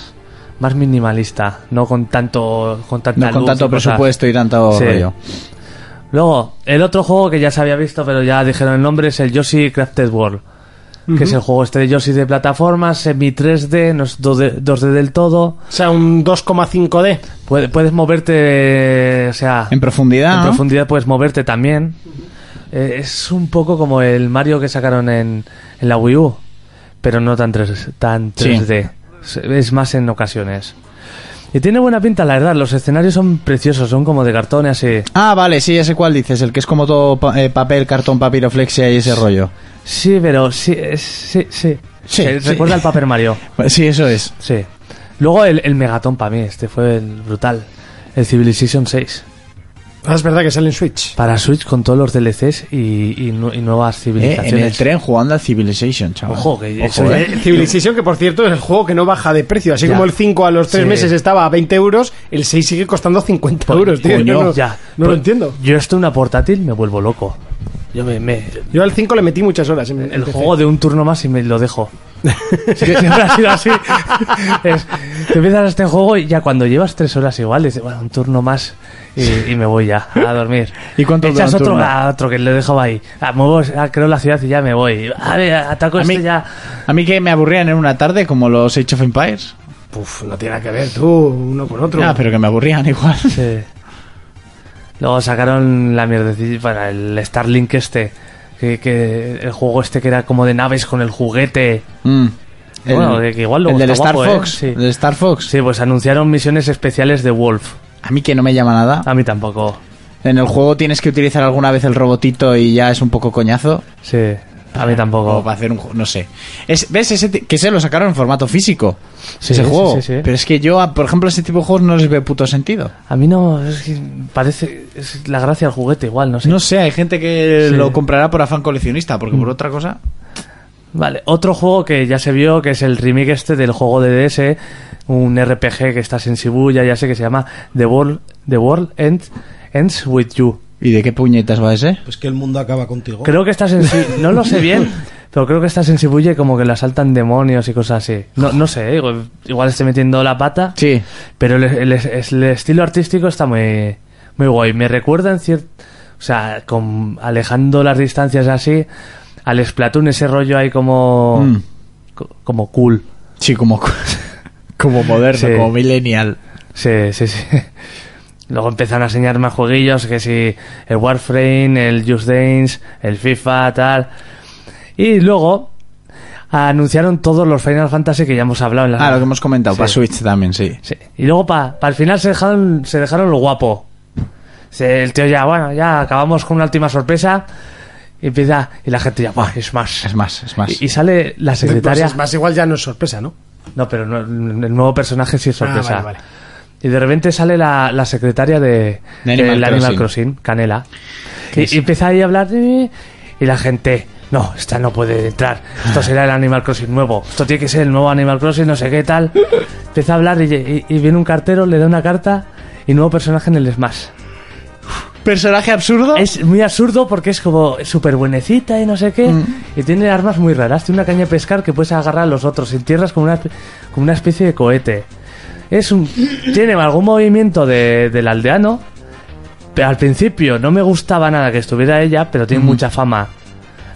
Speaker 8: Más minimalista. No con tanto. Con tanta
Speaker 5: No con
Speaker 8: luz y
Speaker 5: tanto
Speaker 8: cosas.
Speaker 5: presupuesto y tanto
Speaker 8: Sí.
Speaker 5: rollo.
Speaker 8: Luego, el otro juego que ya se había visto, pero ya dijeron el nombre, es el Yoshi Crafted World. Que es el juego este de Yoshi de plataformas, semi 3D, no es 2D, 2D del todo.
Speaker 4: O sea, un 2,5D.
Speaker 8: Puede- puedes moverte, o sea,
Speaker 5: En profundidad.
Speaker 8: en
Speaker 5: ¿no?
Speaker 8: profundidad puedes moverte también. Eh, es un poco como el Mario que sacaron en, en la Wii U, pero no tan, 3, tan
Speaker 5: Sí.
Speaker 8: 3D. Es- Es más en ocasiones. Y tiene buena pinta, la verdad. Los escenarios son preciosos, son como de cartón y así.
Speaker 5: Ah, vale, sí, ese cual dices, el que es como todo pa- eh, papel, cartón, papiroflexia y ese rollo.
Speaker 8: Sí, pero sí, es- sí, sí.
Speaker 5: Sí,
Speaker 8: Eh,
Speaker 5: sí.
Speaker 8: Recuerda al Paper Mario.
Speaker 5: Sí, eso es.
Speaker 8: Sí. Luego el, el Megatón para mí, este fue el brutal. El Civilization 6.
Speaker 4: Ah, es verdad que sale en Switch.
Speaker 8: Para Switch con todos los DLCs y, y nu- y nuevas
Speaker 5: Eh, en el
Speaker 8: civilizaciones.
Speaker 5: tren jugando al Civilization, chaval.
Speaker 8: Ojo, que eso
Speaker 5: Ojo,
Speaker 8: ya-
Speaker 5: eh.
Speaker 4: Civilization, que por cierto es el juego que no baja de precio. Así
Speaker 8: Ya.
Speaker 4: como el 5 a los 3
Speaker 8: Sí.
Speaker 4: meses estaba a 20 euros, el 6 sigue costando 50 euros, tío.
Speaker 8: Coño,
Speaker 4: Yo no,
Speaker 8: ya.
Speaker 4: no lo
Speaker 8: Pues,
Speaker 4: entiendo.
Speaker 8: Yo estoy en una portátil me vuelvo loco. Yo me, me-
Speaker 4: Yo al 5 le metí muchas horas. en- en
Speaker 8: el
Speaker 4: PC.
Speaker 8: juego de un turno más y me lo dejo. Sí, que siempre ha sido así. Es- te empiezas este juego y ya cuando llevas tres horas igual, dices, bueno, un turno más y, y me voy ya a dormir.
Speaker 5: ¿Y cuánto dura
Speaker 8: Echas
Speaker 5: un
Speaker 8: otro
Speaker 5: turno?
Speaker 8: a otro que lo dejaba ahí. Ah, muevo, ah, creo la ciudad y ya me voy. A ver, ataco
Speaker 5: A
Speaker 8: este
Speaker 5: mí-
Speaker 8: ya.
Speaker 5: A mí que me aburrían en una tarde como los Age of Empires.
Speaker 4: Puf, no tiene nada que ver tú, uno con otro.
Speaker 5: Ya, pero que me aburrían igual.
Speaker 8: Sí. Luego sacaron la mierdecilla para el Starlink este. Que, que el juego este que era como de naves con el juguete.
Speaker 5: Mm.
Speaker 8: Bueno, de que igual luego
Speaker 5: el del
Speaker 8: está
Speaker 5: Star
Speaker 8: guapo, ¿eh?
Speaker 5: Fox.
Speaker 8: Sí.
Speaker 5: El del Star Fox.
Speaker 8: Sí, pues anunciaron misiones especiales de Wolf.
Speaker 5: A mí que no me llama nada.
Speaker 8: A mí tampoco.
Speaker 5: En el juego tienes que utilizar alguna vez el robotito y ya es un poco coñazo.
Speaker 8: Sí, a mí
Speaker 5: O
Speaker 8: tampoco.
Speaker 5: para hacer un juego, no sé. Es, ¿Ves? Ese ti- que se lo sacaron en formato físico.
Speaker 8: Sí,
Speaker 5: ese
Speaker 8: sí,
Speaker 5: juego.
Speaker 8: sí, sí.
Speaker 5: Pero es que yo, a- por ejemplo, a ese tipo de juegos no les veo puto sentido.
Speaker 8: A mí no, es que parece es la gracia del juguete igual, no sé.
Speaker 5: No sé, hay gente que
Speaker 8: Sí.
Speaker 5: lo comprará por afán coleccionista, porque por otra cosa.
Speaker 8: Vale, otro juego que ya se vio, que es el remake este del juego de DS, un RPG que estás en Shibuya, ya sé que se llama The World, The World End- Ends With You.
Speaker 5: ¿Y de qué puñetas va ese?
Speaker 10: Pues que el mundo acaba
Speaker 5: Oh.
Speaker 10: contigo.
Speaker 8: Creo que estás en... Shi- No lo sé bien, pero creo que estás en Shibuya y como que le asaltan demonios y cosas así. No, no sé, digo, igual estoy metiendo la pata.
Speaker 5: Sí.
Speaker 8: Pero el, el- el estilo artístico está muy, muy guay. Me recuerda en cierto. O sea, con, alejando las distancias así, al Splatoon ese rollo ahí como.
Speaker 5: Mm.
Speaker 8: co- como cool.
Speaker 5: Sí, como, como moderno,
Speaker 8: Sí.
Speaker 5: como millennial.
Speaker 8: Sí, sí, sí. Luego empezaron a enseñar más jueguillos, que si el Warframe, el Just Dance, el FIFA, tal. Y luego anunciaron todos los Final Fantasy que ya hemos hablado en la
Speaker 5: Ah, lo que hemos comentado,
Speaker 8: Sí.
Speaker 5: para Switch también, sí.
Speaker 8: Sí. Y luego para el final se dejaron, se dejaron lo guapo. Se- el tío ya, bueno, ya acabamos con una última sorpresa. Y empieza, y la gente ya, "Buah, es más.
Speaker 5: Es más, es más.
Speaker 8: Y, y sale la secretaria.
Speaker 4: Pues es más igual ya no es sorpresa, ¿no?
Speaker 8: No, pero no- el nuevo personaje sí es sorpresa.
Speaker 4: Ah, vale, vale.
Speaker 8: Y de repente sale la, la secretaria de,
Speaker 5: De Animal
Speaker 8: del Animal
Speaker 5: Crossing.
Speaker 8: Crossing, Canela. Y, y empieza ahí a hablar eh, y la gente, no, esta no puede entrar. Esto será el Animal Crossing nuevo. Esto tiene que ser el nuevo Animal Crossing, no sé qué tal. Empieza a hablar y, y- y viene un cartero, le da una carta y nuevo personaje en el Smash.
Speaker 5: ¿Personaje absurdo?
Speaker 8: Es muy absurdo porque es como súper buenecita y no sé qué.
Speaker 5: Mm.
Speaker 8: Y tiene armas muy raras. Tiene una caña de pescar que puedes agarrar a los otros. En tierras como una, como una especie de cohete. Es un, tiene algún movimiento de- del aldeano. Pero al principio no me gustaba nada que estuviera ella, pero
Speaker 5: Mm.
Speaker 8: tiene mucha fama.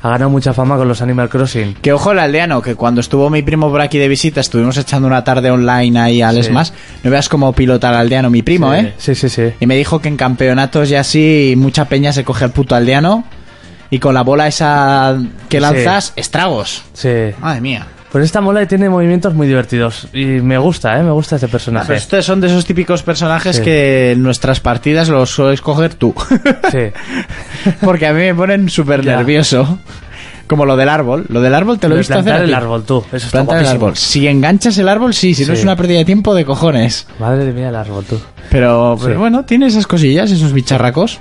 Speaker 8: Ha ganado mucha fama con los Animal Crossing.
Speaker 5: Que ojo el aldeano, que cuando estuvo mi primo por aquí de visita, estuvimos echando una tarde online ahí al
Speaker 8: Sí.
Speaker 5: Smash. No veas cómo pilota al aldeano mi primo, ¿eh?
Speaker 8: Sí, sí, sí.
Speaker 5: Y me dijo que en campeonatos y así mucha peña se coge al puto aldeano y con la bola esa que lanzas, estragos.
Speaker 8: Sí.
Speaker 5: Madre mía.
Speaker 8: Pues esta mola y tiene movimientos muy divertidos. Y me gusta, ¿eh? Me gusta este personaje.
Speaker 5: Pero estos son de esos típicos personajes
Speaker 8: Sí.
Speaker 5: que en nuestras partidas los sueles coger tú.
Speaker 8: Sí.
Speaker 5: Porque a mí me ponen súper
Speaker 8: Ya.
Speaker 5: nervioso. Como lo del árbol. Lo del árbol te lo he
Speaker 8: De
Speaker 5: visto hacer.
Speaker 8: plantar
Speaker 5: a
Speaker 8: el
Speaker 5: ti.
Speaker 8: árbol, tú. Eso está
Speaker 5: Plantar el
Speaker 8: guapísimo.
Speaker 5: árbol. Si enganchas el árbol, sí. Si no
Speaker 8: Sí.
Speaker 5: es una pérdida de tiempo de cojones.
Speaker 8: Madre mía, el árbol, tú.
Speaker 5: Pero, pero
Speaker 8: Sí.
Speaker 5: bueno, tiene esas cosillas, esos bicharracos.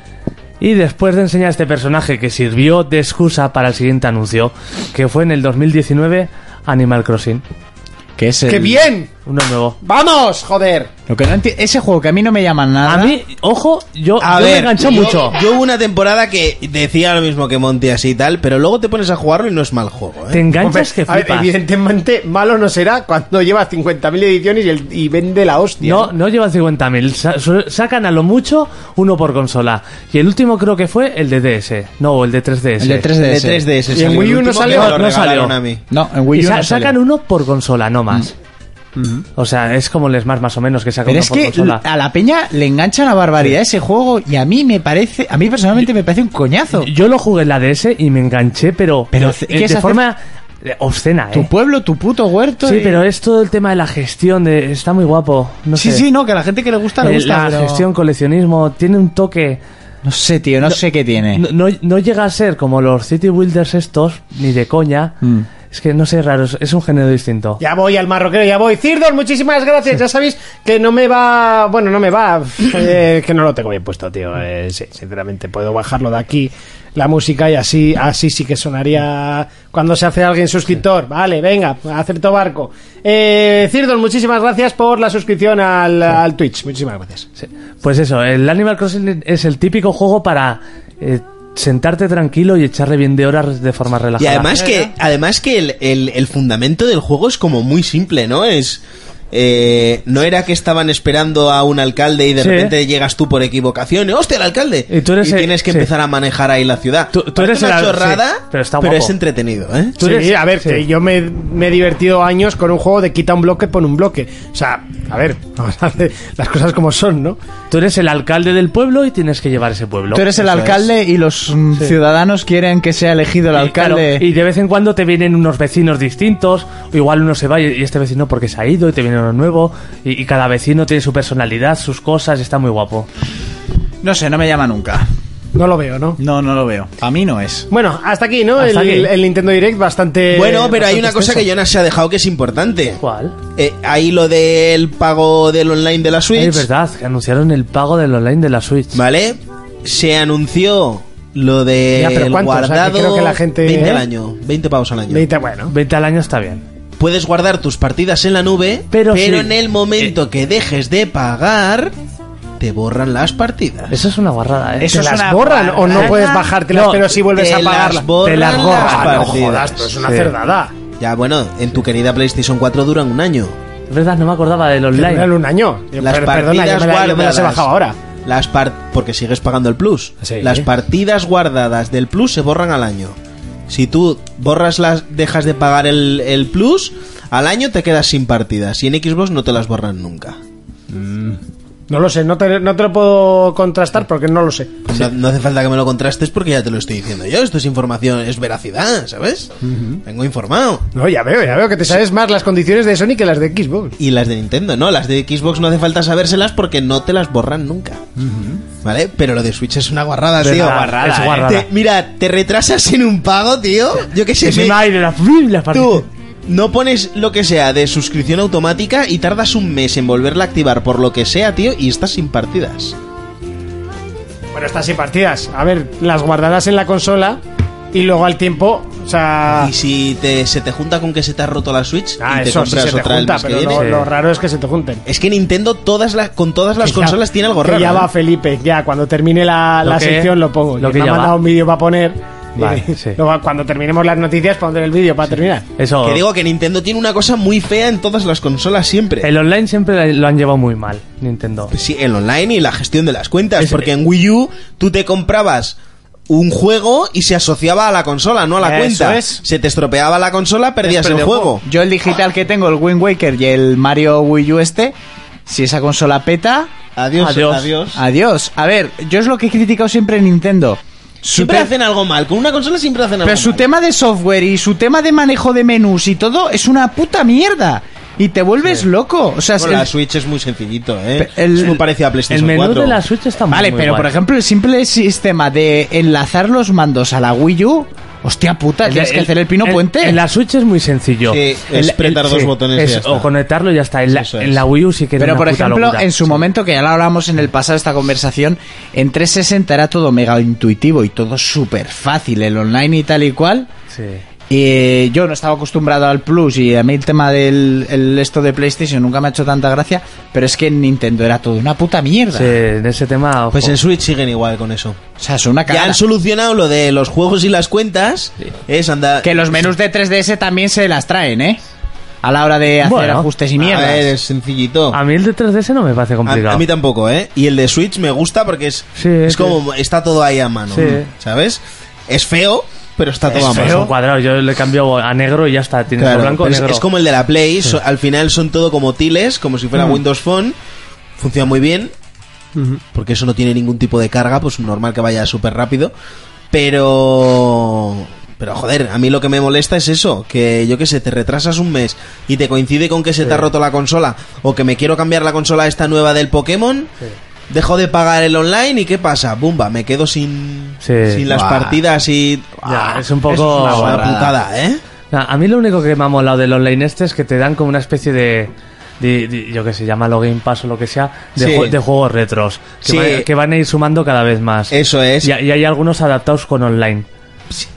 Speaker 8: Y después de enseñar a este personaje que sirvió de excusa para el siguiente anuncio, que fue en el 2019, Animal Crossing.
Speaker 5: Que es el-
Speaker 4: ¡Qué bien!
Speaker 8: Uno nuevo.
Speaker 4: ¡Vamos, joder!
Speaker 5: Lo que no enti- Ese juego que a mí no me llama
Speaker 8: A
Speaker 5: nada.
Speaker 8: mí, ojo, yo,
Speaker 7: A
Speaker 8: yo me
Speaker 7: ver,
Speaker 8: enganchó
Speaker 7: yo-
Speaker 8: mucho.
Speaker 7: Yo hubo una temporada que decía lo mismo que Monty así y tal, pero luego te pones a jugarlo y no es mal juego,
Speaker 8: Te
Speaker 7: ¿eh?
Speaker 8: enganchas
Speaker 4: Hombre,
Speaker 8: que
Speaker 4: a ver,
Speaker 8: flipas.
Speaker 4: evidentemente, malo no será cuando lleva 50.000 ediciones y, el- y vende la hostia.
Speaker 8: No, no llevan 50.000. Sa- su- sacan a lo mucho uno por consola. Y el último creo que fue el de DS. No, el de 3DS.
Speaker 5: El de 3DS.
Speaker 7: De 3DS.
Speaker 4: en
Speaker 7: salió el
Speaker 4: Wii U no
Speaker 7: último que
Speaker 4: salió,
Speaker 7: me lo
Speaker 8: no salió.
Speaker 7: regalaron a mí.
Speaker 5: No, en Wii
Speaker 8: Y
Speaker 5: U
Speaker 8: sa-
Speaker 5: no salió. Mm.
Speaker 8: sacan uno por consola, no más. O sea, es como el Smash más o menos, que saca
Speaker 5: Pero
Speaker 8: uno
Speaker 5: es
Speaker 8: por
Speaker 5: que
Speaker 8: consola.
Speaker 5: a la peña le engancha una barbaridad ese juego y a mí me parece, a mí personalmente me parece un coñazo.
Speaker 8: Yo lo jugué en la DS y me enganché, pero,
Speaker 5: Pero, ¿qué
Speaker 8: eh, de
Speaker 5: es hacer?
Speaker 8: forma eh, obscena,
Speaker 5: Tu
Speaker 8: ¿eh?
Speaker 5: pueblo, tu puto huerto.
Speaker 8: Sí,
Speaker 5: y-
Speaker 8: pero es todo el tema de la gestión, de, está muy guapo. No
Speaker 5: sí,
Speaker 8: sé.
Speaker 5: sí, no, que a la gente que le gusta le
Speaker 8: Eh,
Speaker 5: gusta.
Speaker 8: la
Speaker 5: pero-
Speaker 8: gestión, coleccionismo, tiene un toque.
Speaker 5: No sé, tío, no, sé qué tiene.
Speaker 8: No, no- no llega a ser como los City Builders estos, ni de coña.
Speaker 5: Mm.
Speaker 8: Es que no sé, es raro, es- es un género distinto.
Speaker 4: Ya voy al marroquero, ya voy. Cirdor, muchísimas gracias. Ya sabéis que no me va. Bueno, no me va. eh, que no lo tengo bien puesto, tío. Eh, sí, sinceramente, puedo bajarlo de aquí. La música y así, así sí que sonaría cuando se hace alguien suscriptor. Vale, venga, acepto barco. Eh, Cirdor, muchísimas gracias por la suscripción al, al Twitch. Muchísimas gracias.
Speaker 8: Sí. Pues eso, el Animal Crossing es el típico juego para eh, sentarte tranquilo y echarle bien de horas de forma
Speaker 7: Y
Speaker 8: relajada.
Speaker 7: además que, además que el, el- el fundamento del juego es como muy simple, ¿no? Es. eh, no era que estaban esperando a un alcalde y de
Speaker 8: Sí.
Speaker 7: repente llegas tú por equivocación y ¡hostia, el alcalde!
Speaker 8: Y tú eres el-
Speaker 7: tienes que
Speaker 8: sí.
Speaker 7: empezar a manejar ahí la ciudad.
Speaker 8: Tú- tú
Speaker 7: Parece
Speaker 8: eres
Speaker 7: una
Speaker 8: el al-
Speaker 7: chorrada,
Speaker 8: sí, pero está guapo.
Speaker 7: es entretenido, ¿eh?
Speaker 8: Tú
Speaker 4: Sí,
Speaker 8: eres-
Speaker 4: a ver,
Speaker 8: sí.
Speaker 4: que yo me, me he divertido años con un juego de quita un bloque, pon un bloque. O sea, a ver, vamos a hacer las cosas como son, ¿no?
Speaker 8: Tú eres el alcalde del pueblo y tienes que llevar ese pueblo.
Speaker 9: Tú eres el alcalde y los mm, ciudadanos quieren que sea elegido el
Speaker 8: Y, claro,
Speaker 9: alcalde.
Speaker 8: y de vez en cuando te vienen unos vecinos distintos, o igual uno se va y, y este vecino porque se ha ido y te viene uno nuevo, y, y cada vecino tiene su personalidad, sus cosas, y está muy guapo.
Speaker 9: No sé, no me llama nunca.
Speaker 4: No lo veo, ¿no?
Speaker 9: No, no lo veo. A mí no es.
Speaker 4: Bueno, hasta aquí, ¿no? el,
Speaker 8: Hasta aquí.
Speaker 4: el Nintendo Direct bastante.
Speaker 7: Bueno, pero hay
Speaker 4: bastante
Speaker 7: una cosa
Speaker 4: extenso.
Speaker 7: que Jonas se ha dejado que es importante.
Speaker 8: ¿Cuál?
Speaker 7: Eh, ahí lo del pago del online de la Switch.
Speaker 8: Es verdad, que anunciaron el pago del online de la Switch.
Speaker 7: ¿Vale? Se anunció lo de
Speaker 4: Ya, pero
Speaker 7: el
Speaker 4: ¿cuánto? O sea, que
Speaker 7: guardado
Speaker 4: creo que la gente-
Speaker 7: 20 al
Speaker 4: ¿eh?
Speaker 7: año, 20 pavos al año.
Speaker 4: Veinte, bueno.
Speaker 8: 20 al año está bien.
Speaker 7: Puedes guardar tus partidas en la nube, pero,
Speaker 8: Pero sí.
Speaker 7: en el
Speaker 4: Eh.
Speaker 7: momento que dejes de pagar, te borran las partidas.
Speaker 8: Eso es una guarrada, ¿eh?
Speaker 4: ¿Te
Speaker 9: es
Speaker 4: las
Speaker 9: una
Speaker 4: borran o no
Speaker 9: barbaridad.
Speaker 4: puedes bajártelas,
Speaker 8: No,
Speaker 4: pero si vuelves
Speaker 7: te
Speaker 4: a pagarlas?
Speaker 7: las borran
Speaker 8: Te las
Speaker 7: las
Speaker 8: borran.
Speaker 4: Ah, no
Speaker 7: partidas.
Speaker 4: jodas, esto es una
Speaker 8: Sí.
Speaker 4: cerdada.
Speaker 7: Ya, bueno, en tu querida PlayStation 4 duran un año.
Speaker 8: Es verdad, no me acordaba del
Speaker 4: Eran
Speaker 8: online.
Speaker 4: un año.
Speaker 7: Las
Speaker 4: Per-
Speaker 7: partidas
Speaker 4: perdona, yo me, la, yo me las he
Speaker 7: guardadas-
Speaker 4: bajado ahora.
Speaker 7: Las par- porque sigues pagando el plus.
Speaker 4: Sí.
Speaker 7: Las partidas guardadas del plus se borran al año. Si tú borras las, dejas de pagar el, el plus, al año te quedas sin partidas. Y en Xbox no te las borran nunca.
Speaker 4: No lo sé, no te, no te lo puedo contrastar porque no lo sé.
Speaker 7: Pues No, no hace falta que me lo contrastes porque ya te lo estoy diciendo yo. Esto es información, es veracidad, ¿sabes? Vengo informado.
Speaker 4: No, ya veo, ya veo que te sabes más las condiciones de Sony que las de Xbox.
Speaker 7: Y las de Nintendo, no, las de Xbox no hace falta sabérselas porque no te las borran nunca. ¿Vale? Pero lo de Switch es una guarrada, tío.
Speaker 8: verdad, Guarrada, es ¿eh? guarrada.
Speaker 7: Te- mira, te retrasas en un pago, tío. Yo qué sé,
Speaker 8: Es
Speaker 7: me-
Speaker 8: un aire, las las
Speaker 7: tú
Speaker 8: partidas.
Speaker 7: no pones lo que sea de suscripción automática y tardas un mes en volverla a activar por lo que sea, tío, y estás sin partidas.
Speaker 4: Bueno, estas y partidas. A ver, las guardarás en la consola y luego al tiempo, o sea.
Speaker 7: Y si te, se te junta con que se te ha roto la Switch
Speaker 4: Ah,
Speaker 7: y te
Speaker 4: eso sí
Speaker 7: compras
Speaker 4: se te
Speaker 7: otra el
Speaker 4: junta,
Speaker 7: mes que
Speaker 4: pero
Speaker 7: viene.
Speaker 4: lo, lo raro es que se te junten.
Speaker 7: Es que Nintendo todas las con todas las
Speaker 4: Que ya-
Speaker 7: consolas tiene algo
Speaker 4: que
Speaker 7: raro.
Speaker 4: ya
Speaker 7: ¿eh?
Speaker 4: va Felipe, ya cuando termine la,
Speaker 8: Lo
Speaker 4: la
Speaker 8: que-
Speaker 4: sección lo pongo.
Speaker 8: lo
Speaker 4: que
Speaker 8: que
Speaker 4: me ha
Speaker 8: ya va.
Speaker 4: mandado un vídeo para poner.
Speaker 8: Vale,
Speaker 4: Eh,
Speaker 8: sí.
Speaker 4: luego, cuando terminemos las noticias pondré el vídeo para terminar.
Speaker 8: Eso.
Speaker 7: Que digo que Nintendo tiene una cosa muy fea en todas las consolas siempre.
Speaker 8: El online siempre lo han llevado muy mal, Nintendo.
Speaker 7: Sí, el online y la gestión de las cuentas.
Speaker 8: Es-
Speaker 7: porque en Wii U tú te comprabas un juego y se asociaba a la consola, no a la
Speaker 9: Eso
Speaker 7: cuenta.
Speaker 9: es.
Speaker 7: Se te estropeaba la consola, perdías el juego.
Speaker 9: Yo el digital que tengo, el Wind Waker y el Mario Wii U este, si esa consola peta,
Speaker 7: Adiós, adiós.
Speaker 8: Adiós.
Speaker 9: adiós. A ver, yo es lo que he criticado siempre en Nintendo. Su
Speaker 7: Siempre
Speaker 9: te-
Speaker 7: hacen algo mal. Con una consola siempre hacen algo
Speaker 9: Pero su
Speaker 7: mal.
Speaker 9: tema de software y su tema de manejo de menús y todo es una puta mierda. Y te vuelves loco. O sea,
Speaker 7: Bueno,
Speaker 9: el-
Speaker 7: la Switch es muy sencillito, ¿eh?
Speaker 9: Pe- el-
Speaker 7: es muy parecido a
Speaker 8: El
Speaker 7: PlayStation
Speaker 8: menú
Speaker 7: 4.
Speaker 8: de la Switch está muy
Speaker 9: Vale,
Speaker 8: muy
Speaker 9: pero
Speaker 8: guay.
Speaker 9: por ejemplo, el simple sistema de enlazar los mandos a la Wii U, hostia puta,
Speaker 8: El-
Speaker 9: tienes que
Speaker 8: el-
Speaker 9: hacer el pino
Speaker 8: el-
Speaker 9: puente.
Speaker 8: En la Switch es muy sencillo.
Speaker 7: Sí, es apretar dos botones y ya está.
Speaker 8: O conectarlo y ya está. En la,
Speaker 7: Eso es.
Speaker 8: en la Wii U sí que era
Speaker 9: Pero
Speaker 8: una
Speaker 9: por
Speaker 8: puta
Speaker 9: ejemplo,
Speaker 8: locura.
Speaker 9: en su
Speaker 8: Sí.
Speaker 9: momento, que ya lo hablamos en el pasado esta conversación, en 360 era todo mega intuitivo y todo súper fácil, el online y tal y cual.
Speaker 8: Sí.
Speaker 9: Y eh, yo no estaba acostumbrado al Plus y a mí el tema del el esto de PlayStation nunca me ha hecho tanta gracia, pero es que en Nintendo era todo una puta mierda.
Speaker 8: Sí, en ese tema. ojo.
Speaker 7: Pues en Switch siguen igual con eso.
Speaker 9: O sea, es una
Speaker 7: Ya
Speaker 9: cagada.
Speaker 7: han solucionado lo de los juegos y las cuentas. Es andar.
Speaker 9: Que los menús de 3DS también se las traen, ¿eh. A la hora de hacer
Speaker 8: Bueno.
Speaker 9: ajustes y
Speaker 7: A
Speaker 9: mierdas.
Speaker 7: ver, es sencillito.
Speaker 8: A
Speaker 7: A,
Speaker 8: mí el de 3DS no me parece Ah, complicado.
Speaker 7: a mí tampoco, ¿eh? Y el de Switch me gusta porque es,
Speaker 8: Sí,
Speaker 7: es
Speaker 8: sí.
Speaker 7: como. Está todo ahí a mano.
Speaker 8: Sí.
Speaker 7: ¿Sabes? Es feo, pero está todo a
Speaker 8: Es un
Speaker 7: mano.
Speaker 8: cuadrado, yo le cambio a negro y ya está. Tienes
Speaker 7: Claro,
Speaker 8: a blanco
Speaker 7: pero es,
Speaker 8: negro.
Speaker 7: es como el de la Play. so- al final son todo como tiles, como si
Speaker 8: Mm.
Speaker 7: fuera Windows Phone. Funciona muy bien. Porque eso no tiene ningún tipo de carga, pues normal que vaya súper rápido. Pero. Pero joder, a mí lo que me molesta es eso, que yo que sé, te retrasas un mes y te coincide con que se te ha roto la consola o que me quiero cambiar la consola esta nueva del Pokémon, dejo de pagar el online y ¿qué pasa? Bumba, me quedo sin,
Speaker 8: Sí.
Speaker 7: sin las partidas y...
Speaker 8: Ya,
Speaker 7: Ah,
Speaker 8: es un
Speaker 7: eso
Speaker 8: poco.
Speaker 7: es una putada, ¿eh?
Speaker 8: Nah, a mí lo único que me ha molado del online este es que te dan como una especie de. de- de- yo que sé, llámalo Game Pass o lo que sea, de,
Speaker 7: Sí.
Speaker 8: jue- de juegos retros. Que,
Speaker 7: Sí.
Speaker 8: van, que van a ir sumando cada vez más.
Speaker 7: Eso es.
Speaker 8: Y, y hay algunos adaptados con online.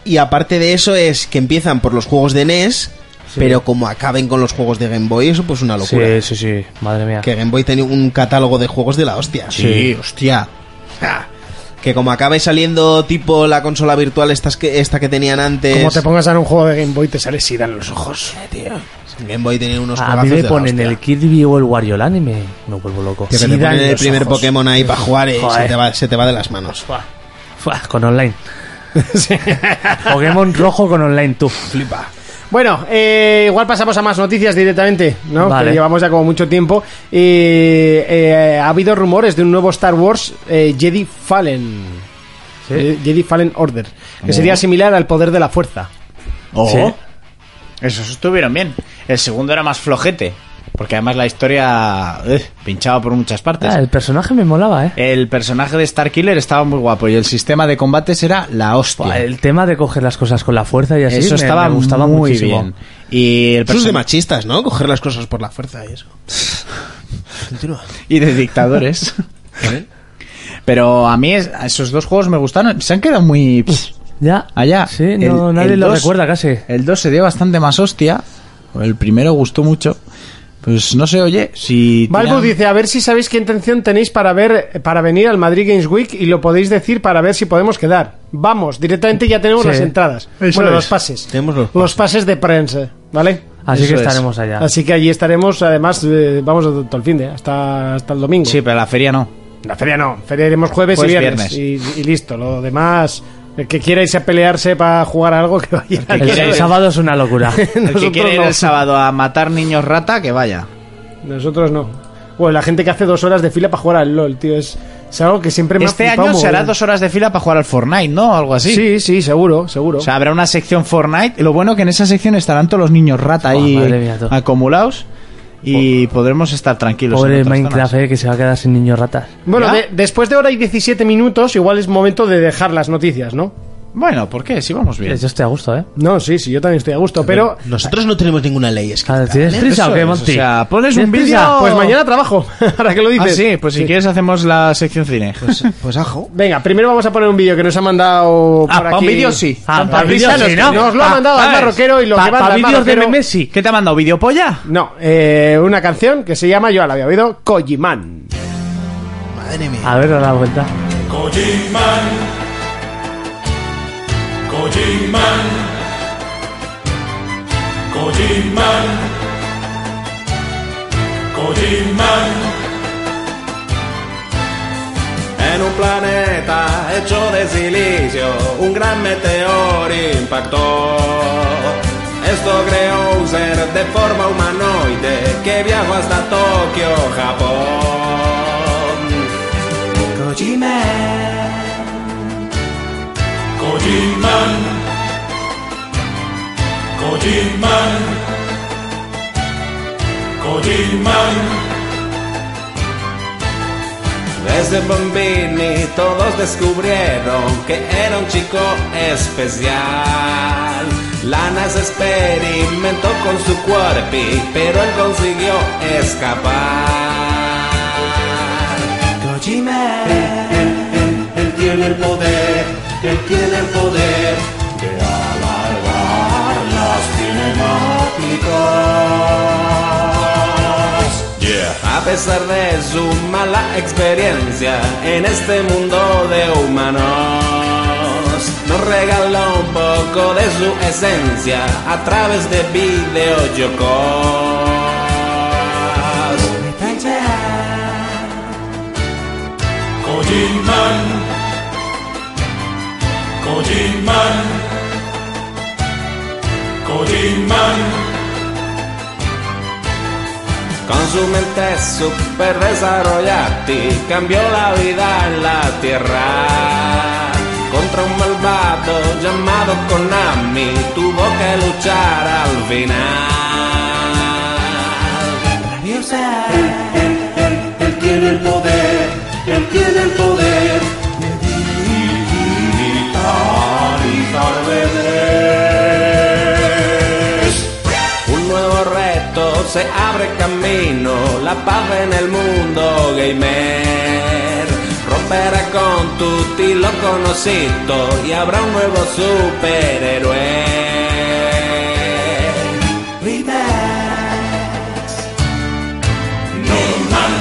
Speaker 7: Y aparte de eso es que empiezan por los juegos de NES, pero como acaben con los juegos de Game Boy, eso pues una locura.
Speaker 8: Sí, sí, sí. Madre mía.
Speaker 7: Que Game Boy tenía un catálogo de juegos de la hostia.
Speaker 8: Sí.
Speaker 7: hostia. Ja. Que como acabe saliendo tipo la consola virtual estas que, esta que tenían antes.
Speaker 4: Como te pongas a dar un juego de Game Boy, te sale sida en los ojos.
Speaker 7: Game Boy tenía unos
Speaker 8: A
Speaker 7: juegazos
Speaker 8: mí me
Speaker 7: de la
Speaker 8: ponen
Speaker 7: hostia.
Speaker 8: el Kirby o el Wario Land y me, me vuelvo loco.
Speaker 7: Que te
Speaker 4: Sida
Speaker 7: ponen
Speaker 4: en
Speaker 7: el
Speaker 4: los
Speaker 7: primer
Speaker 4: ojos.
Speaker 7: Pokémon ahí para jugar y
Speaker 8: Joder.
Speaker 7: se te, va, se te va de las manos.
Speaker 8: Fua, fua, con online. Pokémon rojo con online, tú.
Speaker 7: Flipa.
Speaker 4: Bueno, eh, igual pasamos a más noticias directamente, ¿no?
Speaker 8: Vale.
Speaker 4: Que llevamos ya como mucho tiempo. Y, eh, ha habido rumores de un nuevo Star Wars eh, Jedi Fallen. Eh, Jedi Fallen Order. Que sería similar al poder de la fuerza.
Speaker 5: Oh.
Speaker 8: Sí.
Speaker 5: Esos estuvieron bien. El segundo era más flojete. Porque además la historia. eh, pinchaba por muchas partes.
Speaker 8: Ah, el personaje me molaba, eh.
Speaker 5: El personaje de Starkiller estaba muy guapo y el sistema de combates era la hostia.
Speaker 8: Buah, El tema de coger las cosas con la fuerza y así
Speaker 5: Eso
Speaker 8: me-
Speaker 5: estaba
Speaker 8: me gustaba
Speaker 5: muy
Speaker 8: muchísimo.
Speaker 5: bien. Y el
Speaker 7: Eso es de
Speaker 5: perso-
Speaker 7: machistas, ¿no? Coger las cosas por la fuerza y eso. Continúa.
Speaker 5: y de dictadores. Pero a mí es- a esos dos juegos me gustaron. Se han quedado muy pss,
Speaker 8: Ya.
Speaker 5: allá.
Speaker 8: Sí,
Speaker 5: El-
Speaker 8: no, nadie
Speaker 5: el
Speaker 8: lo
Speaker 5: dos-
Speaker 8: recuerda casi.
Speaker 5: El 2 se dio bastante más hostia. El primero gustó mucho. Pues no sé, oye, si...
Speaker 4: Valvo
Speaker 5: tiran-
Speaker 4: dice, a ver si sabéis qué intención tenéis para ver para venir al Madrid Games Week y lo podéis decir para ver si podemos quedar. Vamos, directamente ya tenemos
Speaker 8: Sí.
Speaker 4: las entradas.
Speaker 5: Eso
Speaker 4: bueno,
Speaker 5: es.
Speaker 4: los pases.
Speaker 7: Tenemos los
Speaker 4: pases de prensa, ¿vale?
Speaker 8: Así
Speaker 5: Eso
Speaker 8: que
Speaker 5: es.
Speaker 8: estaremos allá.
Speaker 4: Así que allí estaremos, además, eh, vamos todo el fin de, hasta, hasta el domingo.
Speaker 5: Sí, pero la feria no.
Speaker 4: La feria no, feria iremos jueves
Speaker 5: Jueves,
Speaker 4: y viernes. Y, y listo, lo demás, el que quiera irse a pelearse para jugar a algo, que vaya.
Speaker 8: El, el sábado es una locura.
Speaker 5: El que
Speaker 4: Nosotros
Speaker 5: quiere ir
Speaker 4: no.
Speaker 5: el sábado a matar niños rata, que vaya.
Speaker 4: Nosotros no. Bueno, la gente que hace dos horas de fila para jugar al LOL, tío, es, es algo que siempre me ha
Speaker 5: Este
Speaker 4: flipado
Speaker 5: año se hará
Speaker 8: ¿eh?
Speaker 4: mogollón.
Speaker 5: dos horas de fila para jugar al Fortnite, ¿no? Algo así.
Speaker 4: Sí, sí, seguro, seguro.
Speaker 5: O sea, habrá una sección Fortnite. Lo bueno que en esa sección estarán todos los niños rata
Speaker 8: Buah,
Speaker 5: ahí
Speaker 8: madre mía, tú.
Speaker 5: acumulados y podremos estar tranquilos. en
Speaker 8: Pobre
Speaker 5: otras
Speaker 8: Minecraft,
Speaker 5: zonas.
Speaker 8: eh, que se va a quedar sin niños ratas.
Speaker 4: bueno,
Speaker 5: ¿Ya?
Speaker 4: de- después de hora y 17 minutos, igual es momento de dejar las noticias, ¿no?
Speaker 5: Bueno, ¿por qué? Si vamos bien.
Speaker 8: Yo estoy a gusto, eh.
Speaker 4: No, sí, sí, yo también estoy a gusto,
Speaker 8: Ah.
Speaker 4: pero...
Speaker 7: Nosotros no tenemos ninguna ley
Speaker 8: Claro,
Speaker 7: escrita.
Speaker 8: ¿Tienes prisa
Speaker 5: Eso
Speaker 8: o qué,
Speaker 5: es,
Speaker 8: Monty?
Speaker 5: o sea, pones
Speaker 8: ¿Tienes
Speaker 5: un
Speaker 8: prisa?
Speaker 5: vídeo-
Speaker 4: Pues mañana trabajo, ahora que lo
Speaker 5: Ah,
Speaker 4: dices.
Speaker 5: sí, pues si quieres hacemos la sección cine.
Speaker 7: Pues, pues ajo.
Speaker 4: Venga, primero vamos a poner un vídeo que nos ha mandado
Speaker 5: Ah,
Speaker 4: por
Speaker 5: pa' un
Speaker 4: aquí.
Speaker 5: vídeo sí.
Speaker 8: Ah,
Speaker 4: Pa'
Speaker 8: pa'
Speaker 4: un
Speaker 8: vídeo
Speaker 4: vídeo
Speaker 8: sí,
Speaker 4: nos,
Speaker 8: ¿no?
Speaker 4: lo ha
Speaker 5: Pa-
Speaker 4: mandado
Speaker 5: pa-
Speaker 4: Alma Roquero y lo
Speaker 8: Pa-
Speaker 4: que manda
Speaker 8: pa'
Speaker 4: Alma
Speaker 8: vídeos de
Speaker 4: Roquero-
Speaker 8: Messi.
Speaker 5: ¿Qué te ha mandado? ¿Videopolla?
Speaker 4: No, eh, una canción que se llama, yo la había oído, Kojiman.
Speaker 7: Madre mía.
Speaker 8: A ver, a la vuelta.
Speaker 11: Kojiman. Kojiman. Kojiman. Kojiman.
Speaker 12: En un planeta hecho de silicio, un gran meteor impactó. Esto creó un ser de forma humanoide que viajó hasta Tokio, Japón.
Speaker 11: Kojiman. Kojiman. Kojiman.
Speaker 12: Desde Bombini todos descubrieron que era un chico especial. Lanas experimentó con su cuerpo, pero él consiguió escapar. Kojima. Él, él, él tiene el poder, él tiene el poder de alargar las cinemáticas. A pesar de su mala experiencia en este mundo de humanos, nos regaló un poco de su esencia a través de videojuegos.
Speaker 11: Kojiman. Kojiman. Kojiman.
Speaker 12: Con su mente super desarrollada, cambió la vida en la tierra. Contra un malvado llamado Konami, tuvo que luchar al final. Él, él, él, él tiene el poder, él tiene el poder de digitalizar y tal vez. se abre camino, la paz en el mundo gamer. Romperá con tutti lo conocito y habrá un nuevo superhéroe. Remax. No man.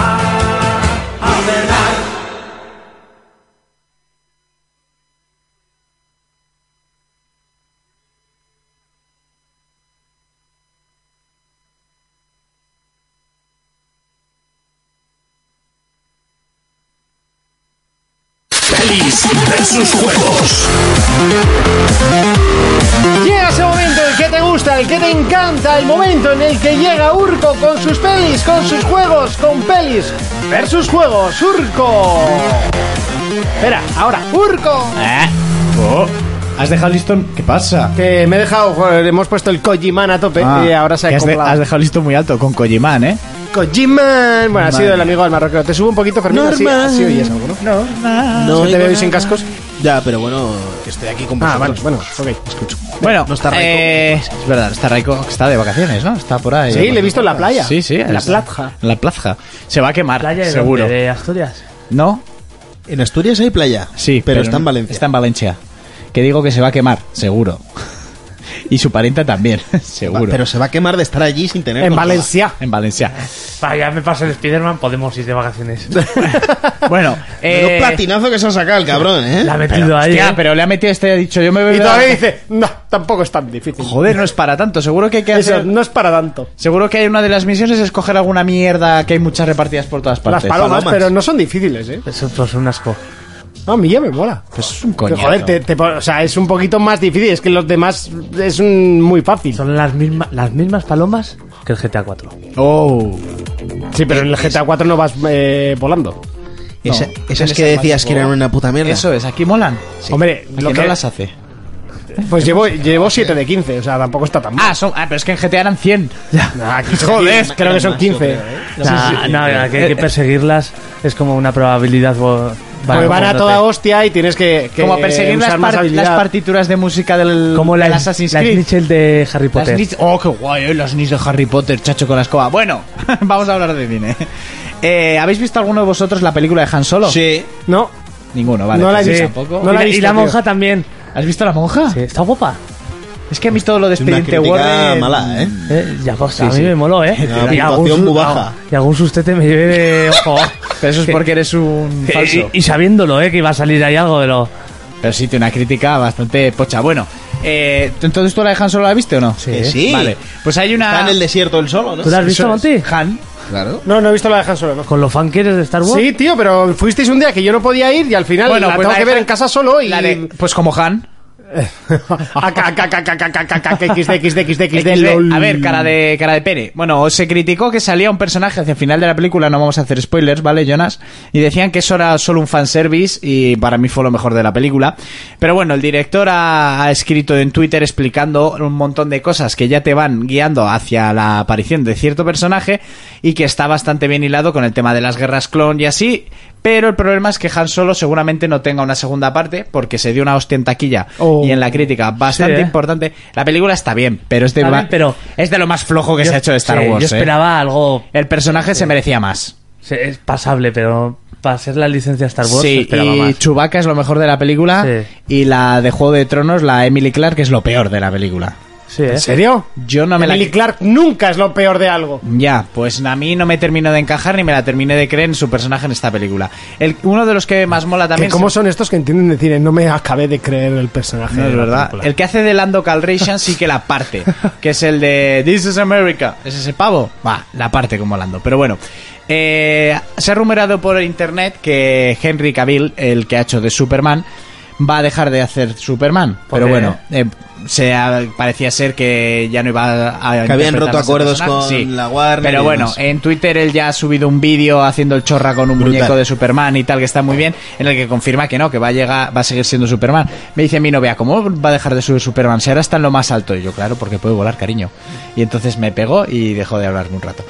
Speaker 12: Baja. Ordenar.
Speaker 2: Pelis versus juegos.
Speaker 4: Llega ese momento, el que te gusta, el que te encanta, el momento en el que llega Urco con sus pelis, con sus juegos, con pelis versus juegos, Urco. Espera, ahora, Urco.
Speaker 5: Eh. Oh.
Speaker 13: ¿Has dejado el listón? ¿Qué pasa?
Speaker 4: Que me he dejado, joder, hemos puesto el Kojiman a tope y Eh, ahora se ha
Speaker 5: Ah, Que has, de-
Speaker 4: acoplado.
Speaker 5: has dejado listo muy alto con Kojiman, ¿eh?
Speaker 4: Kojiman. Bueno, ha sido el amigo del marroquero. Te subo un poquito, Fermín, así,
Speaker 7: Normal.
Speaker 4: así oyes algo, ¿no?
Speaker 7: No,
Speaker 4: te veo sin cascos.
Speaker 7: Ya, pero bueno, que estoy aquí con
Speaker 4: Ah, vale,
Speaker 7: vosotros.
Speaker 4: bueno, ok, escucho.
Speaker 5: Bueno,
Speaker 7: No está Raiko.
Speaker 5: eh, es verdad, está Raiko que está de vacaciones, ¿no? Está por ahí.
Speaker 4: Sí, le he visto en la playa.
Speaker 5: Sí, sí.
Speaker 4: En la
Speaker 5: está-
Speaker 4: plaza.
Speaker 5: En la plaza. Se va a quemar,
Speaker 8: Playa de
Speaker 5: seguro.
Speaker 8: dónde, de Asturias.
Speaker 5: ¿No?
Speaker 7: En Asturias hay playa.
Speaker 5: Sí.
Speaker 7: pero, está en
Speaker 5: no-
Speaker 7: Valencia.
Speaker 5: Está en Valencia. Que digo que se va a quemar, seguro. y su parienta también, seguro.
Speaker 7: Pero se va a quemar de estar allí sin tener.
Speaker 4: En
Speaker 7: consola.
Speaker 4: Valencia.
Speaker 5: En Valencia.
Speaker 8: Para ya me pasa el Spiderman, podemos ir de vacaciones.
Speaker 5: Bueno,
Speaker 7: Menudo
Speaker 5: eh,
Speaker 7: platinazo que se ha sacado el cabrón, ¿eh?
Speaker 8: La ha metido ahí.
Speaker 5: hostia,
Speaker 8: ¿eh?
Speaker 5: pero le ha metido este, ha dicho, yo me voy
Speaker 4: Y
Speaker 5: de
Speaker 4: todavía
Speaker 5: vacaciones.
Speaker 4: dice, no, tampoco es tan difícil.
Speaker 5: Joder, no es para tanto. Seguro que hay que
Speaker 4: Eso
Speaker 5: hacer...
Speaker 4: no es para tanto.
Speaker 5: Seguro que hay una de las misiones es coger alguna mierda que hay muchas repartidas por todas
Speaker 4: Las
Speaker 5: partes.
Speaker 4: palomas,
Speaker 7: palomas.
Speaker 4: pero no son difíciles, ¿eh?
Speaker 8: Eso es un asco.
Speaker 4: No, a mí ya me mola.
Speaker 5: Pues es un
Speaker 4: Que,
Speaker 5: coño.
Speaker 4: joder, te- te pon- o sea, es un poquito más difícil. Es que los demás es un- muy fácil.
Speaker 8: Son las mismas, las mismas palomas que el GTA 4.
Speaker 5: Oh.
Speaker 4: Sí, pero en el GTA 4 no vas eh, volando.
Speaker 7: Esa-
Speaker 5: No,
Speaker 7: esas
Speaker 5: tienes
Speaker 7: que
Speaker 5: el
Speaker 7: decías
Speaker 5: máximo.
Speaker 7: que eran una puta mierda.
Speaker 5: Eso es, aquí molan.
Speaker 4: Hombre,
Speaker 5: Aquí
Speaker 4: lo
Speaker 5: no
Speaker 4: que-
Speaker 5: las hace.
Speaker 4: pues llevo, llevo 7 de 15, o sea, tampoco está tan mal.
Speaker 5: Ah, son, ah, pero es que en GTA eran 100.
Speaker 4: Aquí, joder, creo que son 15.
Speaker 8: Nah, nah, que hay
Speaker 4: Eh,
Speaker 8: que perseguirlas es como una probabilidad. vo-
Speaker 4: Porque Pues van a
Speaker 8: bajándote.
Speaker 4: toda hostia y tienes que, que
Speaker 5: pues Como perseguir las,
Speaker 4: usar más
Speaker 5: par-
Speaker 4: habilidad.
Speaker 5: las partituras de música del,
Speaker 8: Como
Speaker 5: del
Speaker 8: la,
Speaker 5: Assassin's
Speaker 8: la
Speaker 5: Creed.
Speaker 8: Snitchel de Harry
Speaker 5: Las
Speaker 8: Potter.
Speaker 5: Snitch- Oh, qué guay, eh, las Snitch de Harry Potter, chacho con la escoba. Bueno, vamos a hablar de cine. Eh, ¿Habéis visto alguno de vosotros la película de Han Solo?
Speaker 7: Sí.
Speaker 4: No,
Speaker 5: Ninguno, vale.
Speaker 4: No la he
Speaker 5: pues
Speaker 4: visto.
Speaker 5: tampoco.
Speaker 4: No la he
Speaker 8: y, la, y
Speaker 4: visto,
Speaker 8: la
Speaker 4: tío.
Speaker 8: monja también.
Speaker 5: ¿Has visto la monja?
Speaker 8: Sí, está guapa.
Speaker 5: Es que a mí todo lo de
Speaker 7: Es una
Speaker 5: Expediente
Speaker 7: crítica
Speaker 5: Warren...
Speaker 7: mala, ¿eh?
Speaker 8: Eh, ya, pues, a mí
Speaker 5: sí.
Speaker 8: me moló, ¿eh.
Speaker 7: Una
Speaker 8: Y algún
Speaker 7: puntuación
Speaker 8: su-
Speaker 7: muy baja.
Speaker 8: Y algún sustete me llevé de. Ojo.
Speaker 5: Pero eso es porque eres un
Speaker 8: Que-
Speaker 5: falso.
Speaker 8: Y, y sabiéndolo, ¿eh? Que iba a salir ahí algo de lo.
Speaker 5: Pero sí, tiene una crítica bastante pocha. Bueno, eh, ¿tú- entonces tú la de Han Solo la viste o no?
Speaker 7: Que Eh, sí.
Speaker 5: Vale, pues hay una...
Speaker 7: Está en el desierto el solo, ¿no?
Speaker 8: ¿Tú la has visto,
Speaker 5: Eso es.
Speaker 8: Monty?
Speaker 5: Han.
Speaker 7: Claro.
Speaker 4: no, no he visto la de Han Solo, no.
Speaker 8: Con los fan que eres de Star Wars.
Speaker 4: Sí, tío, pero fuisteis un día que yo no podía ir y al final la
Speaker 5: pues
Speaker 4: tengo que
Speaker 5: de
Speaker 4: ver
Speaker 5: Han-
Speaker 4: en casa solo y...
Speaker 5: la de- pues como Han.
Speaker 4: A
Speaker 5: A ver, cara de, cara de pene. Bueno, se criticó que salía un personaje hacia el final de la película, no vamos a hacer spoilers, ¿vale, Jonas? Y decían que eso era solo un fanservice y para mí fue lo mejor de la película. Pero bueno, el director ha, ha escrito en Twitter explicando un montón de cosas que ya te van guiando hacia la aparición de cierto personaje y que está bastante bien hilado con el tema de las guerras clon y así. Pero el problema es que Han Solo seguramente no tenga una segunda parte porque se dio una hostia en taquilla
Speaker 4: Oh.
Speaker 5: y en la crítica bastante
Speaker 8: Sí, ¿eh?
Speaker 5: importante. La película está bien, pero es de,
Speaker 8: Está
Speaker 5: ma-
Speaker 8: bien, pero-
Speaker 5: es de lo más flojo que
Speaker 4: Pues
Speaker 8: Yo-
Speaker 5: se ha hecho de Star
Speaker 8: sí,
Speaker 5: Wars.
Speaker 8: Yo
Speaker 5: ¿eh?
Speaker 8: esperaba algo.
Speaker 5: El personaje se merecía más.
Speaker 8: sí, es pasable, pero para ser la licencia Star Wars
Speaker 5: sí,
Speaker 8: esperaba
Speaker 5: y
Speaker 8: más.
Speaker 5: Chewbacca es lo mejor de la película.
Speaker 8: Sí.
Speaker 5: Y la de Juego de Tronos, la Emily Clark, es lo peor de la película.
Speaker 8: Sí, ¿eh?
Speaker 4: ¿En serio?
Speaker 5: Yo no me la.
Speaker 4: Emily Clark nunca es lo peor de algo.
Speaker 5: Ya, pues a mí no me termino de encajar ni me la terminé de creer en su personaje en esta película. El, uno de los que más mola
Speaker 4: Que
Speaker 5: también.
Speaker 4: ¿Cómo son estos que entienden de cine? No me acabé de creer el personaje.
Speaker 5: No,
Speaker 4: de
Speaker 5: es
Speaker 4: la
Speaker 5: verdad.
Speaker 4: película.
Speaker 5: El que hace de Lando Calrissian sí que la parte, que es el de This is America. ¿Es ese pavo? Va, la parte como Lando. Pero bueno, eh, se ha rumoreado por internet que Henry Cavill, el que ha hecho de Superman, va a dejar de hacer Superman.
Speaker 8: ¿Por
Speaker 5: Pero
Speaker 8: qué?
Speaker 5: bueno, eh,
Speaker 4: se ha- parecía ser que ya no iba a.
Speaker 7: Que habían
Speaker 4: interpretar
Speaker 7: roto
Speaker 4: a ese
Speaker 7: acuerdos
Speaker 4: personaje.
Speaker 7: con la Warner
Speaker 4: Pero
Speaker 7: y
Speaker 4: bueno,
Speaker 7: demás.
Speaker 5: eh,
Speaker 4: en Twitter él ya ha subido un vídeo haciendo el chorra con un
Speaker 7: Brutal.
Speaker 4: muñeco de Superman y tal, que está muy bien, en el que confirma que no, que va a llegar, va a seguir siendo Superman. Me dice mi novia, ¿cómo va a dejar de subir Superman? Si ahora está en lo más alto. Y yo, claro, porque puede volar, cariño. Y entonces me pegó y dejó de hablarme un rato.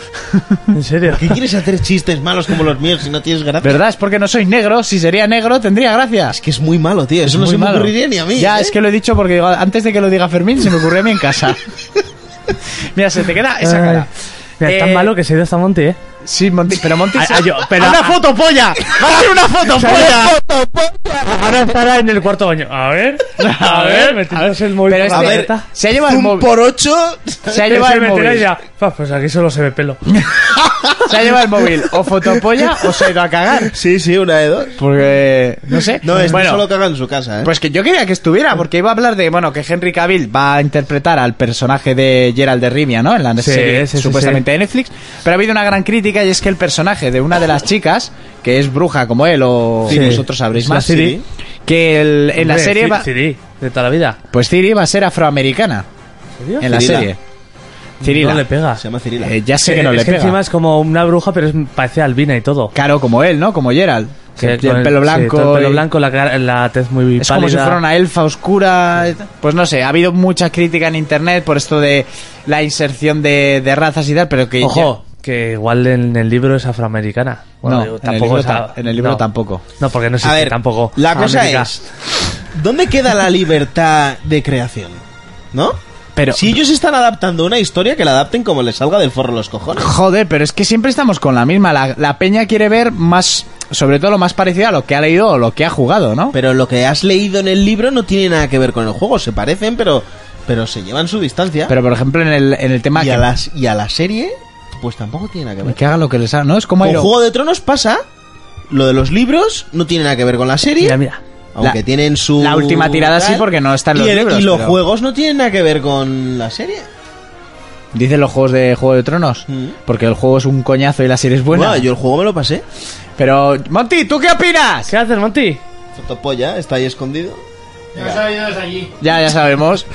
Speaker 8: ¿En serio?
Speaker 7: ¿Qué quieres hacer chistes malos como los míos si no tienes gracia?
Speaker 4: ¿Verdad? Es porque no soy negro. Si sería negro, tendría gracia.
Speaker 7: Es que es muy malo, tío. Eso no
Speaker 4: Muy
Speaker 7: se me
Speaker 4: malo.
Speaker 7: ocurriría ni a mí.
Speaker 4: Ya,
Speaker 7: ¿eh?
Speaker 4: es que lo he dicho porque digo, antes de que lo diga Fermín, se me ocurrió a mí en casa. Mira, se te queda esa cara.
Speaker 8: Mira, es
Speaker 4: Eh,
Speaker 8: tan malo que se ha ido hasta Monty, ¿eh?
Speaker 4: Sí, Monti, pero Monti.
Speaker 8: Ah, ah, yo- pero-
Speaker 4: ¡Una
Speaker 8: ah,
Speaker 4: foto, polla! ¡Va a hacer una foto, polla!
Speaker 8: Ahora estará en el cuarto baño. A ver, a ver, me tiras el móvil
Speaker 4: Pero
Speaker 8: por la
Speaker 4: este-
Speaker 7: ver,
Speaker 8: ventana.
Speaker 4: Se ha llevado el
Speaker 7: Un
Speaker 4: móvil.
Speaker 7: por ocho.
Speaker 4: Se ha
Speaker 8: Pero
Speaker 4: llevado
Speaker 8: se
Speaker 4: el
Speaker 8: me tira y
Speaker 4: móvil.
Speaker 8: ya, "Fa, Pues aquí solo se ve pelo.
Speaker 4: Se ha llevado el móvil. O fotopolla o se ha ido a cagar.
Speaker 7: Sí, sí, una de dos.
Speaker 4: Porque. No sé.
Speaker 7: No, este
Speaker 4: bueno,
Speaker 7: solo caga en su casa, ¿eh?
Speaker 4: Pues que yo quería que estuviera, porque iba a hablar de, bueno, que Henry Cavill va a interpretar al personaje de Gerald de Rivia, ¿no? En la
Speaker 8: Sí,
Speaker 4: serie
Speaker 8: sí, sí,
Speaker 4: supuestamente de Netflix. Pero ha habido una gran crítica y es que el personaje de una de las chicas, que es bruja como él, o
Speaker 8: Sí.
Speaker 4: vosotros sabréis
Speaker 8: La
Speaker 4: más,
Speaker 8: Ciri.
Speaker 4: que el- en la
Speaker 8: Hombre,
Speaker 4: serie
Speaker 8: Ci-
Speaker 4: va...
Speaker 8: Ciri, de toda la vida.
Speaker 4: Pues Ciri va a ser afroamericana.
Speaker 8: serio?
Speaker 4: En la
Speaker 7: Cirila.
Speaker 4: serie. Cirila.
Speaker 8: No le pega.
Speaker 7: Se llama Cirila.
Speaker 4: Eh, ya sé que no
Speaker 8: es
Speaker 4: le
Speaker 8: que
Speaker 4: pega.
Speaker 8: encima es como una bruja, pero es, parece albina y todo.
Speaker 4: Claro, como él, ¿no? Como Gerald.
Speaker 8: Sí,
Speaker 4: Que
Speaker 8: con
Speaker 4: el pelo
Speaker 8: sí,
Speaker 4: blanco.
Speaker 8: todo el pelo
Speaker 4: y-
Speaker 8: blanco, la, cara- la tez muy
Speaker 4: Es
Speaker 8: pálida.
Speaker 4: como si fuera una elfa oscura. Pues no sé, ha habido mucha crítica en internet por esto de la inserción de, de razas y tal, pero que.
Speaker 8: Ojo, que igual en el libro es afroamericana. Bueno,
Speaker 4: No,
Speaker 8: digo,
Speaker 4: en el libro
Speaker 8: es a-
Speaker 4: ta- en el libro
Speaker 8: no.
Speaker 4: tampoco.
Speaker 8: No, porque no
Speaker 7: A
Speaker 8: existe
Speaker 7: ver,
Speaker 8: tampoco.
Speaker 7: la cosa
Speaker 8: América.
Speaker 7: es, ¿dónde queda la libertad de creación? ¿No?
Speaker 4: Pero-
Speaker 7: si ellos están adaptando una historia, que la adapten como les salga del forro los cojones.
Speaker 4: ya- Joder, pero es que siempre estamos con la misma. La, la peña quiere ver más. Sobre todo lo más parecido a lo que ha leído o lo que ha jugado, ¿no?
Speaker 7: Pero lo que has leído en el libro no tiene nada que ver con el juego. Se parecen, pero, pero se llevan su distancia.
Speaker 4: Pero por ejemplo, en el, en el tema.
Speaker 7: y,
Speaker 4: que,
Speaker 7: a las, y a la serie, pues tampoco tiene nada que ver.
Speaker 4: que hagan lo que les hagan, ¿no? Es como
Speaker 7: Con
Speaker 4: Iron-
Speaker 7: Juego de Tronos pasa. Lo de los libros no tiene nada que ver con la serie.
Speaker 8: Mira, mira.
Speaker 7: Aunque
Speaker 4: La-
Speaker 7: tienen su.
Speaker 4: la última tirada sí, porque no está en
Speaker 7: Y
Speaker 4: los
Speaker 7: el-
Speaker 4: libros,
Speaker 7: Y los
Speaker 4: pero-
Speaker 7: juegos no tienen nada que ver con la serie.
Speaker 4: Dicen los juegos de Juego de Tronos.
Speaker 7: Mm.
Speaker 4: Porque el juego es un coñazo y la serie es buena.
Speaker 7: Bueno, yo el juego me lo pasé.
Speaker 4: Pero, Monty, ¿tú qué opinas?
Speaker 8: ¿Qué haces, Monty?
Speaker 7: Fotopolla, está ahí escondido.
Speaker 4: Ya, ya sabemos.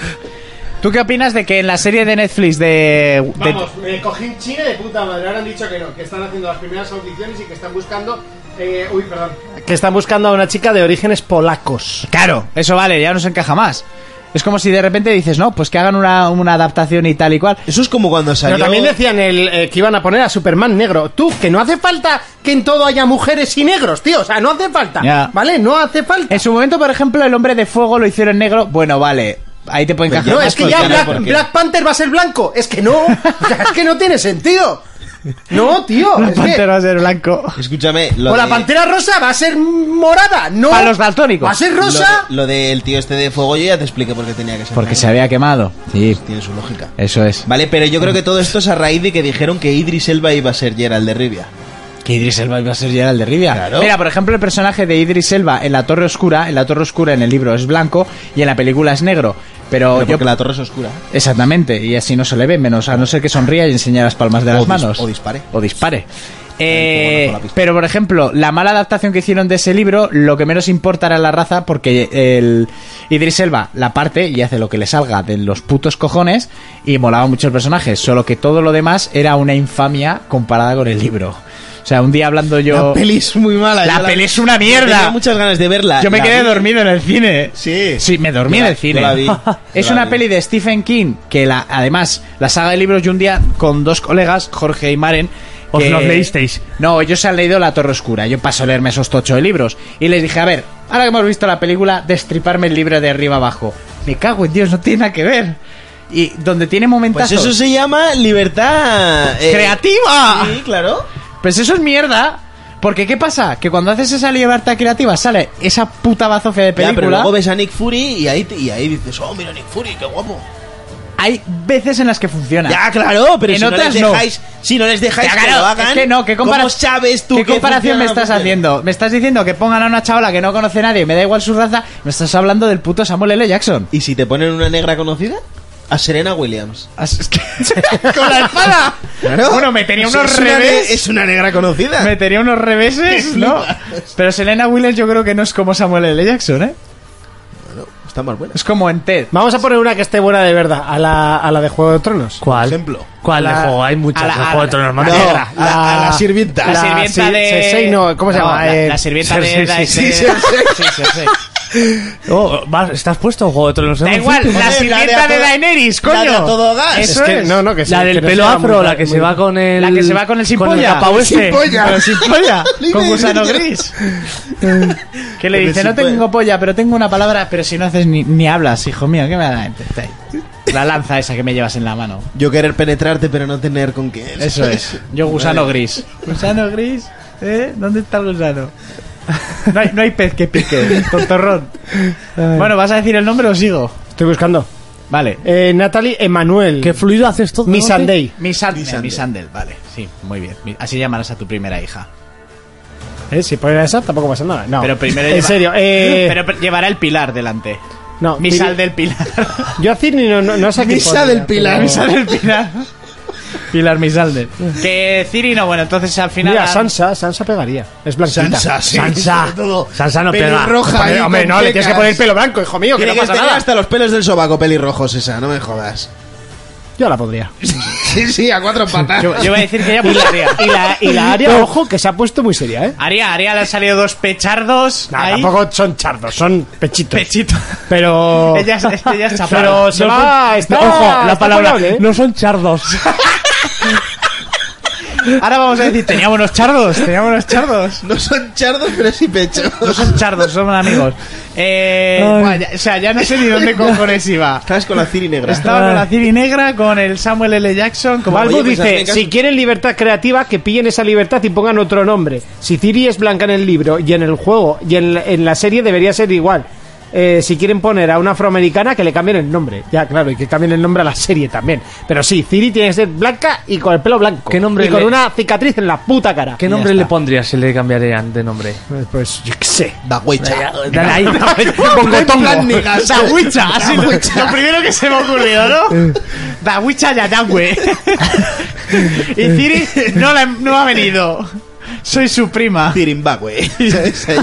Speaker 4: ¿Tú qué opinas de que en la serie de Netflix de... de-
Speaker 5: Vamos, me cogí en China de puta madre. Ahora han dicho que no, que están haciendo las primeras audiciones y que están buscando. eh, uy, perdón. Que están buscando a una chica de orígenes polacos.
Speaker 4: Claro, eso vale, ya nos encaja más. Es como si de repente dices, no, pues que hagan una, una adaptación y tal y cual.
Speaker 7: Eso es como cuando
Speaker 5: Pero
Speaker 7: salió.
Speaker 5: también decían el, eh, que iban a poner a Superman negro. Tú, que no hace falta que en todo haya mujeres y negros, tío. O sea, no hace falta.
Speaker 4: Ya. Eh,
Speaker 5: ¿Vale? No hace falta.
Speaker 4: En su momento, por ejemplo, el hombre de fuego lo hicieron negro. Bueno, vale, ahí te puede encajar.
Speaker 5: No,
Speaker 4: más
Speaker 5: es que
Speaker 4: porque
Speaker 5: Pues ya
Speaker 4: no-
Speaker 5: Black,
Speaker 7: ¿por qué?
Speaker 5: Black Panther va a ser blanco. Es que no. O sea, es que no tiene sentido. No, tío.
Speaker 4: Black
Speaker 5: es que-
Speaker 4: Panther va a ser blanco.
Speaker 7: Escúchame. Lo
Speaker 5: O la
Speaker 7: de-
Speaker 5: pantera rosa va a ser morada. No.
Speaker 4: Para los daltónicos.
Speaker 5: Va a ser
Speaker 7: lo de-
Speaker 5: rosa.
Speaker 7: Lo, del tío este de fuego, yo ya te expliqué por qué tenía que ser.
Speaker 4: Porque
Speaker 7: negro.
Speaker 4: se había quemado. Sí,
Speaker 7: Tiene su lógica.
Speaker 4: eso es.
Speaker 7: Vale, pero yo creo que todo esto es a raíz de que dijeron que Idris Elba iba a ser Gerald de Rivia.
Speaker 4: Que Idris Elba iba a ser Gerald de Rivia.
Speaker 7: Claro.
Speaker 4: Mira, por ejemplo, el personaje de Idris Elba en La Torre Oscura, en La Torre Oscura en el libro es blanco y en la película es negro. Pero,
Speaker 7: Pero
Speaker 4: yo...
Speaker 7: porque la torre es oscura.
Speaker 4: Exactamente, y así no se le ve, menos a no ser que sonría y enseñe las palmas de
Speaker 7: O
Speaker 4: las
Speaker 7: dis-
Speaker 4: manos.
Speaker 7: o dispare.
Speaker 4: O dispare. Eh,
Speaker 7: Como no, con la pistola.
Speaker 4: pero por ejemplo, la mala adaptación que hicieron de ese libro, lo que menos importa era la raza, porque el Idris Elba la parte y hace lo que le salga de los putos cojones y molaba mucho el personaje, solo que todo lo demás era una infamia comparada con el libro. O sea, un día hablando yo...
Speaker 7: La peli es muy mala.
Speaker 4: La
Speaker 7: yo
Speaker 4: peli es una mierda.
Speaker 7: Tenía muchas ganas de verla.
Speaker 4: Yo me
Speaker 7: La
Speaker 4: quedé
Speaker 7: vi.
Speaker 4: dormido en el cine.
Speaker 7: Sí.
Speaker 4: Sí, me dormí
Speaker 7: Yo
Speaker 4: en
Speaker 7: la-
Speaker 4: el cine.
Speaker 7: yo la vi,
Speaker 4: es
Speaker 7: yo la
Speaker 4: una
Speaker 7: vi.
Speaker 4: peli de Stephen King que la, además la saga de libros yo un día con dos colegas, Jorge y Maren,
Speaker 8: Os
Speaker 4: que-
Speaker 8: los leísteis.
Speaker 4: No, ellos se han leído La Torre Oscura. Yo paso a leerme esos tocho de libros y les dije, a ver, ahora que hemos visto la película, destriparme el libro de arriba abajo. Me cago en Dios, no tiene nada que ver. Y donde tiene
Speaker 7: Pues
Speaker 4: momentazos
Speaker 7: eso se llama libertad. eh,
Speaker 4: creativa.
Speaker 7: Sí, claro.
Speaker 4: Pues eso es mierda. Porque ¿qué pasa? Que cuando haces esa libertad creativa sale esa puta bazofia de
Speaker 7: Ya,
Speaker 4: película.
Speaker 7: pero luego ves a Nick Fury y ahí, te- y ahí dices, oh, mira Nick Fury, qué guapo.
Speaker 4: Hay veces en las que funciona.
Speaker 7: Ya, claro, pero
Speaker 4: En
Speaker 7: si,
Speaker 4: otras
Speaker 7: no les
Speaker 4: no.
Speaker 7: dejáis, si no les dejáis
Speaker 4: Ya,
Speaker 7: que
Speaker 4: claro,
Speaker 7: lo hagan,
Speaker 4: es que no, ¿qué, compara-
Speaker 7: ¿cómo sabes tú
Speaker 4: qué
Speaker 7: que
Speaker 4: comparación
Speaker 7: funciona
Speaker 4: me
Speaker 7: o no
Speaker 4: estás
Speaker 7: funciona?
Speaker 4: haciendo? Me estás diciendo que pongan a una chavala que no conoce a nadie, me da igual su raza, me estás hablando del puto Samuel L. Jackson.
Speaker 7: ¿Y si te ponen una negra conocida? A Serena Williams.
Speaker 4: As- ¡Con la espada! Bueno, me tenía
Speaker 7: Es-
Speaker 4: unos
Speaker 7: es una ne-
Speaker 4: revés.
Speaker 7: es una negra conocida.
Speaker 4: Me tenía unos reveses, ¿no? Pero Selena Williams yo creo que no es como Samuel L. Jackson, ¿eh?
Speaker 7: Está más buena.
Speaker 4: Es como en TED.
Speaker 5: Vamos a poner una que esté buena de verdad, a la, a la de Juego de Tronos.
Speaker 8: ¿Cuál?
Speaker 7: ejemplo.
Speaker 8: ¿Cuál de juego? Hay
Speaker 4: a
Speaker 8: muchas.
Speaker 4: la-
Speaker 8: de
Speaker 4: a
Speaker 8: juego
Speaker 4: la-
Speaker 8: de tronos
Speaker 7: No,
Speaker 8: más.
Speaker 7: a, la, a la sirvienta.
Speaker 4: La sirvienta
Speaker 5: Cer-
Speaker 4: de.
Speaker 5: Cersei, no, ¿cómo se llama?
Speaker 4: la-
Speaker 5: Eh,
Speaker 4: La sirvienta de.
Speaker 8: Cersei,
Speaker 4: de-
Speaker 8: sí,
Speaker 4: de-
Speaker 8: sí,
Speaker 4: sí, Cersei.
Speaker 8: Oh, vas- ¿Estás puesto en juego de tronos?
Speaker 4: Da
Speaker 8: ¿eh?
Speaker 4: igual, la
Speaker 7: Joder, la de a
Speaker 4: sirvienta de
Speaker 7: todo-
Speaker 4: Daenerys,
Speaker 7: la de a
Speaker 4: coño.
Speaker 7: todo gas.
Speaker 4: Eso
Speaker 5: Es que-
Speaker 4: es.
Speaker 5: no, no, que sí,
Speaker 8: La
Speaker 5: que
Speaker 8: del
Speaker 5: no
Speaker 8: pelo
Speaker 5: sea
Speaker 8: afro,
Speaker 5: muy-
Speaker 8: la que
Speaker 5: muy-
Speaker 8: se va con el.
Speaker 4: La que se va con el sin
Speaker 8: Con el
Speaker 4: polla.
Speaker 8: capao este.
Speaker 4: Con el sin polla. Con gusano gris. que le
Speaker 7: Con el
Speaker 4: dice,
Speaker 7: sin
Speaker 4: no tengo polla, pero tengo una palabra, pero si no haces ni, ni hablas, hijo mío, ¿qué me da? La lanza esa que me llevas en la mano.
Speaker 7: Yo querer penetrarte, pero no tener con qué.
Speaker 4: Eso es. Yo gusano gris. ¿Gusano gris? ¿Eh? ¿Dónde está el gusano? No hay, no hay pez que pique, tontorrón. Bueno, ¿vas a decir el nombre o sigo?
Speaker 5: Estoy buscando.
Speaker 4: Vale.
Speaker 5: Eh, Natalie Emanuel.
Speaker 8: ¿Qué fluido haces todo?
Speaker 5: Mi
Speaker 8: no?
Speaker 5: Sunday.
Speaker 4: Miss Sandel, Miss Sandel, vale. Sí, muy bien. Mi- Así llamarás a tu primera hija.
Speaker 5: Eh, si ponen esa tampoco pasa nada. No.
Speaker 4: Pero primero
Speaker 5: En
Speaker 4: lleva-
Speaker 5: serio, eh,
Speaker 4: Pero pre- llevará el pilar delante.
Speaker 5: no,
Speaker 4: Misa
Speaker 5: Pili-
Speaker 4: del Pilar.
Speaker 5: Yo a Cirni no, no, no sé a quién
Speaker 7: Misa
Speaker 5: pondría,
Speaker 7: del Pilar.
Speaker 5: pero-
Speaker 4: Misa del Pilar. Pilar Misalde. Que Ciri no, bueno, entonces al final.
Speaker 5: Mira, Sansa, Sansa pegaría. Es blanquita.
Speaker 7: Sansa, sí,
Speaker 8: Sansa.
Speaker 7: sobre todo.
Speaker 8: Sansa no pega.
Speaker 7: Pelirroja
Speaker 5: Hombre,
Speaker 7: ahí con
Speaker 5: hombre, no, le tienes
Speaker 7: pecas.
Speaker 5: que poner pelo blanco, hijo mío, que
Speaker 7: Tiene
Speaker 5: no
Speaker 7: que
Speaker 5: pasa
Speaker 7: tener
Speaker 5: nada.
Speaker 7: hasta los pelos del sobaco pelirrojos esa, no me jodas.
Speaker 5: Yo la podría.
Speaker 7: Sí, sí, a cuatro patas.
Speaker 4: Yo, yo voy a decir que ella pues, haría.
Speaker 5: Y la, y la Aria, ojo, que se ha puesto muy seria, ¿eh?
Speaker 4: Haría, haría, le han salido dos pechardos.
Speaker 5: No,
Speaker 4: ahí.
Speaker 5: tampoco son chardos, son pechitos.
Speaker 4: Pechito.
Speaker 5: Pero.
Speaker 4: Ella es, es que ella es chaparra.
Speaker 5: Pero se
Speaker 4: No,
Speaker 5: va. está-
Speaker 8: Ojo, la
Speaker 5: está
Speaker 8: palabra.
Speaker 5: potable, ¿eh?
Speaker 8: No son chardos.
Speaker 4: Ahora vamos a decir, teníamos unos chardos, teníamos unos chardos.
Speaker 7: No son chardos, pero sí pechos.
Speaker 4: No son chardos, son amigos. Eh, buah, ya- o sea, ya no sé ni dónde cojones iba.
Speaker 7: Estás con la ciri negra.
Speaker 4: Estaba con la Ciri Negra, con el Samuel L. Jackson, como
Speaker 5: Balbu
Speaker 7: Oye, pues
Speaker 5: dice,
Speaker 7: hazme caso.
Speaker 5: si quieren libertad creativa, que pillen esa libertad y pongan otro nombre. Si Ciri es blanca en el libro y en el juego y en, la- en la serie debería ser igual. Eh, si quieren poner a una afroamericana, que le cambien el nombre. Ya, claro, y que cambien el nombre a la serie también. Pero sí, Ciri tiene que ser blanca y con el pelo blanco.
Speaker 8: ¿Qué nombre
Speaker 5: y con
Speaker 8: le-
Speaker 5: una cicatriz en la puta cara.
Speaker 8: ¿Qué nombre le pondrías si le cambiarían de nombre?
Speaker 5: Eh, Pues yo qué sé.
Speaker 7: Da huecha.
Speaker 8: Dale ahí.
Speaker 4: Da Huicha, ha sido lo primero que se me ha ocurrido, ¿no? Da Huicha Yayagüe. Y Ciri no, la- no ha venido. Soy su prima.
Speaker 7: Cirimbabue. ¿Sabes? Ahí.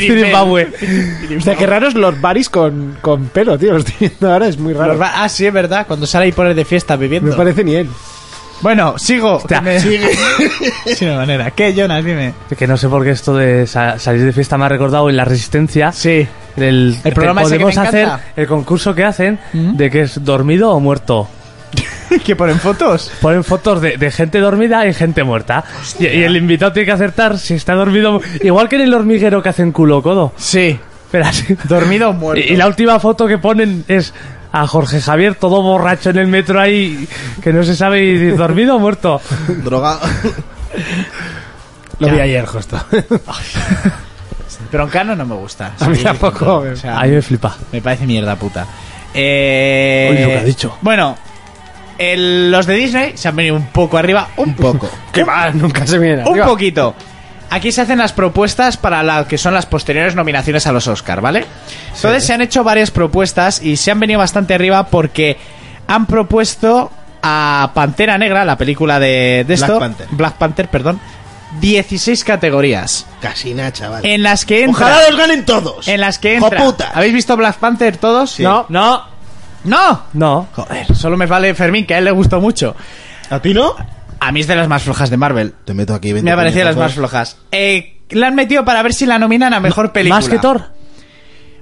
Speaker 4: Zimbabue.
Speaker 5: O sea, qué raros los baris con, con pelo, tío. Lo estoy viendo ahora, es muy raro.
Speaker 4: Ah, sí, es verdad. Cuando sale y pones de fiesta
Speaker 5: Me
Speaker 4: bebiendo.
Speaker 5: parece ni él.
Speaker 4: Bueno, sigo. Me- Sí, de manera. ¿Qué, Jonas? Dime.
Speaker 8: Que no sé por qué esto de sa- salir de fiesta me ha recordado en la resistencia.
Speaker 4: Sí.
Speaker 8: El,
Speaker 4: El programa ese que
Speaker 8: podemos
Speaker 4: me
Speaker 8: hacer
Speaker 4: encanta.
Speaker 8: el concurso que hacen de que es dormido o muerto.
Speaker 4: ¿Que ponen fotos?
Speaker 8: Ponen fotos de, de gente dormida y gente muerta. Y, y el invitado tiene que acertar si está dormido. Igual que en el hormiguero que hacen culo o codo.
Speaker 4: Sí.
Speaker 8: Pero así.
Speaker 4: Dormido o muerto.
Speaker 8: Y, y la última foto que ponen es a Jorge Javier todo borracho en el metro ahí que no se sabe si dormido o muerto.
Speaker 7: Droga.
Speaker 5: Lo vi ayer, justo.
Speaker 4: Broncano no me gusta.
Speaker 5: A mí tampoco.
Speaker 4: O sea,
Speaker 8: Ahí me flipa.
Speaker 4: Me parece mierda puta. Eh,
Speaker 8: Uy, lo que ha dicho.
Speaker 4: Bueno, el- los de Disney se han venido un poco arriba. Un poco.
Speaker 5: ¿Qué va? Nunca se viene.
Speaker 8: Oh.
Speaker 4: un poquito. Aquí se hacen las propuestas para lo que son las posteriores nominaciones a los Oscar, ¿vale? Entonces se han hecho varias propuestas y se han venido bastante arriba porque han propuesto a Pantera Negra, la película de, de
Speaker 7: Black
Speaker 4: esto,
Speaker 7: Panther.
Speaker 4: Black Panther, perdón, 16 categorías
Speaker 7: Casi nada, chaval.
Speaker 4: en las que entra
Speaker 7: Ojalá los ganen todos.
Speaker 4: en las que entra.
Speaker 7: Joputa.
Speaker 4: ¿Habéis visto Black Panther todos?
Speaker 7: Sí.
Speaker 4: No, no, no.
Speaker 8: No.
Speaker 4: Joder, solo me vale Fermín, que a él le gustó mucho.
Speaker 7: ¿A ti no?
Speaker 4: A mí es de las más flojas de Marvel.
Speaker 7: Te meto aquí.
Speaker 4: Me ha parecido de las más flojas. Eh, la han metido para ver si la nominan a mejor película.
Speaker 8: Más que Thor.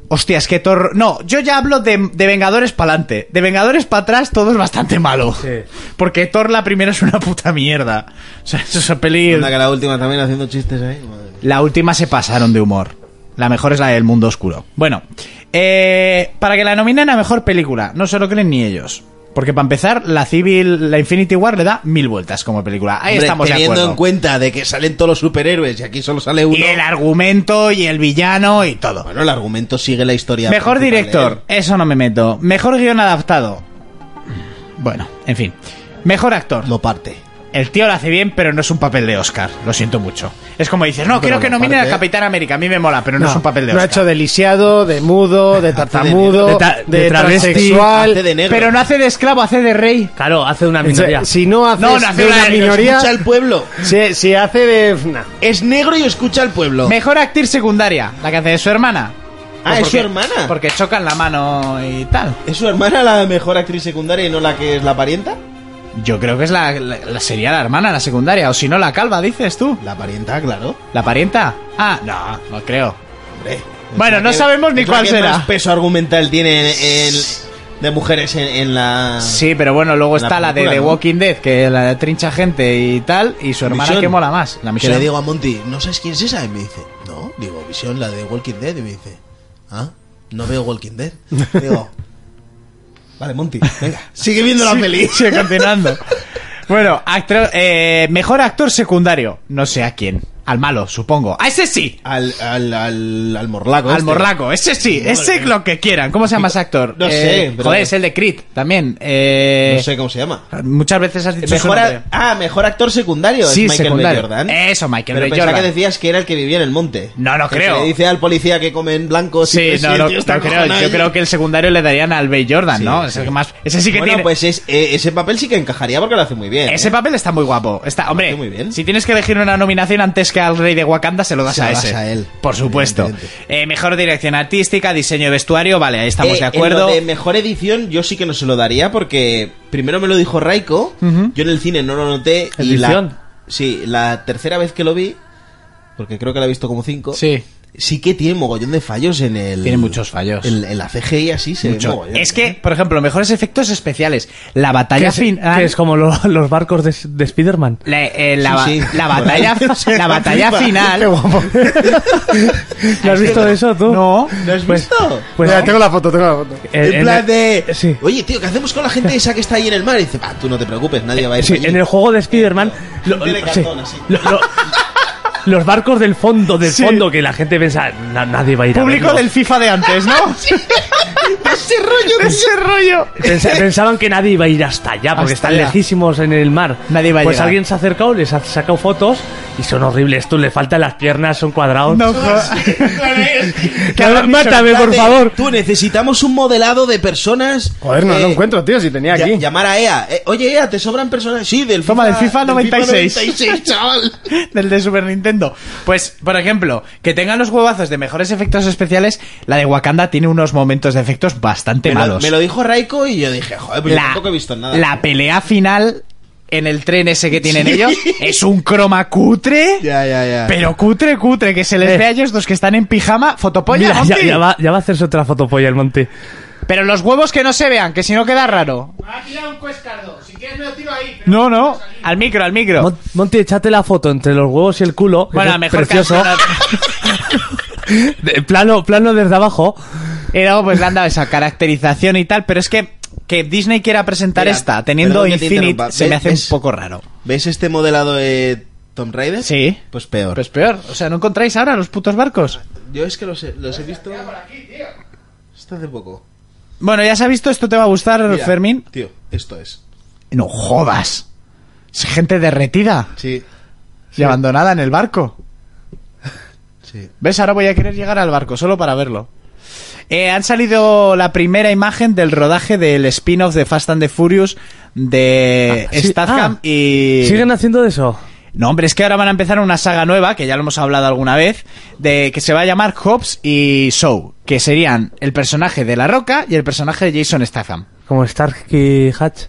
Speaker 4: Hostia, es que Thor. No, yo ya hablo de, de Vengadores para adelante. De Vengadores para atrás todo es bastante malo.
Speaker 8: Sí.
Speaker 4: Porque Thor la primera es una puta mierda. O sea, es esa peli.
Speaker 7: Anda que la última también haciendo chistes ahí. madre mía.
Speaker 4: La última se pasaron de humor. La mejor es la del mundo oscuro. Bueno, eh, para que la nominen a mejor película, no se lo creen ni ellos. Porque para empezar, la Civil, la Infinity War le da mil vueltas como película. Ahí
Speaker 7: Hombre,
Speaker 4: estamos de
Speaker 7: teniendo
Speaker 4: acuerdo.
Speaker 7: en cuenta de que salen todos los superhéroes y aquí solo sale uno.
Speaker 4: y el argumento y el villano y todo.
Speaker 7: Bueno, el argumento sigue la historia.
Speaker 4: Mejor
Speaker 7: principal, ¿eh?
Speaker 4: director, eso no me meto. Mejor guión adaptado. Bueno, en fin. Mejor actor.
Speaker 7: ¿eh? Lo parte.
Speaker 4: El tío lo hace bien, pero no es un papel de Oscar. Lo siento mucho. Es como dices, no, quiero
Speaker 7: lo
Speaker 4: que nominen
Speaker 7: parte-
Speaker 4: al Capitán América. A mí me mola, pero no, es un papel de
Speaker 5: no
Speaker 4: Oscar.
Speaker 5: ha hecho de lisiado, de mudo, de tartamudo, de,
Speaker 8: De ta- de travesti,
Speaker 5: transexual.
Speaker 7: hace de negro.
Speaker 4: Pero no hace de esclavo, hace de rey.
Speaker 8: Claro, hace una
Speaker 5: O sea,
Speaker 8: minoría.
Speaker 5: si no hace
Speaker 4: No, no hace
Speaker 5: de una
Speaker 4: una-
Speaker 5: minoría,
Speaker 7: Escucha al pueblo.
Speaker 5: si, si hace de... nah.
Speaker 7: Es negro y escucha al pueblo.
Speaker 4: Mejor actriz secundaria, la que hace de su hermana.
Speaker 7: Ah,
Speaker 4: Pues
Speaker 7: es su
Speaker 4: porque-
Speaker 7: hermana.
Speaker 4: Porque chocan la mano y tal.
Speaker 7: ¿Es su hermana la mejor actriz secundaria y no la que es la parienta?
Speaker 4: Yo creo que es la, la- la- sería la hermana, la secundaria. O si no, la calva, dices tú.
Speaker 7: La parienta, claro.
Speaker 4: ¿La parienta? Ah, no, no creo.
Speaker 7: Hombre.
Speaker 4: Bueno,
Speaker 7: Es
Speaker 4: no
Speaker 7: la que-
Speaker 4: sabemos ni
Speaker 7: es la
Speaker 4: cuál
Speaker 7: que
Speaker 4: será.
Speaker 7: más peso argumental tiene en- en- de mujeres en, en la.
Speaker 4: Sí, pero bueno, luego
Speaker 7: La
Speaker 4: está la de
Speaker 7: película,
Speaker 4: The
Speaker 7: ¿no?
Speaker 4: Walking Dead, que la de trincha gente y tal, y su hermana
Speaker 7: Michonne.
Speaker 4: que mola más. La
Speaker 7: Que
Speaker 4: misión.
Speaker 7: le digo a Monty, ¿no sabes quién es esa? Y me dice, no, digo, Visión, la de Walking Dead. Y me dice, ah, no veo Walking Dead. Digo, vale, Monty, venga, sigue viendo la peli.
Speaker 4: Sigue continuando. bueno, actor- eh, mejor actor secundario. No sé a quién. Al malo, supongo. ¡A ese sí!
Speaker 7: Al, al, al, al morlaco.
Speaker 4: Al
Speaker 7: este.
Speaker 4: morlaco, ese sí, ese lo que quieran. ¿Cómo se llama ese actor? Eh,
Speaker 7: No sé, pero-
Speaker 4: Joder, es el de Creed también. Eh,
Speaker 7: No sé cómo se llama.
Speaker 4: Muchas veces has dicho su
Speaker 7: Mejor,
Speaker 4: nombre.
Speaker 7: a- ah, mejor actor secundario
Speaker 4: Sí,
Speaker 7: es Michael B.
Speaker 4: secundario.
Speaker 7: Jordan.
Speaker 4: Eso, Michael
Speaker 7: Pero
Speaker 4: B.
Speaker 7: pensaba
Speaker 4: Jordan.
Speaker 7: que decías que era el que vivía en el monte.
Speaker 4: No, no
Speaker 7: Que
Speaker 4: creo.
Speaker 7: se Le dice al policía que comen blancos. y
Speaker 4: Sí,
Speaker 7: pues,
Speaker 4: no,
Speaker 7: el
Speaker 4: no,
Speaker 7: tío está
Speaker 4: no creo.
Speaker 7: acojonado
Speaker 4: Yo
Speaker 7: y-
Speaker 4: creo que el secundario le darían al Bay Jordan,
Speaker 7: Sí,
Speaker 4: ¿no?
Speaker 7: sí.
Speaker 4: Es el que más. Ese sí que
Speaker 7: Bueno,
Speaker 4: tiene.
Speaker 7: pues es- eh, ese papel sí que encajaría porque lo hace muy bien.
Speaker 4: Ese
Speaker 7: ¿eh?
Speaker 4: papel está muy guapo. Está, hombre,
Speaker 7: muy bien.
Speaker 4: si tienes que elegir una nominación antes que al rey de Wakanda, se lo das
Speaker 7: Se
Speaker 4: a
Speaker 7: lo das
Speaker 4: ese.
Speaker 7: a él,
Speaker 4: Por supuesto.
Speaker 7: evidentemente.
Speaker 4: Eh, mejor dirección artística, diseño de vestuario, vale, ahí estamos
Speaker 7: Eh,
Speaker 4: de
Speaker 7: en
Speaker 4: acuerdo.
Speaker 7: lo de mejor edición, yo sí que no se lo daría porque primero me lo dijo Raiko. Yo en el cine no lo noté. Y
Speaker 8: Edición.
Speaker 7: la, sí, la tercera vez que lo vi, porque creo que la he visto como cinco.
Speaker 4: Sí.
Speaker 7: Sí que tiene mogollón de fallos en el.
Speaker 4: Tiene muchos fallos.
Speaker 7: En, en la CGI así se ve
Speaker 4: Mucho.
Speaker 7: mogollón,
Speaker 4: Es que,
Speaker 7: ¿eh?
Speaker 4: por ejemplo, mejores efectos especiales. La batalla
Speaker 8: es,
Speaker 4: final.
Speaker 8: que es como lo- los barcos de, de Spider-Man.
Speaker 4: La, eh, la, ba-
Speaker 7: Sí, sí.
Speaker 4: la
Speaker 7: Por ahí.
Speaker 4: batalla,
Speaker 7: O sea,
Speaker 4: la batalla
Speaker 7: flipa. Qué
Speaker 4: final.
Speaker 7: guapo.
Speaker 8: ¿Lo has visto de eso tú?
Speaker 4: No.
Speaker 7: ¿Lo has
Speaker 8: Pues-
Speaker 7: visto?
Speaker 8: Pues
Speaker 5: Mira, tengo la foto, tengo la foto.
Speaker 8: en-
Speaker 7: en
Speaker 8: en-
Speaker 7: plan de.
Speaker 8: sí.
Speaker 7: Oye, tío, ¿qué hacemos con la gente esa que está ahí en el mar? Y dice, "Bah, tú no te preocupes, nadie va a ir.
Speaker 8: Sí,
Speaker 7: allí".
Speaker 8: en el juego de Spider-Man. lo-
Speaker 7: Gente de
Speaker 8: sí,
Speaker 7: cartón, así.
Speaker 8: lo- lo- los barcos del fondo, del fondo, que la gente piensa, "Na- nadie va a ir a
Speaker 4: Público
Speaker 8: verlo".
Speaker 4: del FIFA de antes, ¿no?
Speaker 7: ese rollo de
Speaker 4: Ese rollo.
Speaker 8: Pensa- pensaban que nadie iba a ir hasta allá porque
Speaker 4: Hasta
Speaker 8: están
Speaker 4: allá.
Speaker 8: lejísimos en el mar.
Speaker 4: Nadie va a
Speaker 8: pues
Speaker 4: llegar.
Speaker 8: alguien se ha acercado, les ha sacado fotos y son horribles. Tú le faltan las piernas, son cuadrados.
Speaker 4: No, joder.
Speaker 8: Que habrán dicho, Mátame, por
Speaker 7: Espérate,
Speaker 8: favor.
Speaker 7: Tú necesitamos un modelado de personas.
Speaker 5: Joder, no
Speaker 7: eh,
Speaker 5: lo encuentro, tío, si tenía
Speaker 7: ll-
Speaker 5: aquí.
Speaker 7: llamar a EA. Eh, oye, EA, ¿te sobran personas? Sí, del
Speaker 4: Toma, del FIFA 96.
Speaker 7: 96, chaval.
Speaker 4: del de Super Nintendo. Pues, por ejemplo, que tengan los huevazos de mejores efectos especiales, la de Wakanda tiene unos momentos de efectos bastante
Speaker 7: Me lo,
Speaker 4: malos.
Speaker 7: me lo dijo Raiko y yo dije, joder, pues yo tampoco he visto nada.
Speaker 4: la pelea final en el tren ese que tienen ellos es un croma cutre.
Speaker 7: Ya, ya, ya.
Speaker 4: Pero cutre, cutre, que se les
Speaker 8: Eh.
Speaker 4: ve a ellos dos que están en pijama, fotopolla,
Speaker 8: Mira, ya,
Speaker 4: Monty.
Speaker 8: ya va, ya va a hacerse otra fotopolla el Monty.
Speaker 4: Pero los huevos que no se vean, que si no queda raro. No, no, al micro, al micro.
Speaker 8: Mon- Monty, échate la foto entre los huevos y el culo. que
Speaker 4: bueno,
Speaker 8: es
Speaker 4: a lo mejor
Speaker 8: precioso. De- Eh, plano, plano desde abajo.
Speaker 4: Y luego pues le han dado esa caracterización y tal, pero es que que Disney quiera presentar
Speaker 7: Mira,
Speaker 4: esta teniendo
Speaker 7: perdón que te
Speaker 4: Infinite
Speaker 7: interrumpa.
Speaker 4: se me
Speaker 7: ¿Ves-
Speaker 4: hace un
Speaker 7: ves?
Speaker 4: poco raro.
Speaker 7: ¿Ves este modelado de Tomb Raider?
Speaker 4: Sí.
Speaker 7: Pues peor.
Speaker 4: Pues peor, o sea, ¿no encontráis ahora los putos barcos?
Speaker 7: Yo es que los he, los he visto. Hasta hace poco.
Speaker 4: Bueno, ya se ha visto, esto te va a gustar,
Speaker 7: Mira,
Speaker 4: Fermín.
Speaker 7: Tío, esto es.
Speaker 4: No jodas. Es gente derretida
Speaker 7: Sí,
Speaker 4: y abandonada en el barco.
Speaker 7: sí.
Speaker 4: ¿Ves? Ahora voy a querer llegar al barco, solo para verlo. Eh, han salido la primera imagen del rodaje del spin-off de Fast and the Furious de
Speaker 8: Ah, sí,
Speaker 4: Statham
Speaker 8: ah,
Speaker 4: y...
Speaker 8: ¿Siguen haciendo eso?
Speaker 4: No, hombre, es que ahora van a empezar una saga nueva, que ya lo hemos hablado alguna vez, de que se va a llamar Hobbs y Shaw, que serían el personaje de La Roca y el personaje de Jason Statham.
Speaker 8: Como Starsky Hatch.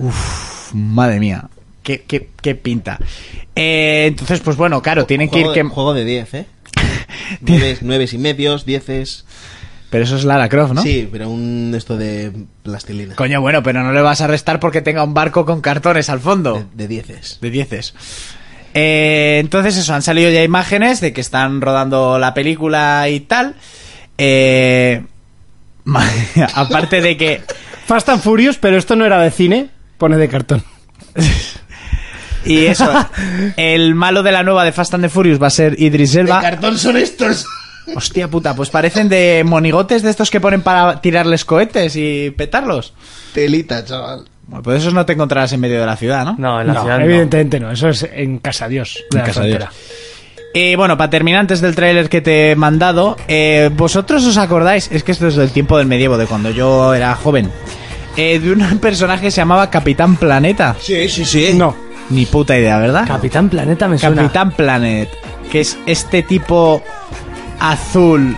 Speaker 4: Uf, madre mía, qué, qué, qué pinta. Eh, entonces, pues bueno, claro, tienen que ir
Speaker 7: Juego,
Speaker 4: que...
Speaker 7: de- juego de 10, ¿eh? Nueves, nueves y medios, dieces.
Speaker 4: Pero eso es Lara Croft, ¿no?
Speaker 7: Sí, pero un esto de plastilina.
Speaker 4: Coño, bueno, pero no le vas a restar porque tenga un barco con cartones al fondo.
Speaker 7: De, de dieces.
Speaker 4: De dieces. Eh, entonces eso, han salido ya imágenes de que están rodando la película y tal. Eh, ma- aparte de que...
Speaker 5: Fast and Furious, pero esto no era de cine, pone de cartón.
Speaker 4: Y eso, el malo de la nueva de Fast and the Furious va a ser Idris
Speaker 7: ¿Qué
Speaker 4: Elba.
Speaker 7: cartón son estos?
Speaker 4: Hostia puta, pues parecen de monigotes de estos que ponen para tirarles cohetes y petarlos.
Speaker 7: Telita, chaval.
Speaker 4: Bueno, pues esos no te encontrarás en medio de la ciudad, ¿no?
Speaker 8: No, en la
Speaker 5: No,
Speaker 8: ciudad. no.
Speaker 5: evidentemente no. eso es en Casa Dios. de la
Speaker 4: Casa Dios.
Speaker 5: frontera.
Speaker 4: Y bueno, para terminar antes del tráiler que te he mandado, eh, vosotros os acordáis, es que esto es del tiempo del medievo, de cuando yo era joven, eh, de un personaje que se llamaba Capitán Planeta.
Speaker 7: Sí, sí, sí.
Speaker 5: No,
Speaker 4: Ni puta idea, ¿verdad?
Speaker 8: Capitán Planeta me suena.
Speaker 4: Capitán Planet, que es este tipo azul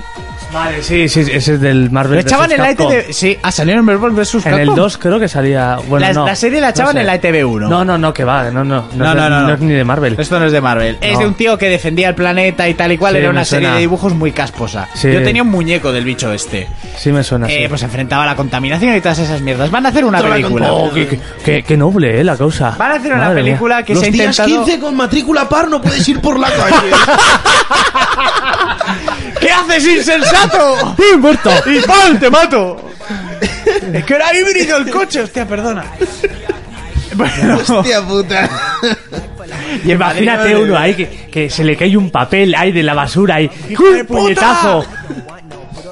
Speaker 8: Vale, sí, sí, ese es del Marvel.
Speaker 4: Lo
Speaker 8: vs.
Speaker 4: echaban en la
Speaker 8: Capcom.
Speaker 4: ITV. Sí, ha salido en Marvel vs.
Speaker 8: En el
Speaker 4: Capcom.
Speaker 8: 2 creo que salía. Bueno,
Speaker 4: la,
Speaker 8: no,
Speaker 4: la serie la
Speaker 8: no
Speaker 4: echaban
Speaker 8: sé.
Speaker 4: en la E ITV1.
Speaker 8: No, no, no, que va, no, no.
Speaker 4: No,
Speaker 8: No, es de-
Speaker 4: no, no, no.
Speaker 8: es ni de Marvel.
Speaker 4: Esto no es de Marvel. Es
Speaker 8: No.
Speaker 4: de un tío que defendía el planeta y tal y cual.
Speaker 8: Sí,
Speaker 4: Era una
Speaker 8: me
Speaker 4: serie
Speaker 8: suena.
Speaker 4: de dibujos muy casposa.
Speaker 8: Sí.
Speaker 4: Yo tenía un muñeco del bicho este.
Speaker 8: Sí, me suena.
Speaker 4: Eh,
Speaker 8: sí.
Speaker 4: pues enfrentaba la contaminación y todas esas mierdas. Van a hacer una película.
Speaker 8: Oh, qué, qué- qué- qué noble, eh, la causa.
Speaker 4: Van a hacer una
Speaker 8: Madre mía.
Speaker 4: película que
Speaker 7: Los
Speaker 4: se ha
Speaker 7: días
Speaker 4: intentado...
Speaker 7: 15 con matrícula par no puedes ir por la calle.
Speaker 4: ¿Qué haces, insensato? ¡Y muerto! ¡Y pal, te mato! es que era híbrido el coche. Hostia, perdona. Bueno,
Speaker 7: Hostia puta.
Speaker 8: Y imagínate
Speaker 4: Madre
Speaker 8: uno ahí que, que se le cae un papel ahí de la basura y
Speaker 4: de
Speaker 8: ¡un
Speaker 4: puta!
Speaker 8: puñetazo!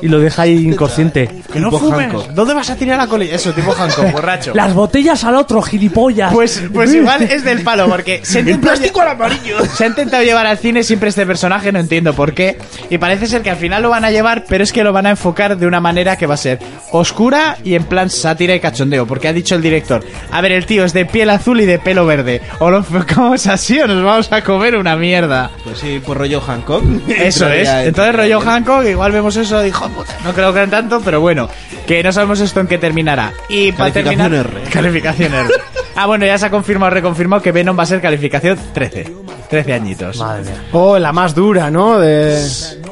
Speaker 8: Y lo deja ahí inconsciente.
Speaker 4: que no fumes. ¿Dónde vas a tirar la colilla? Eso, tipo Hancock, borracho.
Speaker 8: Las botellas al otro, gilipollas.
Speaker 4: Pues, pues igual es del palo, porque se el plástico al amarillo. Se ha intentado llevar al cine siempre este personaje, no entiendo por qué. Y parece ser que al final lo van a llevar, pero es que lo van a enfocar de una manera que va a ser oscura y en plan sátira y cachondeo. Porque ha dicho el director: A ver, el tío es de piel azul y de pelo verde. O lo enfocamos así o nos vamos a comer una mierda.
Speaker 7: Pues sí, por rollo Hancock.
Speaker 4: Eso es.
Speaker 7: Entraría en-
Speaker 4: Entonces, rollo Hancock, igual vemos eso. Dijo, puta, no creo que en tanto, pero bueno, que no sabemos esto en qué terminará. Y para
Speaker 7: Calificación
Speaker 4: terminar.
Speaker 7: R.
Speaker 4: Calificación R. ah, bueno, ya se ha confirmado, reconfirmado que Venom va a ser calificación 13. 13 añitos.
Speaker 8: Madre mía.
Speaker 14: Oh, la más dura, ¿no? De...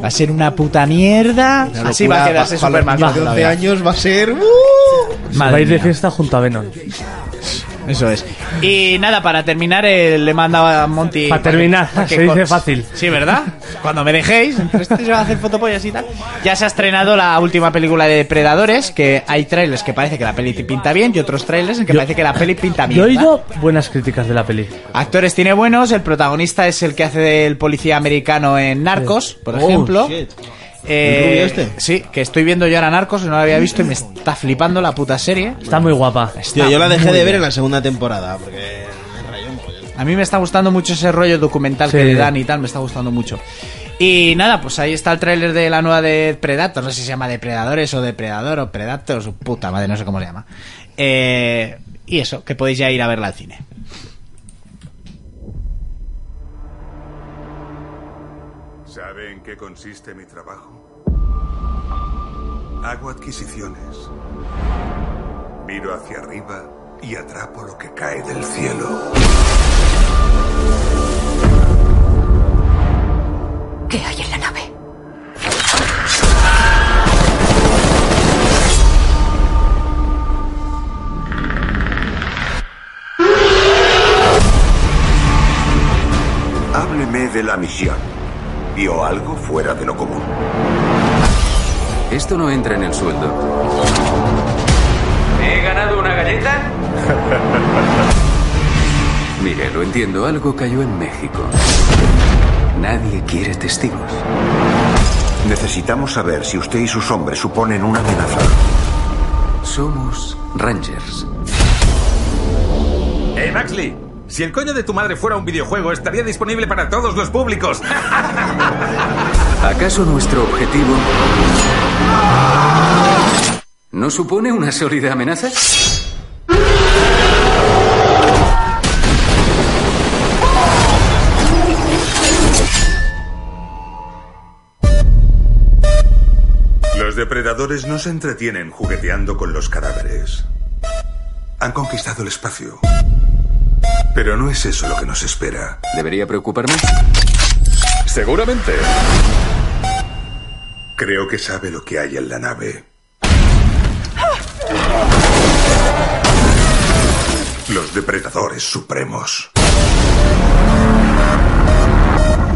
Speaker 4: Va a ser una puta mierda.
Speaker 7: Una
Speaker 4: Así va a
Speaker 7: locura,
Speaker 4: quedarse
Speaker 7: pa- pa-
Speaker 4: Superman.
Speaker 7: los de 11 años va a ser. ¡uh!
Speaker 8: va a
Speaker 4: Madre
Speaker 8: ir de
Speaker 4: mía.
Speaker 8: fiesta junto a Venom.
Speaker 4: Eso es. Y nada, para terminar, eh, le he mandado a Monty.
Speaker 8: Pa' terminar,
Speaker 4: porque-
Speaker 8: se dice
Speaker 4: porque-
Speaker 8: fácil.
Speaker 4: Sí, ¿verdad? Cuando me dejéis, entre este se va a hacer fotopollas y tal. Ya se ha estrenado la última película de Depredadores. Que hay trailers que parece que la peli pinta bien y otros trailers en que parece que la peli pinta bien.
Speaker 8: Yo he oído buenas críticas de la peli.
Speaker 4: Actores tiene buenos, el protagonista es el que hace del policía americano en Narcos, por ejemplo.
Speaker 7: Oh, shit.
Speaker 4: Eh,
Speaker 7: ¿El rubio este?
Speaker 4: Sí, que estoy viendo yo ahora Narcos, no la había visto y me está flipando la puta serie.
Speaker 8: Está muy guapa.
Speaker 7: Tío, yo la dejé
Speaker 4: muy
Speaker 7: de ver
Speaker 4: bien.
Speaker 7: en la segunda temporada porque me rayó un mogollón.
Speaker 4: A mí me está gustando mucho ese rollo documental que
Speaker 8: Sí.
Speaker 4: le dan y tal, me está gustando mucho. Y nada, pues ahí está el tráiler de la nueva de Predator, no sé si se llama Depredadores o Depredador o Predator, su puta madre, no sé cómo se llama. Eh, y eso, que podéis ya ir a verla al cine.
Speaker 12: ¿Sabe en qué consiste mi trabajo? Hago adquisiciones. Miro hacia arriba y atrapo lo que cae del cielo.
Speaker 3: ¿Qué hay en la nave?
Speaker 12: Hábleme de la misión. ¿Vio algo fuera de lo común?
Speaker 15: Esto no entra en el sueldo.
Speaker 2: ¿He ganado una galleta?
Speaker 15: Mire, lo entiendo, algo cayó en México. Nadie quiere testigos.
Speaker 12: Necesitamos saber si usted y sus hombres suponen una amenaza.
Speaker 15: Somos Rangers.
Speaker 2: Eh, Maxley, si el coño de tu madre fuera un videojuego, estaría disponible para todos los públicos.
Speaker 15: ¿Acaso nuestro objetivo no supone una sólida amenaza?
Speaker 12: Los depredadores no se entretienen jugueteando con los cadáveres. Han conquistado el espacio. Pero no es eso lo que nos espera.
Speaker 15: ¿Debería preocuparme?
Speaker 12: Seguramente. Creo que sabe lo que hay en la nave. Los depredadores supremos.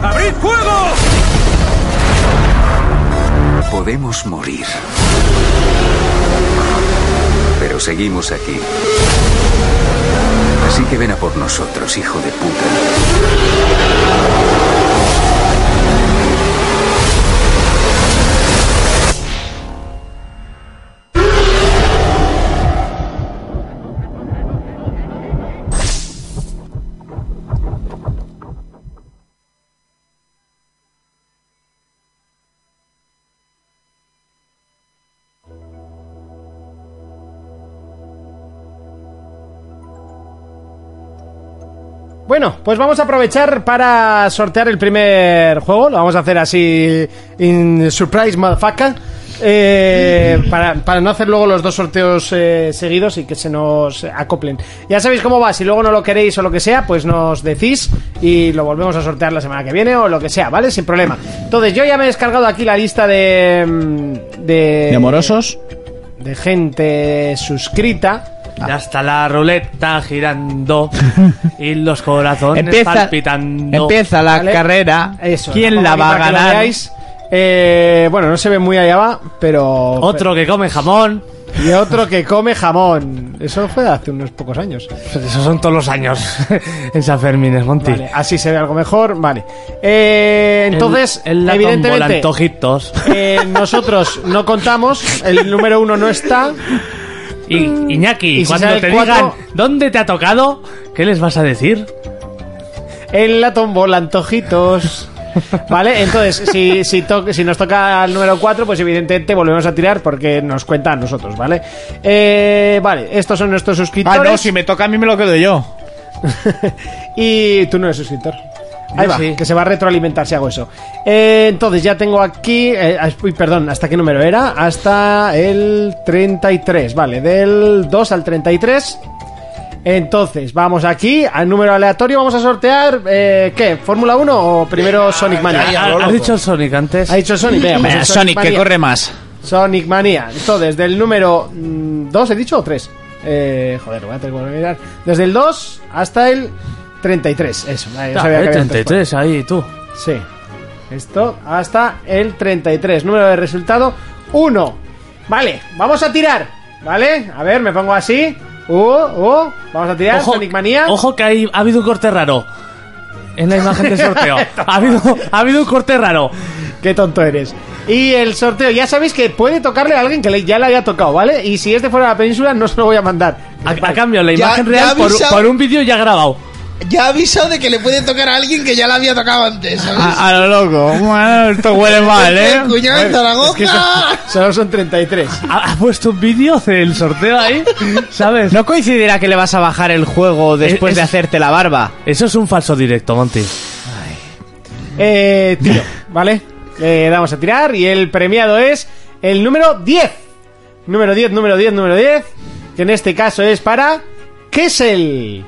Speaker 2: ¡Abrid fuego!
Speaker 15: Podemos morir. Pero seguimos aquí. Así que ven a por nosotros, hijo de puta.
Speaker 4: Bueno, pues vamos a aprovechar para sortear el primer juego. Lo vamos a hacer así, in surprise, motherfucker. Eh, para, para no hacer luego los dos sorteos eh, seguidos y que se nos acoplen. Ya sabéis cómo va. Si luego no lo queréis o lo que sea, pues nos decís y lo volvemos a sortear la semana que viene o lo que sea, ¿vale? Sin problema. Entonces, yo ya me he descargado aquí la lista de. mm, De,
Speaker 5: ¿De amorosos?
Speaker 4: de gente suscrita.
Speaker 8: Ya está la ruleta girando y los corazones
Speaker 5: Empieza,
Speaker 8: palpitando.
Speaker 5: empieza la
Speaker 4: Vale.
Speaker 5: carrera.
Speaker 4: Eso,
Speaker 5: ¿Quién la
Speaker 4: pongo
Speaker 5: va a
Speaker 4: aquí para que lo
Speaker 5: ganar?
Speaker 4: veáis. Eh, bueno, no se ve muy allá va, pero
Speaker 8: Otro que come jamón.
Speaker 4: y otro que come jamón. Eso fue hace unos pocos años.
Speaker 8: Pues Esos son todos los años en San Fermín, es Monti.
Speaker 4: Vale, así se ve algo mejor, vale. Eh, entonces,
Speaker 8: el, el
Speaker 4: evidentemente,
Speaker 8: antojitos.
Speaker 4: eh, nosotros no contamos. El número uno no está.
Speaker 8: Y,
Speaker 5: Mm.
Speaker 8: Iñaki,
Speaker 4: ¿Y si
Speaker 8: cuando
Speaker 4: sale el
Speaker 8: te
Speaker 4: cuatro?
Speaker 8: digan dónde te ha tocado, ¿qué les vas a decir?
Speaker 4: En la tombola, antojitos. Vale, entonces, si, si, to- si nos toca el número 4, pues evidentemente volvemos a tirar porque nos cuenta a nosotros, ¿vale? Eh, vale, estos son nuestros
Speaker 5: Ah,
Speaker 4: suscriptores.
Speaker 5: no, si me toca a mí me lo quedo yo.
Speaker 4: Y tú no eres suscriptor. Ahí
Speaker 8: Yo
Speaker 4: va,
Speaker 8: sí.
Speaker 4: que se va a retroalimentar si hago eso. Eh, entonces, ya tengo aquí. eh, as- uy, perdón, ¿hasta qué número era? Hasta el 33, vale, del 2 al 33. Entonces, vamos aquí al número aleatorio. Vamos a sortear. eh, ¿Qué? ¿Fórmula 1 o primero Sonic Mania?
Speaker 8: ¿Has has dicho Sonic antes?
Speaker 4: Ha dicho Sonic, venga, pues
Speaker 5: Venga,
Speaker 4: es
Speaker 5: Sonic, que
Speaker 4: Mania.
Speaker 5: corre más.
Speaker 4: Sonic Mania. Entonces, del número 2, ¿he dicho? ¿O 3? Eh, joder, voy a tener que volver a mirar. Desde el 2 hasta el 33. Eso, vale, yo
Speaker 8: Ah,
Speaker 4: sabía
Speaker 8: eh,
Speaker 4: que había tres
Speaker 8: 33, ahí tú.
Speaker 4: Sí. Esto hasta el 33. Número de resultado 1. Vale, vamos a tirar. ¿Vale? A ver, me pongo así. Uh, uh, vamos a tirar. Sonic Manía.
Speaker 8: ojo que hay- ha habido un corte raro. En la imagen del sorteo. ha, habido, ha habido un corte raro.
Speaker 4: Qué tonto eres. Y el sorteo, ya sabéis que puede tocarle a alguien que le- ya le haya tocado, ¿vale? Y si es de fuera de la península, no se lo voy a mandar.
Speaker 8: A, a cambio, la
Speaker 16: Ya-
Speaker 8: imagen
Speaker 16: ya
Speaker 8: real por,
Speaker 16: avisa-
Speaker 8: por un vídeo ya grabado.
Speaker 16: Ya ha avisado de que le puede tocar a alguien que ya la había tocado antes. ¿sabes?
Speaker 5: A, a lo loco. Bueno, esto huele mal, ¿eh?
Speaker 16: El cuñado en Zaragoza.
Speaker 4: Solo son 33.
Speaker 8: Ha, ha puesto un vídeo del sorteo ahí, ¿sabes?
Speaker 5: ¿No coincidirá que le vas a bajar el juego después
Speaker 8: Es-
Speaker 5: de hacerte la barba?
Speaker 8: Eso es un falso directo, Monty.
Speaker 4: Eh, tiro, ¿vale? Le damos a tirar y el premiado es el número 10. Número 10, número 10, número 10. Que en este caso es para Kessel.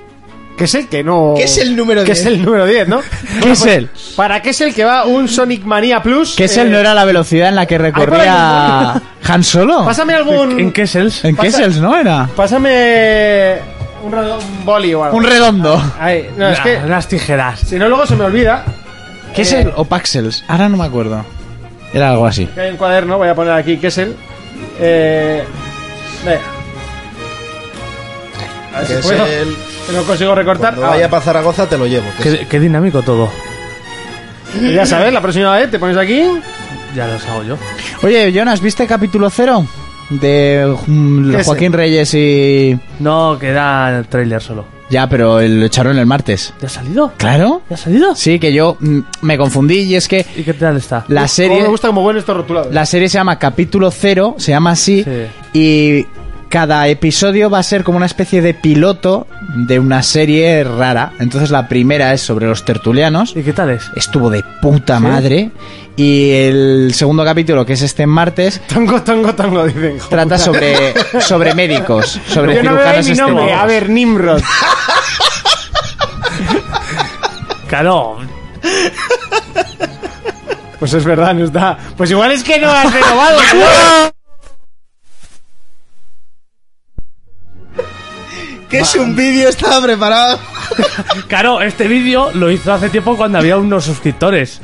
Speaker 4: Kessel que no...
Speaker 16: ¿Qué es el número
Speaker 4: Que
Speaker 16: 10?
Speaker 4: es el número 10, ¿no? pues,
Speaker 5: Kessel.
Speaker 4: Para Kessel que va un Sonic Mania Plus.
Speaker 5: Kessel
Speaker 4: eh,
Speaker 5: no era la velocidad en la que recorría Han Solo.
Speaker 4: Pásame algún...
Speaker 8: ¿En Kessels?
Speaker 5: En
Speaker 4: pasa-
Speaker 5: Kessels, ¿no era?
Speaker 4: Pásame eh, un, redondo- un boli o algo.
Speaker 5: Un redondo.
Speaker 4: Ahí, no, es
Speaker 8: Nah,
Speaker 4: que...
Speaker 8: Unas Ah, tijeras.
Speaker 4: Si no, luego se me olvida. Eh.
Speaker 5: ¿Kessel o Paxels? Ahora no me acuerdo. Era algo así.
Speaker 4: Que hay un cuaderno, voy a poner aquí Kessel. Eh, venga. A ver si
Speaker 16: Que es
Speaker 4: puedo.
Speaker 16: el-
Speaker 4: Que No consigo recortar.
Speaker 16: Cuando vaya
Speaker 4: Ah,
Speaker 16: para Zaragoza te lo llevo. que
Speaker 8: Qué, qué dinámico todo.
Speaker 4: ya sabes, la próxima vez te pones aquí.
Speaker 8: Ya los hago yo.
Speaker 5: Oye, Jonas, ¿viste capítulo cero? De mm,
Speaker 4: Kessel.
Speaker 5: Joaquín Reyes y...
Speaker 8: No, queda el trailer solo.
Speaker 5: Ya, pero el- lo echaron el martes.
Speaker 8: ¿Ya ha salido?
Speaker 5: ¿Claro?
Speaker 8: ¿Ya ha salido?
Speaker 5: Sí, que yo mm, me confundí y es que
Speaker 8: ¿Y qué tal está?
Speaker 5: la
Speaker 4: Como
Speaker 5: serie...
Speaker 4: me gusta como bueno estos rotulados.
Speaker 5: La serie se llama Capítulo Cero, se llama así, y cada episodio va a ser como una especie de piloto de una serie rara. Entonces la primera es sobre los tertulianos,
Speaker 8: ¿Y qué tal es?
Speaker 5: estuvo de puta madre, y el segundo capítulo, que es este martes,
Speaker 4: Tango, tango, tango, dicen.
Speaker 5: trata sobre, sobre médicos, sobre
Speaker 4: Yo no me doy
Speaker 5: cirujanos
Speaker 4: mi nombre.
Speaker 5: estéticos.
Speaker 4: A ver, Nimrod.
Speaker 8: Claro,
Speaker 4: Pues es verdad, no está. Pues igual es que no has renovado. tú.
Speaker 16: es un vídeo? Estaba preparado.
Speaker 8: claro, este vídeo lo hizo hace tiempo cuando había unos suscriptores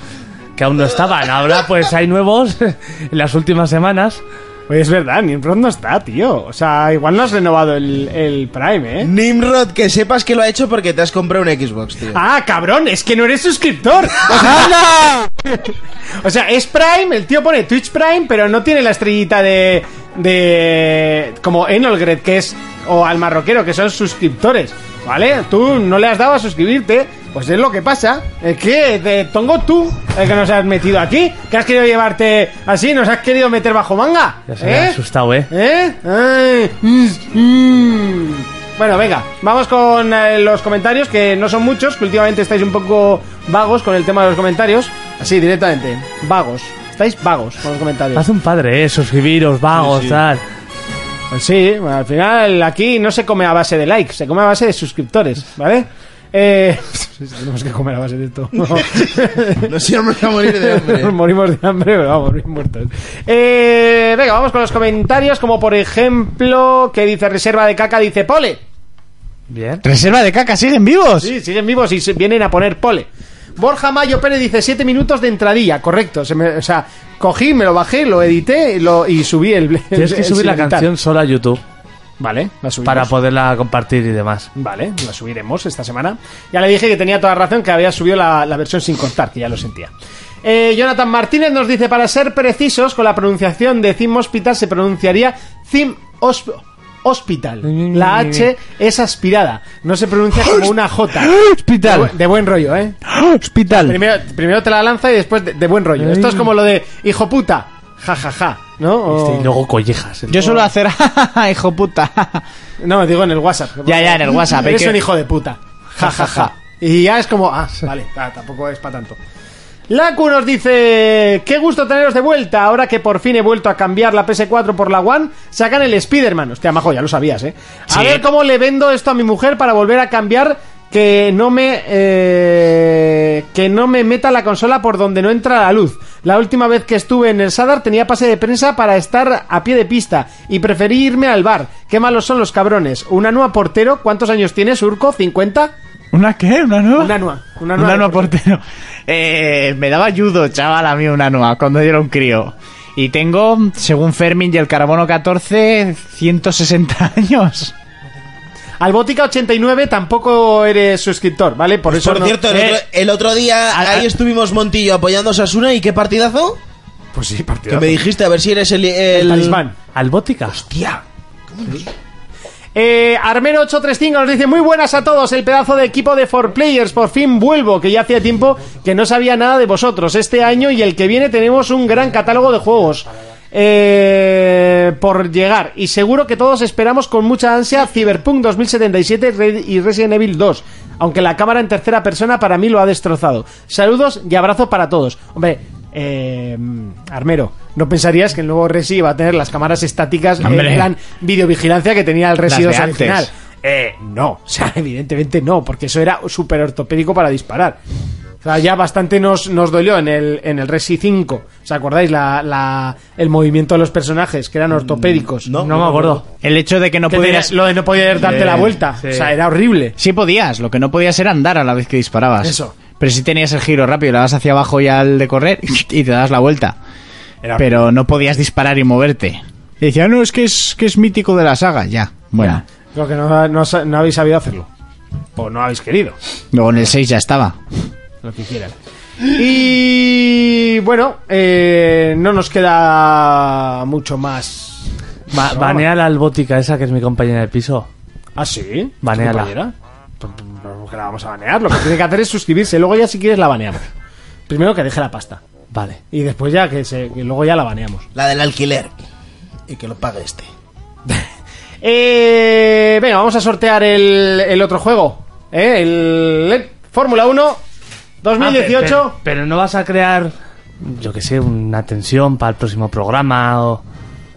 Speaker 8: que aún no estaban. Ahora pues hay nuevos en las últimas semanas.
Speaker 4: Oye, es verdad, Nimrod no está, tío. O sea, igual no has renovado el, el Prime, ¿eh?
Speaker 16: Nimrod, que sepas que lo ha hecho porque te has comprado un Xbox, tío.
Speaker 4: Ah, cabrón, es que no eres suscriptor. O sea, o sea, es Prime, el tío pone Twitch Prime, pero no tiene la estrellita de. de. como Enolgret, que es. o al marroquero, que son suscriptores. ¿Vale? Tú no le has dado a suscribirte. Pues es lo que pasa. Es que te tongo tú el que nos has metido aquí. Que has querido llevarte así, nos has querido meter bajo manga.
Speaker 8: Ya se me ha
Speaker 4: ¿eh?
Speaker 8: asustado, ¿eh?
Speaker 4: ¿Eh? Ay, mm, mm. Bueno, venga, vamos con eh, los comentarios, que no son muchos, que últimamente estáis un poco vagos con el tema de los comentarios. Así, directamente, vagos. Estáis vagos con los comentarios.
Speaker 8: Haz un padre, eh, suscribiros, vagos,
Speaker 4: Sí, sí.
Speaker 8: tal.
Speaker 4: Pues Sí, bueno, al final aquí no se come a base de likes, se come a base de suscriptores, ¿vale? Eh, tenemos que comer a base de esto.
Speaker 16: No si vamos a morir de hambre.
Speaker 4: Nos morimos de hambre, pero vamos, bien muertos. Eh, venga, vamos con los comentarios, como por ejemplo, que dice Reserva de Caca, dice Pole.
Speaker 8: Bien.
Speaker 5: Reserva de caca, siguen vivos.
Speaker 4: Sí, siguen vivos y se- vienen a poner Pole. Borja Mayo Pérez dice 7 minutos de entradilla, correcto. se me- o sea, cogí, me lo bajé, lo edité lo- y subí el...
Speaker 8: Tienes que
Speaker 4: el-
Speaker 8: subir
Speaker 4: sin
Speaker 8: la
Speaker 4: editar.
Speaker 8: canción solo a YouTube
Speaker 4: Vale, la subimos.
Speaker 8: para poderla compartir y demás.
Speaker 4: Vale, la subiremos esta semana. Ya le dije que tenía toda razón, que había subido la, la versión sin cortar, que ya lo sentía. Eh, Jonathan Martínez nos dice, para ser precisos, con la pronunciación de Thim Hospital se pronunciaría Thim Hos- Hospital. La H es aspirada, no se pronuncia como una J. De,
Speaker 5: Hospital.
Speaker 4: bu- de buen rollo, ¿eh?
Speaker 5: Hospital.
Speaker 4: Primero, primero te la lanza y después de, de buen rollo. Esto es como lo de hijo puta, ja ja ja, ¿no? O-
Speaker 5: Este
Speaker 8: Y luego collejas.
Speaker 5: Yo suelo hacer, hijo puta.
Speaker 4: No, digo en el WhatsApp.
Speaker 5: Ya, ya, en el WhatsApp,
Speaker 4: Eres
Speaker 5: hay que-
Speaker 4: un hijo de puta. Ja, ja, ja. Y ya es como, ah, vale, ah, tampoco es para tanto. Laku nos dice, qué gusto teneros de vuelta. Ahora que por fin he vuelto a cambiar la PS4 por la One, sacan el Spider-Man. Hostia, majo, ya lo sabías, ¿eh? A ver cómo le vendo esto a mi mujer para volver a cambiar que no me... eh, que no me meta la consola por donde no entra la luz. La última vez que estuve en el Sadar tenía pase de prensa para estar a pie de pista y preferí irme al bar. Qué malos son los cabrones. Una nueva portero, ¿cuántos años tienes, Urco? ¿50?
Speaker 5: ¿Una qué? ¿Una nueva?
Speaker 4: Una nua. Una
Speaker 5: Una
Speaker 4: nua.
Speaker 5: nua, portero. Eh, me daba judo, chaval, a mí una nua, cuando yo era un crío. Y tengo, según Fermín y el Carbono 14, 160 años.
Speaker 4: Al Botica 89 tampoco eres suscriptor, ¿vale? Por eso
Speaker 7: Pues Por
Speaker 4: no-
Speaker 7: cierto, el,
Speaker 4: Eh,
Speaker 7: otro, el otro día
Speaker 5: al-
Speaker 7: ahí estuvimos Montillo apoyando a Sasuna y qué partidazo.
Speaker 4: Pues sí,
Speaker 7: Que
Speaker 4: partido.
Speaker 7: me dijiste a ver si eres el,
Speaker 4: El talismán.
Speaker 8: ¿Albótica?
Speaker 4: Eh, Armero 835 nos dice muy buenas a todos, el pedazo de equipo de 4Players, por fin vuelvo, que ya hacía tiempo que no sabía nada de vosotros. Este año y el que viene tenemos un gran catálogo de juegos eh, por llegar y seguro que todos esperamos con mucha ansia Cyberpunk 2077 Re- y Resident Evil 2, aunque la cámara en tercera persona para mí lo ha destrozado. Saludos y abrazos para todos. Hombre, eh, Armero, ¿no pensarías que el nuevo Resi iba a tener las cámaras estáticas en
Speaker 5: Hombre.
Speaker 4: plan videovigilancia que tenía el Resi
Speaker 5: Las
Speaker 4: 2
Speaker 5: de
Speaker 4: original?
Speaker 5: antes.
Speaker 4: Eh, no, o sea, evidentemente no, porque eso era súper ortopédico para disparar. O sea, ya bastante nos, nos dolió en el, en el Resi 5. ¿Os acordáis la, la- el movimiento de los personajes que eran ortopédicos?
Speaker 7: No,
Speaker 8: No me acuerdo.
Speaker 5: El hecho de que no
Speaker 4: Que
Speaker 5: pudieras...
Speaker 4: tenía- lo de no poder darte la vuelta. O sea, era horrible.
Speaker 5: Sí podías, lo que no podías era andar a la vez que disparabas.
Speaker 4: Eso.
Speaker 5: Pero si tenías el giro rápido, le das hacia abajo y al de correr y te das la vuelta.
Speaker 4: Era-
Speaker 5: Pero no podías disparar y moverte. Y decía, no, es que es, que es mítico de la saga. Ya, bueno.
Speaker 4: Lo que no, no sa- no habéis sabido hacerlo. O no habéis querido.
Speaker 5: Luego en el 6 ya estaba.
Speaker 4: Lo que quieran. Y bueno, eh, no nos queda mucho más.
Speaker 8: Ba-
Speaker 4: No.
Speaker 8: banea la albótica esa que es mi compañera de piso.
Speaker 4: ¿Ah, sí?
Speaker 8: Baneala.
Speaker 4: Compañera. Pues, pues, que la vamos a banear. Lo que tiene que hacer es suscribirse. Luego ya si quieres la baneamos. Primero que deje la pasta.
Speaker 8: Vale.
Speaker 4: Y después ya que, se, que luego ya la baneamos.
Speaker 16: La del alquiler. Y que lo pague este.
Speaker 4: Eh, venga, vamos a sortear el, el otro juego. ¿eh? El, el Fórmula 1 2018.
Speaker 8: Ah, pe- pe- pero, no vas a crear, yo que sé, una tensión para el próximo programa o...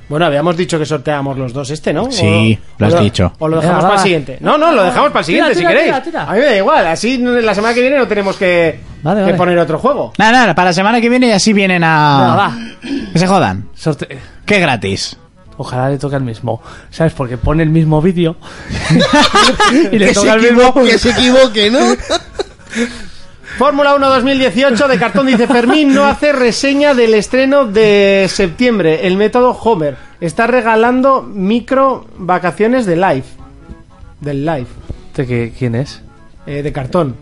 Speaker 4: Bueno, habíamos dicho que sorteábamos los dos este, ¿no?
Speaker 5: Sí, lo has dicho.
Speaker 4: O lo dejamos
Speaker 8: Venga, va,
Speaker 4: para el
Speaker 8: va.
Speaker 4: siguiente. No, no, lo dejamos para el
Speaker 8: Tira,
Speaker 4: siguiente
Speaker 8: tira,
Speaker 4: si queréis.
Speaker 8: tira, tira.
Speaker 4: A mí me da igual, así la semana que viene no tenemos que,
Speaker 8: Vale,
Speaker 4: que
Speaker 8: vale.
Speaker 4: poner otro juego.
Speaker 5: Nada, nada, para la semana que viene y así vienen
Speaker 2: Ah.
Speaker 8: Venga,
Speaker 5: a...
Speaker 8: va.
Speaker 5: Que se jodan.
Speaker 8: Sorte-
Speaker 5: Que gratis.
Speaker 8: Ojalá le toque el mismo. ¿Sabes? Porque pone el mismo vídeo. y le
Speaker 16: Que se
Speaker 8: toca el mismo.
Speaker 16: equivoque, que se equivoque, ¿no?
Speaker 4: Fórmula 1 2018 de cartón dice Fermín no hace reseña del estreno de septiembre, el método Homer. Está regalando micro vacaciones de live. Del live.
Speaker 8: ¿Este qué- ¿Quién es?
Speaker 4: eh, de cartón.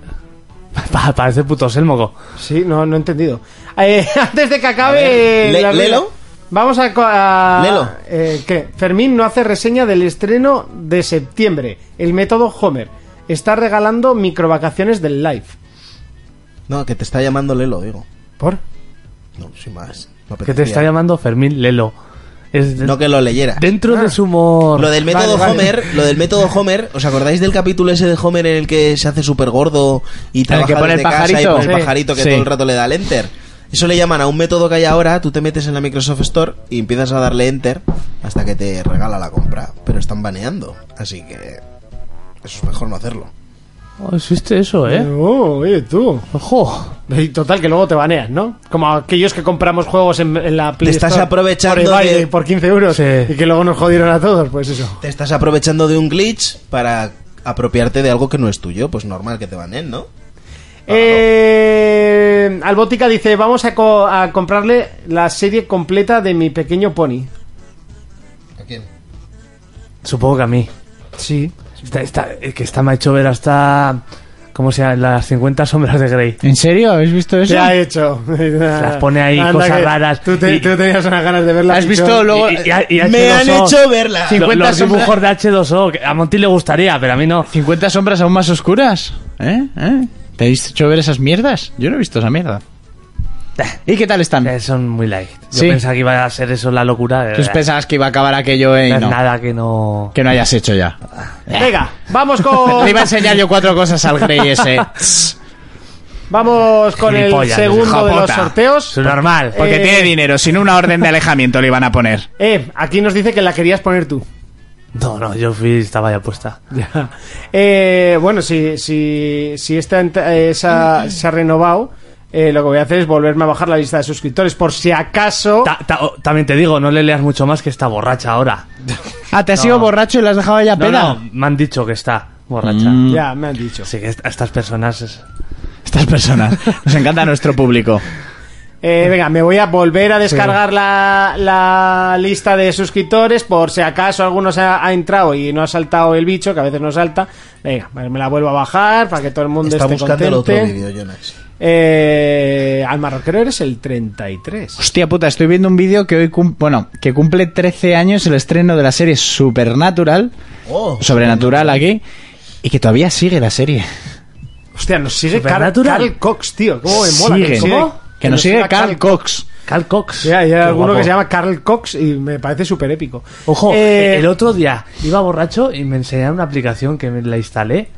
Speaker 8: Pa- Parece puto Selmogo.
Speaker 4: Sí, no, no he entendido. Eh, antes de que acabe.
Speaker 7: A ver,
Speaker 4: eh,
Speaker 7: le-
Speaker 4: la-
Speaker 7: lelo.
Speaker 4: Vamos a. co- a-
Speaker 7: Lelo.
Speaker 4: eh, ¿Qué? Fermín no hace reseña del estreno de septiembre. El método Homer. Está regalando microvacaciones del live.
Speaker 7: No, que te está llamando Lelo, digo.
Speaker 4: ¿Por?
Speaker 7: No, sin más. No
Speaker 8: Que te
Speaker 7: apetecía.
Speaker 8: está llamando Fermín Lelo. Es
Speaker 7: No que lo leyera.
Speaker 8: Dentro de su humor.
Speaker 7: Lo del método Homer, lo del método Homer, ¿os acordáis del capítulo ese de Homer en el que se hace súper gordo y
Speaker 5: En el
Speaker 7: trabaja
Speaker 5: que pone el
Speaker 7: desde casa y
Speaker 5: pajarito.
Speaker 7: pone el
Speaker 5: Sí.
Speaker 7: pajarito que
Speaker 5: Sí.
Speaker 7: todo el rato le da al enter? Eso le llaman a un método que hay ahora, tú te metes en la Microsoft Store y empiezas a darle enter hasta que te regala la compra, pero están baneando, así que eso es mejor no hacerlo.
Speaker 8: Oh, existe eso, ¿eh?
Speaker 4: No, Oh, oye, tú.
Speaker 8: Ojo.
Speaker 4: Y total, que luego te banean, ¿no? Como aquellos que compramos juegos en, en la Play
Speaker 7: Te estás
Speaker 4: Store
Speaker 7: aprovechando
Speaker 4: por, eBay
Speaker 7: de-
Speaker 4: por 15 euros
Speaker 8: Sí.
Speaker 4: y que luego nos jodieron a todos, pues eso.
Speaker 7: Te estás aprovechando de un glitch para apropiarte de algo que no es tuyo, pues normal que te baneen, ¿no?
Speaker 4: Eh, Albótica dice, vamos a, co- a comprarle la serie completa de Mi Pequeño Pony.
Speaker 7: ¿A quién?
Speaker 8: Supongo que a mí.
Speaker 4: Sí.
Speaker 8: Está, está- es que está me ha hecho ver hasta. ¿Cómo se llama? Las 50 sombras de Grey.
Speaker 5: ¿En serio? ¿Habéis visto eso?
Speaker 4: Se ha hecho. Las
Speaker 8: pone ahí cosas raras.
Speaker 4: Tú, te-
Speaker 8: Y-
Speaker 4: tú tenías unas ganas de verla.
Speaker 5: ¿Has
Speaker 4: pichón.
Speaker 5: visto luego?
Speaker 8: Y- y- y- y
Speaker 7: Me han
Speaker 8: H2O.
Speaker 7: hecho verla.
Speaker 8: Lo-
Speaker 5: 50 sombras-
Speaker 8: los dibujos de H2O. que a Monty le gustaría, pero a mí no.
Speaker 5: 50 sombras aún más oscuras. ¿Eh? ¿Eh? ¿Te habéis hecho ver esas mierdas? Yo no he visto esa mierda. ¿Y qué tal están?
Speaker 8: Eh, son muy light. Yo
Speaker 5: Sí.
Speaker 8: pensaba que iba a ser eso la locura. De
Speaker 5: ¿Tú
Speaker 8: verdad.
Speaker 5: Pues pensabas que iba a acabar aquello eh,
Speaker 8: No
Speaker 5: y
Speaker 8: es
Speaker 5: no?
Speaker 8: nada que no.
Speaker 5: Que no hayas hecho ya.
Speaker 7: Ah,
Speaker 4: Venga, vamos con...
Speaker 5: Le iba a enseñar yo cuatro cosas al Grey ese.
Speaker 4: Vamos con el
Speaker 8: Gilipollas,
Speaker 4: segundo de los
Speaker 5: hijopota.
Speaker 4: sorteos.
Speaker 8: Es normal.
Speaker 5: Porque
Speaker 4: Eh,
Speaker 5: tiene dinero, sin una orden de alejamiento le iban a poner.
Speaker 4: Eh, aquí nos dice que la querías poner tú.
Speaker 8: No, no, yo fui, estaba ya puesta.
Speaker 4: Eh, bueno, si, si, si esta ent- eh, se, ha, se ha renovado, eh, lo que voy a hacer es volverme a bajar la lista de suscriptores por si acaso...
Speaker 8: Ta- ta- o- también te digo, no le leas mucho más que está borracha ahora.
Speaker 5: Ah, te has ido borracho y la has dejado ella
Speaker 8: No,
Speaker 5: peda.
Speaker 8: no, me han dicho que está borracha.
Speaker 4: Ya, me han dicho.
Speaker 8: Así que est- a estas personas es-
Speaker 5: Estas personas. Nos encanta nuestro público.
Speaker 4: Eh, venga, me voy a volver a descargar la, la lista de suscriptores por si acaso alguno se ha, ha entrado y no ha saltado el bicho, que a veces no salta. Venga, me la vuelvo a bajar para que todo el mundo
Speaker 7: Está
Speaker 4: esté
Speaker 7: buscando el
Speaker 4: contento.
Speaker 7: otro vídeo, Jonas.
Speaker 4: Eh, al marroquero eres el 33.
Speaker 5: Hostia puta, estoy viendo un vídeo que hoy cum- bueno, que cumple 13 años el estreno de la serie Supernatural,
Speaker 7: Oh,
Speaker 5: Sobrenatural aquí, y que todavía sigue la serie.
Speaker 4: Hostia, nos sigue Carl,
Speaker 8: Supernatural.
Speaker 4: Carl Cox, tío. ¿Cómo me mola?
Speaker 5: Sigue.
Speaker 4: Que nos sigue,
Speaker 5: ¿Cómo? Que nos sigue
Speaker 4: siga
Speaker 5: Carl Cox.
Speaker 8: Cal Cox.
Speaker 4: Sí, hay
Speaker 8: Qué
Speaker 4: alguno
Speaker 8: guapo.
Speaker 4: que se llama Carl Cox y me parece súper épico.
Speaker 8: Ojo,
Speaker 4: Eh,
Speaker 8: el otro día iba borracho y me enseñaron una aplicación que me la instalé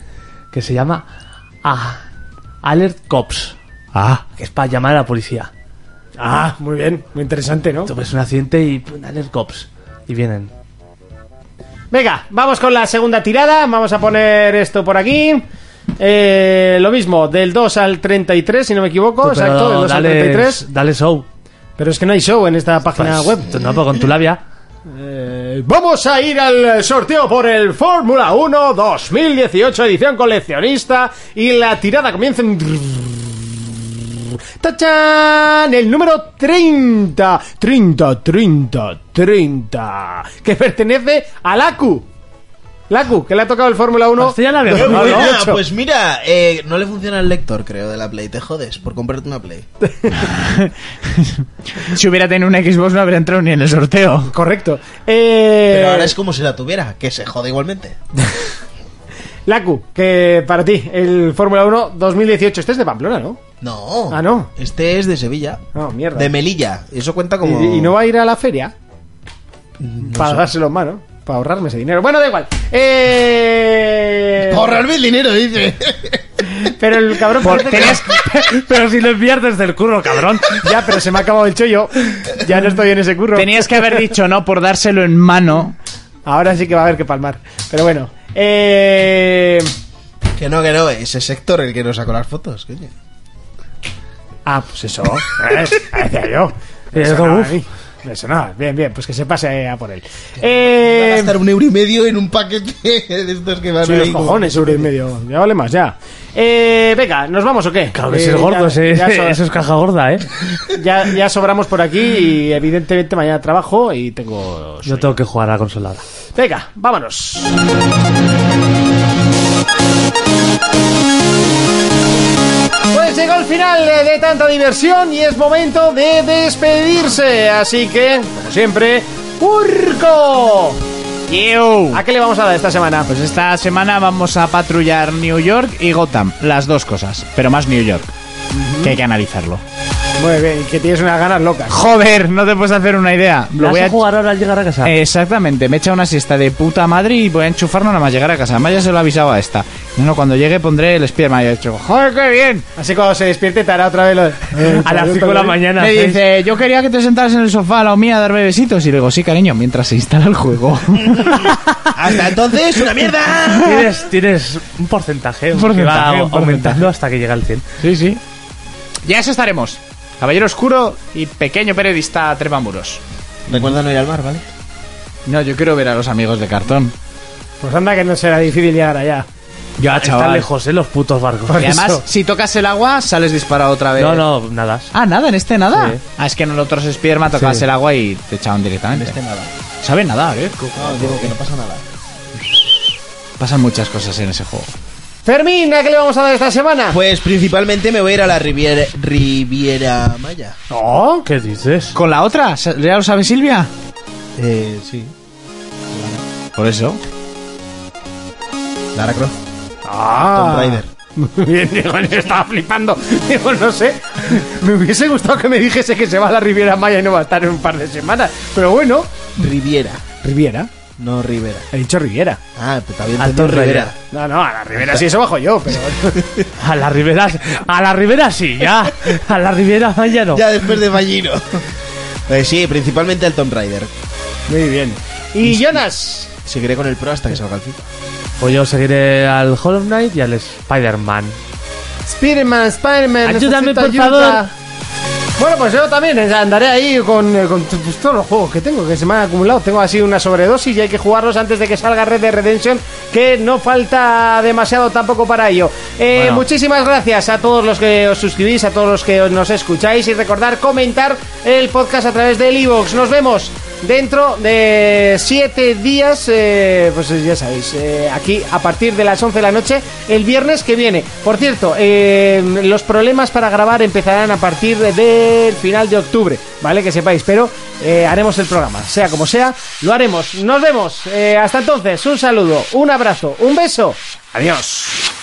Speaker 8: que se llama ah, Alert Cops. Ah. Que es para llamar a la policía.
Speaker 4: Ah, muy bien, muy interesante, ¿no?
Speaker 8: Tú ves un accidente y pum, Alert Cops. Y vienen.
Speaker 4: Venga, vamos con la segunda tirada. Vamos a poner esto por aquí. Eh, lo mismo, del 2 al 33, si no me equivoco.
Speaker 8: Tú, pero
Speaker 4: Exacto, del 2 al 33.
Speaker 8: dale show.
Speaker 4: Pero es que no hay show en esta página
Speaker 8: Pues,
Speaker 4: web.
Speaker 8: tú no, pero con tu labia.
Speaker 4: Eh, vamos a ir al sorteo por el Fórmula 1 2018 edición coleccionista y la tirada comienza en... ¡Tachán! El número 30. 30, 30, 30. Que pertenece a Laku. Laku, que le ha tocado el Fórmula 1.
Speaker 8: Hostia, la había
Speaker 7: Pues
Speaker 8: No,
Speaker 7: mira,
Speaker 8: no,
Speaker 7: pues mira, eh, no le funciona el lector, creo, de la Play. Te jodes por comprarte una Play.
Speaker 5: pues, Si hubiera tenido una Xbox no habría entrado ni en el sorteo.
Speaker 4: Correcto. Eh,
Speaker 7: Pero ahora es como si la tuviera, que se jode igualmente.
Speaker 4: Laku, que para ti, el Fórmula 1 2018. Este es de Pamplona, ¿no?
Speaker 7: No.
Speaker 4: Ah, ¿no?
Speaker 7: Este es de Sevilla.
Speaker 4: No, mierda.
Speaker 7: De Melilla. Eso cuenta como...
Speaker 4: ¿Y, y no va a ir a la feria? para dárselo en mano. Para ahorrarme ese dinero. Bueno, da igual. Eh...
Speaker 16: Ahorrarme el dinero, dice.
Speaker 4: Pero el cabrón. parece que-
Speaker 8: pero si lo envías desde el curro, cabrón.
Speaker 4: Ya, pero se me ha acabado el chollo. Ya no estoy en ese curro.
Speaker 5: Tenías que haber dicho no por dárselo en mano.
Speaker 4: Ahora sí que va a haber que palmar. Pero bueno. Eh...
Speaker 7: Que no, que no. Es ese sector el que nos sacó las fotos, coño.
Speaker 4: Ah, pues eso. Eh, Decía yo. Me
Speaker 8: Es
Speaker 4: sonaba
Speaker 8: como,
Speaker 4: a
Speaker 8: uf.
Speaker 4: mí. Me sonaba. Bien, bien. Pues que se pase a por él.
Speaker 7: Va a
Speaker 4: Eh...
Speaker 7: gastar un euro y medio en un paquete de estos que van
Speaker 4: Sí,
Speaker 7: ahí
Speaker 4: los
Speaker 7: como-
Speaker 4: cojones, euro y medio. Ya vale más, ya. Eh, venga, ¿nos vamos o qué?
Speaker 8: Claro que
Speaker 4: Eh,
Speaker 8: ese es
Speaker 4: ya-
Speaker 8: gordo, ese-
Speaker 4: ya so-
Speaker 8: eso es caja gorda, eh.
Speaker 4: Ya, ya sobramos por aquí y evidentemente mañana trabajo y tengo...
Speaker 8: Yo tengo que jugar a la consolada.
Speaker 4: Venga, vámonos. Pues llegó el final eh, de tanta diversión y es momento de despedirse. Así que, como siempre, ¡Urco!
Speaker 5: Yo.
Speaker 4: ¿A qué le vamos a dar esta semana?
Speaker 5: Pues esta semana vamos a patrullar New York y Gotham, las dos cosas, pero más New York, que hay que analizarlo.
Speaker 4: Muy bien, que tienes unas ganas locas.
Speaker 5: Joder, no te puedes hacer una idea. Lo
Speaker 8: ¿Lo
Speaker 5: voy a
Speaker 8: jugar ahora al llegar a Eh, casa?
Speaker 5: Exactamente, me echa una siesta de puta madre y voy a enchufarlo nada más llegar a casa. Además ya se lo avisaba a esta. No, no, cuando llegue pondré el Spiderman. Y he dicho, joder, qué bien.
Speaker 4: Así cuando se despierte te hará otra vez lo de...
Speaker 8: A las 5 de la mañana.
Speaker 5: Me
Speaker 8: seis.
Speaker 5: dice, yo quería que te sentaras en el sofá a la mía a darme besitos. Y le digo, sí, cariño, mientras se instala el juego.
Speaker 7: Hasta entonces, una mierda.
Speaker 8: Tienes, tienes un porcentaje,
Speaker 5: Un
Speaker 8: que va
Speaker 5: porcentaje, un porcentaje.
Speaker 8: aumentando hasta que llega al 100.
Speaker 5: sí, sí. Ya eso estaremos. Caballero Oscuro y pequeño periodista Trepamuros.
Speaker 7: Recuerda no ir al mar, ¿vale?
Speaker 5: No, yo quiero ver a los amigos de cartón.
Speaker 4: Pues anda que no será difícil llegar allá.
Speaker 5: Ya,
Speaker 8: Están lejos, ¿eh? Los putos barcos. eh,
Speaker 5: Y además, si tocas el agua, sales disparado otra vez.
Speaker 8: No, no, nada.
Speaker 5: Ah, nada, en este nada.
Speaker 8: Sí.
Speaker 5: Ah, es que en el otro Spiderman tocabas
Speaker 8: Sí.
Speaker 5: el agua y te echaban directamente. En este nada. Sabe nada, ¿eh?
Speaker 7: digo que no pasa nada.
Speaker 5: Pasan muchas cosas en ese juego.
Speaker 4: Fermín, ¿a qué le vamos a dar esta semana?
Speaker 7: Pues principalmente me voy a ir a la Riviera, Riviera Maya.
Speaker 4: No.
Speaker 8: ¿Qué dices?
Speaker 5: ¿Con la otra? ¿Ya lo sabe Silvia?
Speaker 7: Eh, sí.
Speaker 5: Por eso.
Speaker 7: Lara Croft. Tomb
Speaker 4: Ah.
Speaker 7: Raider.
Speaker 4: Muy bien, Diego, yo estaba flipando. Digo, no sé. Me hubiese gustado que me dijese que se va a la Riviera Maya y no va a estar en un par de semanas. Pero bueno.
Speaker 7: Riviera,
Speaker 4: Riviera.
Speaker 7: no Rivera.
Speaker 4: He dicho Riviera.
Speaker 7: Ah, pero está bien.
Speaker 8: Al
Speaker 7: entendido
Speaker 8: Tomb Raider.
Speaker 7: Rivera.
Speaker 4: No, no, a la Riviera sí, eso bajo yo, pero...
Speaker 8: A la ribera, a la ribera sí, ya. A la ribera ya no.
Speaker 7: Ya después de Fallino. Pues sí, principalmente al Tomb Raider.
Speaker 4: Muy bien. Y Jonas,
Speaker 7: Seguiré con el pro hasta que salga el FIFA.
Speaker 8: Pues yo seguiré al Hollow Knight y al Spider-Man.
Speaker 4: Spiderman, Spiderman...
Speaker 8: Ayúdame,
Speaker 4: necesito
Speaker 8: por favor.
Speaker 4: Bueno, pues yo también eh, andaré ahí con, eh, con t- pues, todos los juegos que tengo, que se me han acumulado. Tengo así una sobredosis y hay que jugarlos antes de que salga Red Dead Redemption, que no falta demasiado tampoco para ello. Eh,
Speaker 8: Bueno.
Speaker 4: Muchísimas gracias a todos los que os suscribís, a todos los que os- nos escucháis y recordar comentar el podcast a través del iVoox. Nos vemos dentro de Eh, siete días, eh, pues ya sabéis, eh, aquí a partir de las 11 de la noche, el viernes que viene. Por cierto, eh, los problemas para grabar empezarán a partir del final de octubre, ¿vale? Que sepáis, pero eh, haremos el programa, sea como sea, lo haremos. Nos vemos. Eh, hasta entonces, un saludo, un abrazo, un beso. Adiós.